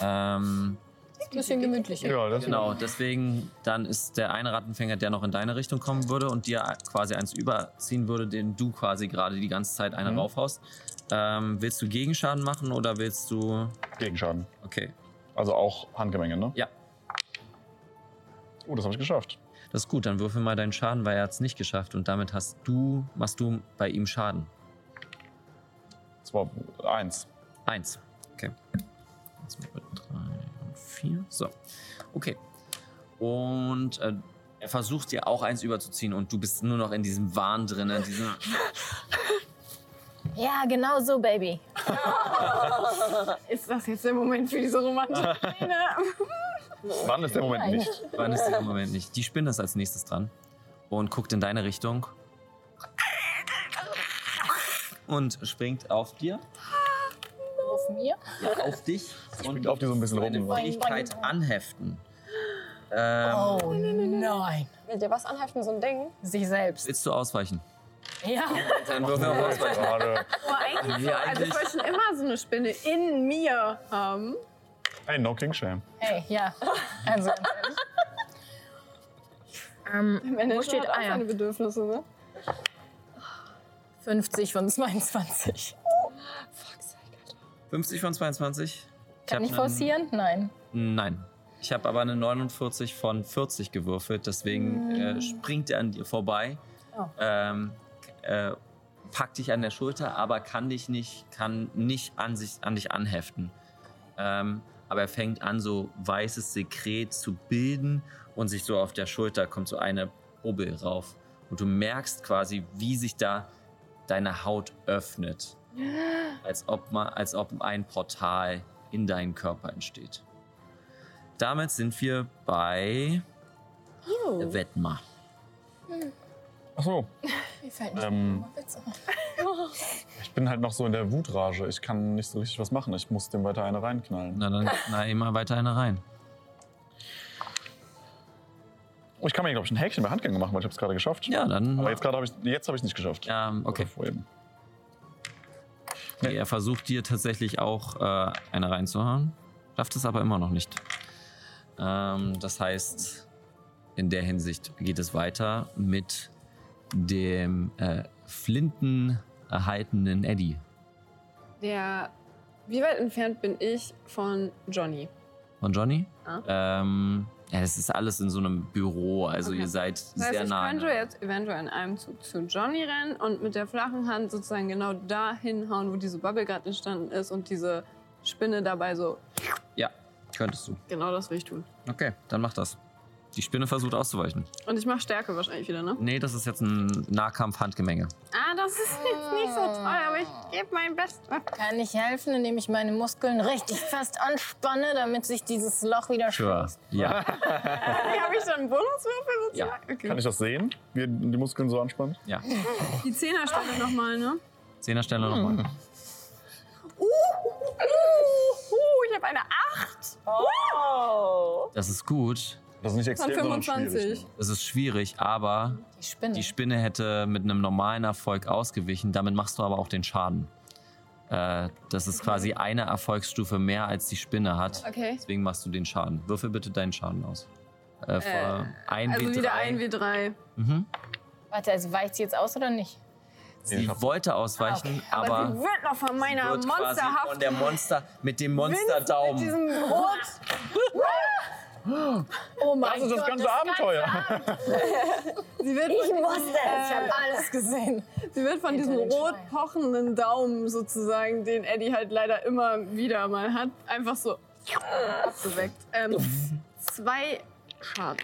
ähm, Ein bisschen gemütlicher. Ja, das genau, deswegen dann ist der eine Rattenfänger, der noch in deine Richtung kommen würde und dir quasi eins überziehen würde, den du quasi gerade die ganze Zeit eine Mhm. raufhaust. Ähm, willst du Gegenschaden machen oder willst du... Gegenschaden. Okay, Also auch Handgemenge, ne? Ja. Oh, das habe ich geschafft. das ist gut, dann würfel mal deinen Schaden, weil er hat es nicht geschafft und damit hast du, machst du bei ihm Schaden. Das war eins. Eins. Okay. Eins, zwei, drei und vier. So. Okay. Und äh, er versucht dir auch eins überzuziehen und du bist nur noch in diesem Wahn drin. In diesem Ja, genau so, Baby. Ist das jetzt der Moment für diese romantische Szene? Wann ist der Moment nicht? Wahn ist im Moment nicht. Die Spinne ist als nächstes dran und guckt in deine Richtung. Und springt auf dir, Auf mir. ja, auf dich springt auf dir so ein bisschen deine rum. Fähigkeit anheften. Ähm, Oh nein. Will dir was anheften, so ein Ding? Sich selbst. Willst du ausweichen? Ja. Dann würfen wir auf ausweichen. Gerade. Aber eigentlich, Ja, also eigentlich- ich wollte schon immer so eine Spinne in mir haben. Hey, no King Shame. Hey, ja. Also ganz ehrlich. Ähm, Manager wo steht hat auch Eier? seine Bedürfnisse, ne? 50 von 22. 50 von 22. Ich hab Kann ich nen- forcieren? Nein. Nein. Ich habe aber eine 49 von 40 gewürfelt, deswegen äh, springt er an dir vorbei, ähm, äh, packt dich an der Schulter, aber kann dich nicht, kann nicht an, sich, an dich anheften. Ähm, aber er fängt an, so weißes Sekret zu bilden und sich so auf der Schulter kommt so eine Bubbel rauf. Und du merkst quasi, wie sich da deine Haut öffnet. Als ob, ma- als ob ein Portal in deinen Körper entsteht. Damit sind wir bei Juhu. Wetmar. Ach so, Mir fällt nicht Ähm. mal Witz auf. ich bin halt noch so in der Wutrage. Ich kann nicht so richtig was machen. Ich muss dem weiter eine reinknallen. Na, dann, na, immer weiter eine rein. Oh, ich kann mir, glaube ich, ein Häkchen bei Handgänge machen, weil ich habe es gerade geschafft. Ja, dann- Aber jetzt gerade habe ich jetzt habe ich nicht geschafft. Ja, okay. Okay, er versucht dir tatsächlich auch äh, eine reinzuhauen, schafft es aber immer noch nicht. Ähm, das heißt, in der Hinsicht geht es weiter mit dem äh, Flinten erhaltenen Eddie. Der. Wie weit entfernt bin ich von Johnny? Von Johnny? Ah. Ähm, ja, das ist alles in so einem Büro, also Okay. ihr seid Das heißt, sehr ich nah. ne? könnte jetzt eventuell in einem Zug zu Johnny rennen und mit der flachen Hand sozusagen genau da hinhauen, wo diese Bubble gerade entstanden ist und diese Spinne dabei so. Ja, könntest du. Genau das will ich tun. Okay, dann mach das. Die Spinne versucht auszuweichen. Und ich mache Stärke wahrscheinlich wieder, ne? Nee, das ist jetzt ein Nahkampf-Handgemenge. Ah, das ist jetzt nicht so toll, aber ich gebe mein Bestes. Kann ich helfen, indem ich meine Muskeln richtig fest anspanne, damit sich dieses Loch wieder Sure. Ja. Habe ich dann einen Bonuswürfel sozusagen? Okay. Kann ich das sehen, wie er die Muskeln so anspannt? Ja. Die Zehnerstelle nochmal, ne? Zehnerstelle nochmal. Uh, uh, uh, ich habe eine 8. Oh. Das ist gut. Das ist nicht Von extrem, sondern ne? 25. schwierig. Das ist schwierig, aber Die Spinne. die Spinne hätte mit einem normalen Erfolg ausgewichen. Damit machst du aber auch den Schaden. Äh, das ist quasi eine Erfolgsstufe mehr, als die Spinne hat. Okay. Deswegen machst du den Schaden. Würfel bitte deinen Schaden aus. Äh, Äh, ein also W3. wieder ein W3. Mhm. Warte, also weicht sie jetzt aus oder nicht? Sie wollte ausweichen, aber, Ah, sie wird noch von meiner wird quasi von der monsterhaften Monster mit dem Monsterdaumen. diesem Rot. Oh mein Das ist das Gott, ganze Abenteuer. Sie wird Ich von- wusste es, ich Ähm, habe Äh, alles gesehen. Sie wird von diesem rot pochenden Daumen sozusagen, den Eddie halt leider immer wieder mal hat, einfach so abgeweckt. Ähm, zwei Schaden.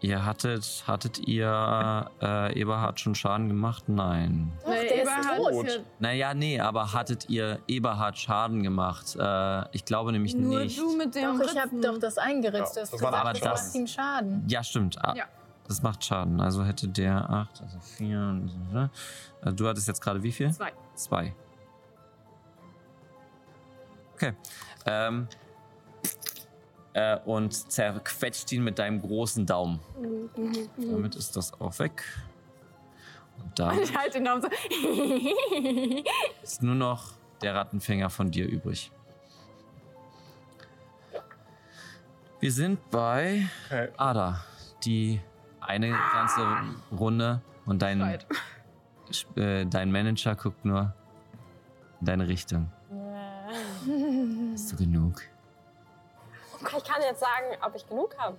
Ihr hattet, hattet ihr äh, Eberhard schon Schaden gemacht? Nein. Nee, der ist Eberhard rot. hier- Naja, nee, aber hattet ihr Eberhard Schaden gemacht? Äh, ich glaube nämlich Nur nicht. du mit dem Doch, ich habe dritten. doch das Ja, eingeritzt. du hast das waren gesagt, acht das Schaden. macht ihm Schaden. Ja, stimmt. Ah, Ja. Das macht Schaden. Also hätte der 8, also 4. Also du hattest jetzt gerade wie viel? Zwei. Zwei. Okay. Ähm, äh, und zerquetscht ihn mit deinem großen Daumen. Mhm. Damit ist das auch weg. Und da Ich halte den Daumen so. ist nur noch der Rattenfänger von dir übrig. Wir sind bei Okay. Ada, die eine ganze Runde und dein, Schreit. Sp- äh, dein Manager guckt nur in deine Richtung. Hast du genug? Ich kann jetzt sagen, ob ich genug habe.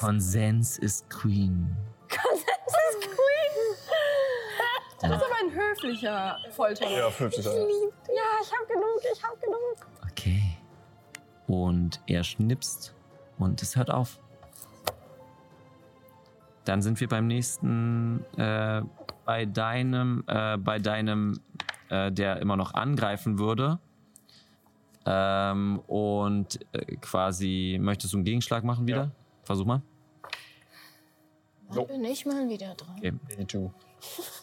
Konsens ist Queen. Konsens, ist Queen. Das ist aber ein höflicher Folterer. Ja, 50 Euro. Ja, ich habe genug, ich habe genug. Okay. Und er schnipst und es hört auf. Dann sind wir beim nächsten äh, bei deinem, äh, bei deinem, äh, der immer noch angreifen würde. Ähm, und äh, quasi, möchtest du einen Gegenschlag machen wieder? Ja. Versuch mal. Da So. bin ich mal wieder dran. Okay. Me too.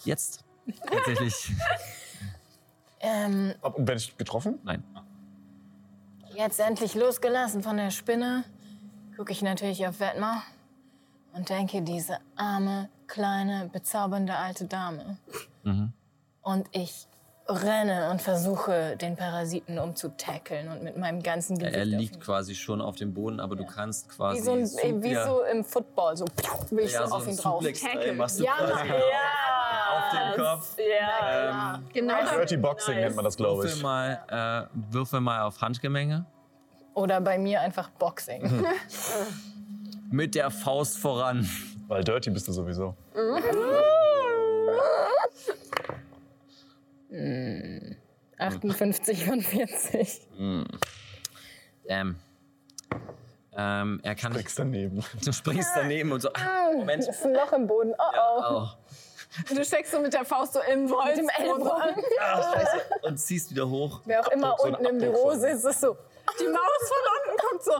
Jetzt. Tatsächlich. Ähm, Ab- Und werde ich getroffen? Nein. jetzt endlich losgelassen von der Spinne, gucke ich natürlich auf Wetmar und denke, diese arme, kleine, bezaubernde alte Dame. Mhm. Und ich renne und versuche, den Parasiten umzutackeln und mit meinem ganzen Gewicht. Er auf ihn- liegt quasi schon auf dem Boden, aber du kannst quasi. wie so, ein, wie Suplex- so im Football, so will ich ja, so so auf ein ihn drauf. Suplex-Teil machst du Ja, quasi Mann. auf den Kopf. Ja, Genau. Dirty Boxing nennt man das, glaube Würfel ich. mal, äh, würfel mal auf Handgemenge. Oder bei mir einfach Boxing. Mit der Faust voran. Weil dirty bist du sowieso. Hm, 58 von 40. Damn. Äh, Ähm, er kann springst daneben. Du springst daneben und so. ah, Moment. Ist ein Loch im Boden. Oh oh. Oh. Du steckst so mit der Faust so im Holz. Mit dem Ellbogen. Ah, scheiße. Und ziehst wieder hoch. Wer auch immer So ein unten im Abdruck Büro von- sitzt, ist so. Die Maus von unten kommt so.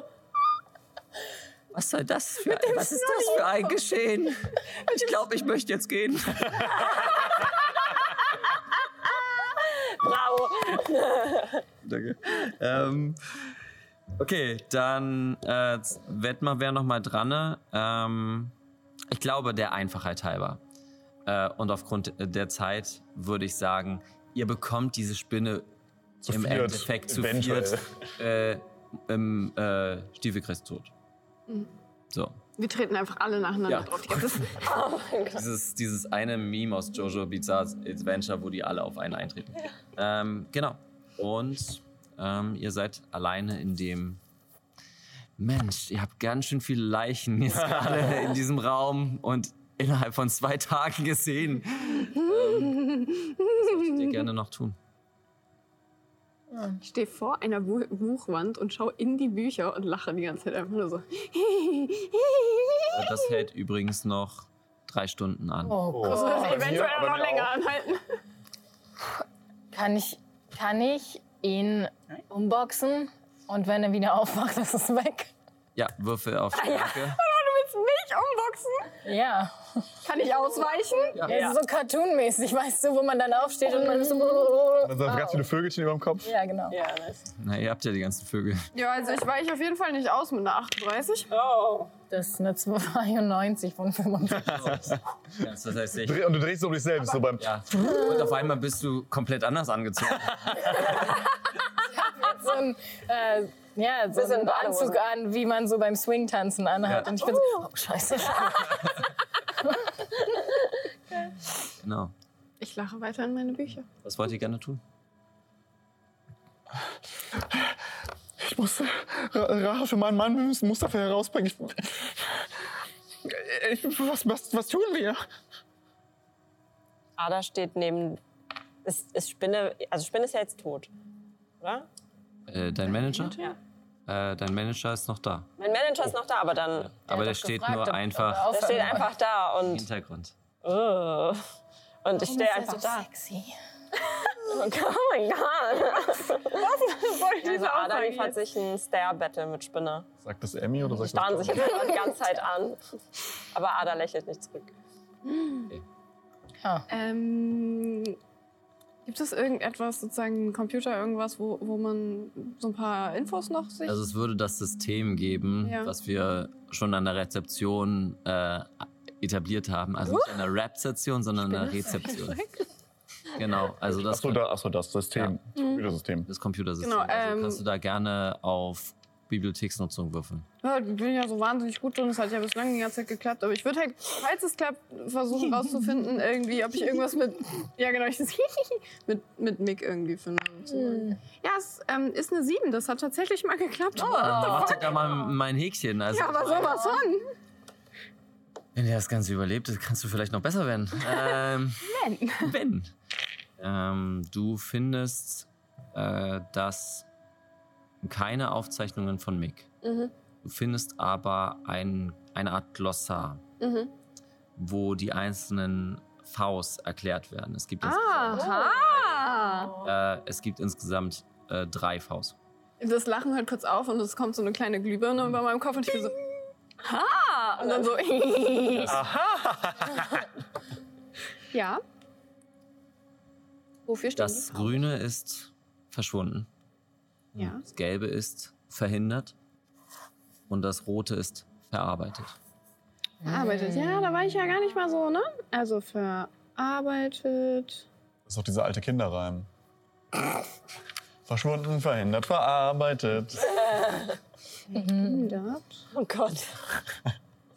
Was soll das für ein, was ist das für ein Geschehen? Ich glaube, ich möchte jetzt gehen. Bravo. Danke. Ähm, okay, dann äh, wett mal, wer noch mal dran. ne? Ähm, ich glaube, der Einfachheit halber. Äh, und aufgrund der Zeit würde ich sagen, ihr bekommt diese Spinne Zu im viert, Endeffekt zu eventuell. viert äh, im äh, Stiefelkreis tot. Mhm. So. Wir treten einfach alle nacheinander Ja. drauf. Die ganze- oh mein Gott. Dieses, dieses eine Meme aus Jojo Bizarre's Adventure, wo die alle auf einen eintreten. Ähm, genau. Und ähm, ihr seid alleine in dem. Mensch, ihr habt ganz schön viele Leichen jetzt gerade in diesem Raum und innerhalb von zwei Tagen gesehen. Was ihr gerne noch tun? Ich stehe vor einer Bu Buchwand und schaue in die Bücher und lache die ganze Zeit einfach nur so. Äh, Das hält übrigens noch drei Stunden an. Oh. Also das Gott. eventuell auch Aber noch wir länger auch. anhalten. Kann ich, kann ich ihn umboxen? Und wenn er wieder aufwacht, ist es weg. Ja, Würfel auf Ah, ja. Stärke. Du willst mich umboxen? Ja. Kann ich ausweichen? Ja. Ja. Das ist so cartoonmäßig, weißt du, wo man dann aufsteht und man ist so. Dann sind ganz viele Vögelchen über dem Kopf. Ja, genau. Ja, Na, ihr habt ja die ganzen Vögel. Ja, also ich weiche auf jeden Fall nicht aus mit einer 38. Oh. Das ist eine 92 von 25. Ja, das heißt, ich Dreh- Und du drehst um dich selbst so beim. Ja. Und auf einmal bist du komplett anders angezogen. Mit so ein, äh, ja, so Bisschen einen Badehose. Anzug an, wie man so beim Swingtanzen anhat. Ja. Und ich bin so, oh, scheiße. Genau. Ich lache weiter in meine Bücher. Was wollt ihr gerne tun? Ich muss Ra- Rache für meinen Mann, wir müssen Mustafa herausbringen. Ich, ich, was, was, was tun wir? Ada steht neben. Ist, ist Spinne. Also Spinne ist ja jetzt tot. Oder? Äh, dein Manager? Ja. Äh, dein Manager ist noch da. Mein Manager ist noch da, aber dann. Aber der steht nur einfach Der steht einfach da im und. Hintergrund. Oh. Und ich stehe einfach da. Sexy. Oh mein Gott. Was wollte also diese Ada Aussage liefert sich ein Stare-Battle mit Spinne. Sagt das Emmy oder sagt Starren das sich einfach die ganze Zeit an. Aber Ada lächelt nicht zurück. Ähm, gibt es irgendetwas, sozusagen einen Computer, irgendwas, wo, wo man so ein paar Infos noch sich. Also es würde das System geben, Ja. was wir schon an der Rezeption äh, etabliert haben. Also nicht an der Rap-Session, sondern an der Rezeption. Genau, also das, Achso, da, achso, das System. Ja. Mhm. Das System. das Computersystem. Genau, ähm, also kannst du da gerne auf Bibliotheksnutzung würfeln. Ja, ich bin ja so wahnsinnig gut drin, das hat ja bislang die ganze Zeit geklappt. Aber ich würde halt, falls es klappt, versuchen rauszufinden, irgendwie, ob ich irgendwas mit. Ja, genau, ich das mit, mit Mick irgendwie finde. sozusagen. Ja, es ähm, ist eine 7, das hat tatsächlich mal geklappt. Dann macht ihr da mal mein Häkchen. Also Oh ja, aber sowas von. Wenn ihr das Ganze überlebt, kannst du vielleicht noch besser werden. ähm, Wenn. wenn. Ähm, du findest, äh, dass keine Aufzeichnungen von Mick. Mhm. Du findest aber ein, eine Art Glossar, Mhm. wo die einzelnen Vs erklärt werden. Es gibt, Ah. Aha! äh, es gibt insgesamt äh, drei Vs. Das Lachen hört kurz auf und es kommt so eine kleine Glühbirne über meinem Kopf und ich bin so. Aha! Und dann so. Aha! ja. Wofür steht Das Grüne ist verschwunden. Ja. Das Gelbe ist verhindert. Und das Rote ist verarbeitet. Arbeitet. Ja, da war ich ja gar nicht mal so, ne? Also verarbeitet. Das ist doch dieser alte Kinderreim. Verschwunden, verhindert, verarbeitet. Verhindert. Oh Gott.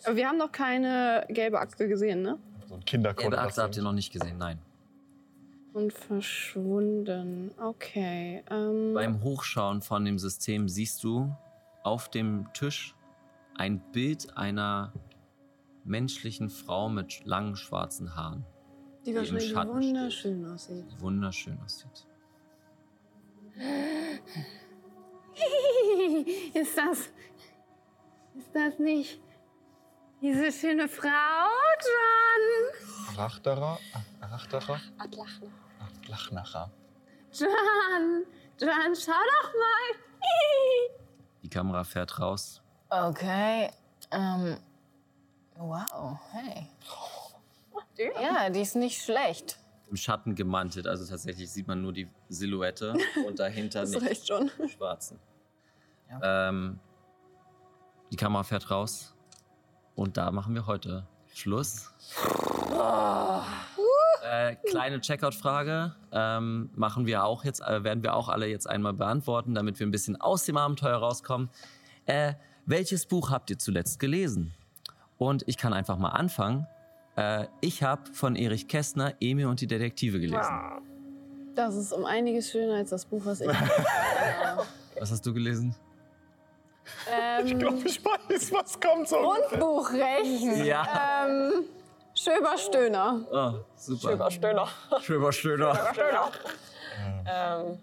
Aber wir haben noch keine gelbe Akte gesehen, ne? So ein Kindercode. Gelbe Achse habt ihr noch nicht gesehen, nein. Und verschwunden. Okay. Ähm, Beim Hochschauen von dem System siehst du auf dem Tisch ein Bild einer menschlichen Frau mit langen schwarzen Haaren, die wahrscheinlich wunderschön aussieht. die wunderschön aussieht. ist das Ist das nicht diese schöne Frau, John? Rachdacher? Rachdacher? Adlachner. Lachnacher. John, John, schau doch mal. Die Kamera fährt raus. Okay. Ähm, wow, hey. Ja, die ist nicht schlecht. Im Schatten gemantet. Also tatsächlich sieht man nur die Silhouette und dahinter Hast nicht recht, John. die schwarzen. Ähm, die Kamera fährt raus. Und da machen wir heute Schluss. Äh, kleine Checkout-Frage ähm, machen wir auch jetzt, äh, werden wir auch alle jetzt einmal beantworten, damit wir ein bisschen aus dem Abenteuer rauskommen. Äh, welches Buch habt ihr zuletzt gelesen? Und ich kann einfach mal anfangen. Äh, ich habe von Erich Kästner Emil und die Detektive gelesen. Das ist um einiges schöner als das Buch, was ich. Was hast du gelesen? Ähm, glaube, ich weiß, was kommt so. Grundbuchrecht. Ja. Ähm, Schöber Stöhner. Oh, super. Stöhner. Schöner, schöner. Stöhner. ähm,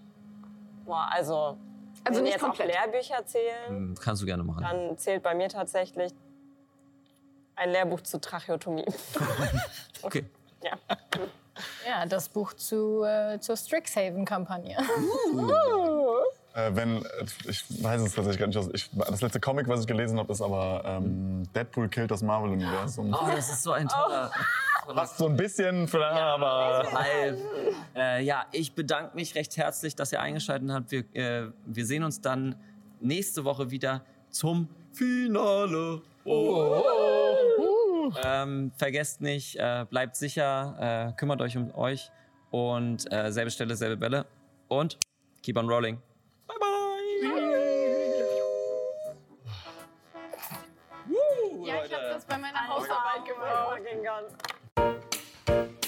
boah, also, wenn wir nicht jetzt komplett. auch Lehrbücher zählen, Hm, Kannst du gerne machen. dann zählt bei mir tatsächlich ein Lehrbuch zu Tracheotomie. Okay. ja. Ja, das Buch zu, äh, zur Strixhaven-Kampagne. Äh, wenn, äh, ich weiß es tatsächlich gar nicht. was Ich, das letzte Comic, was ich gelesen habe, ist aber ähm, Deadpool killt das Marvel-Universum. Oh, das ist so ein toller. Was so ein bisschen, vielleicht, aber. Ralf. Äh, ja, ich bedanke mich recht herzlich, dass ihr eingeschaltet habt. Wir, äh, wir sehen uns dann nächste Woche wieder zum Finale. Oh. Ähm, vergesst nicht, äh, bleibt sicher, äh, kümmert euch um euch und äh, selbe Stelle, selbe Bälle und keep on rolling. Oh. Ja, ich habe das bei meiner Hausarbeit gemacht.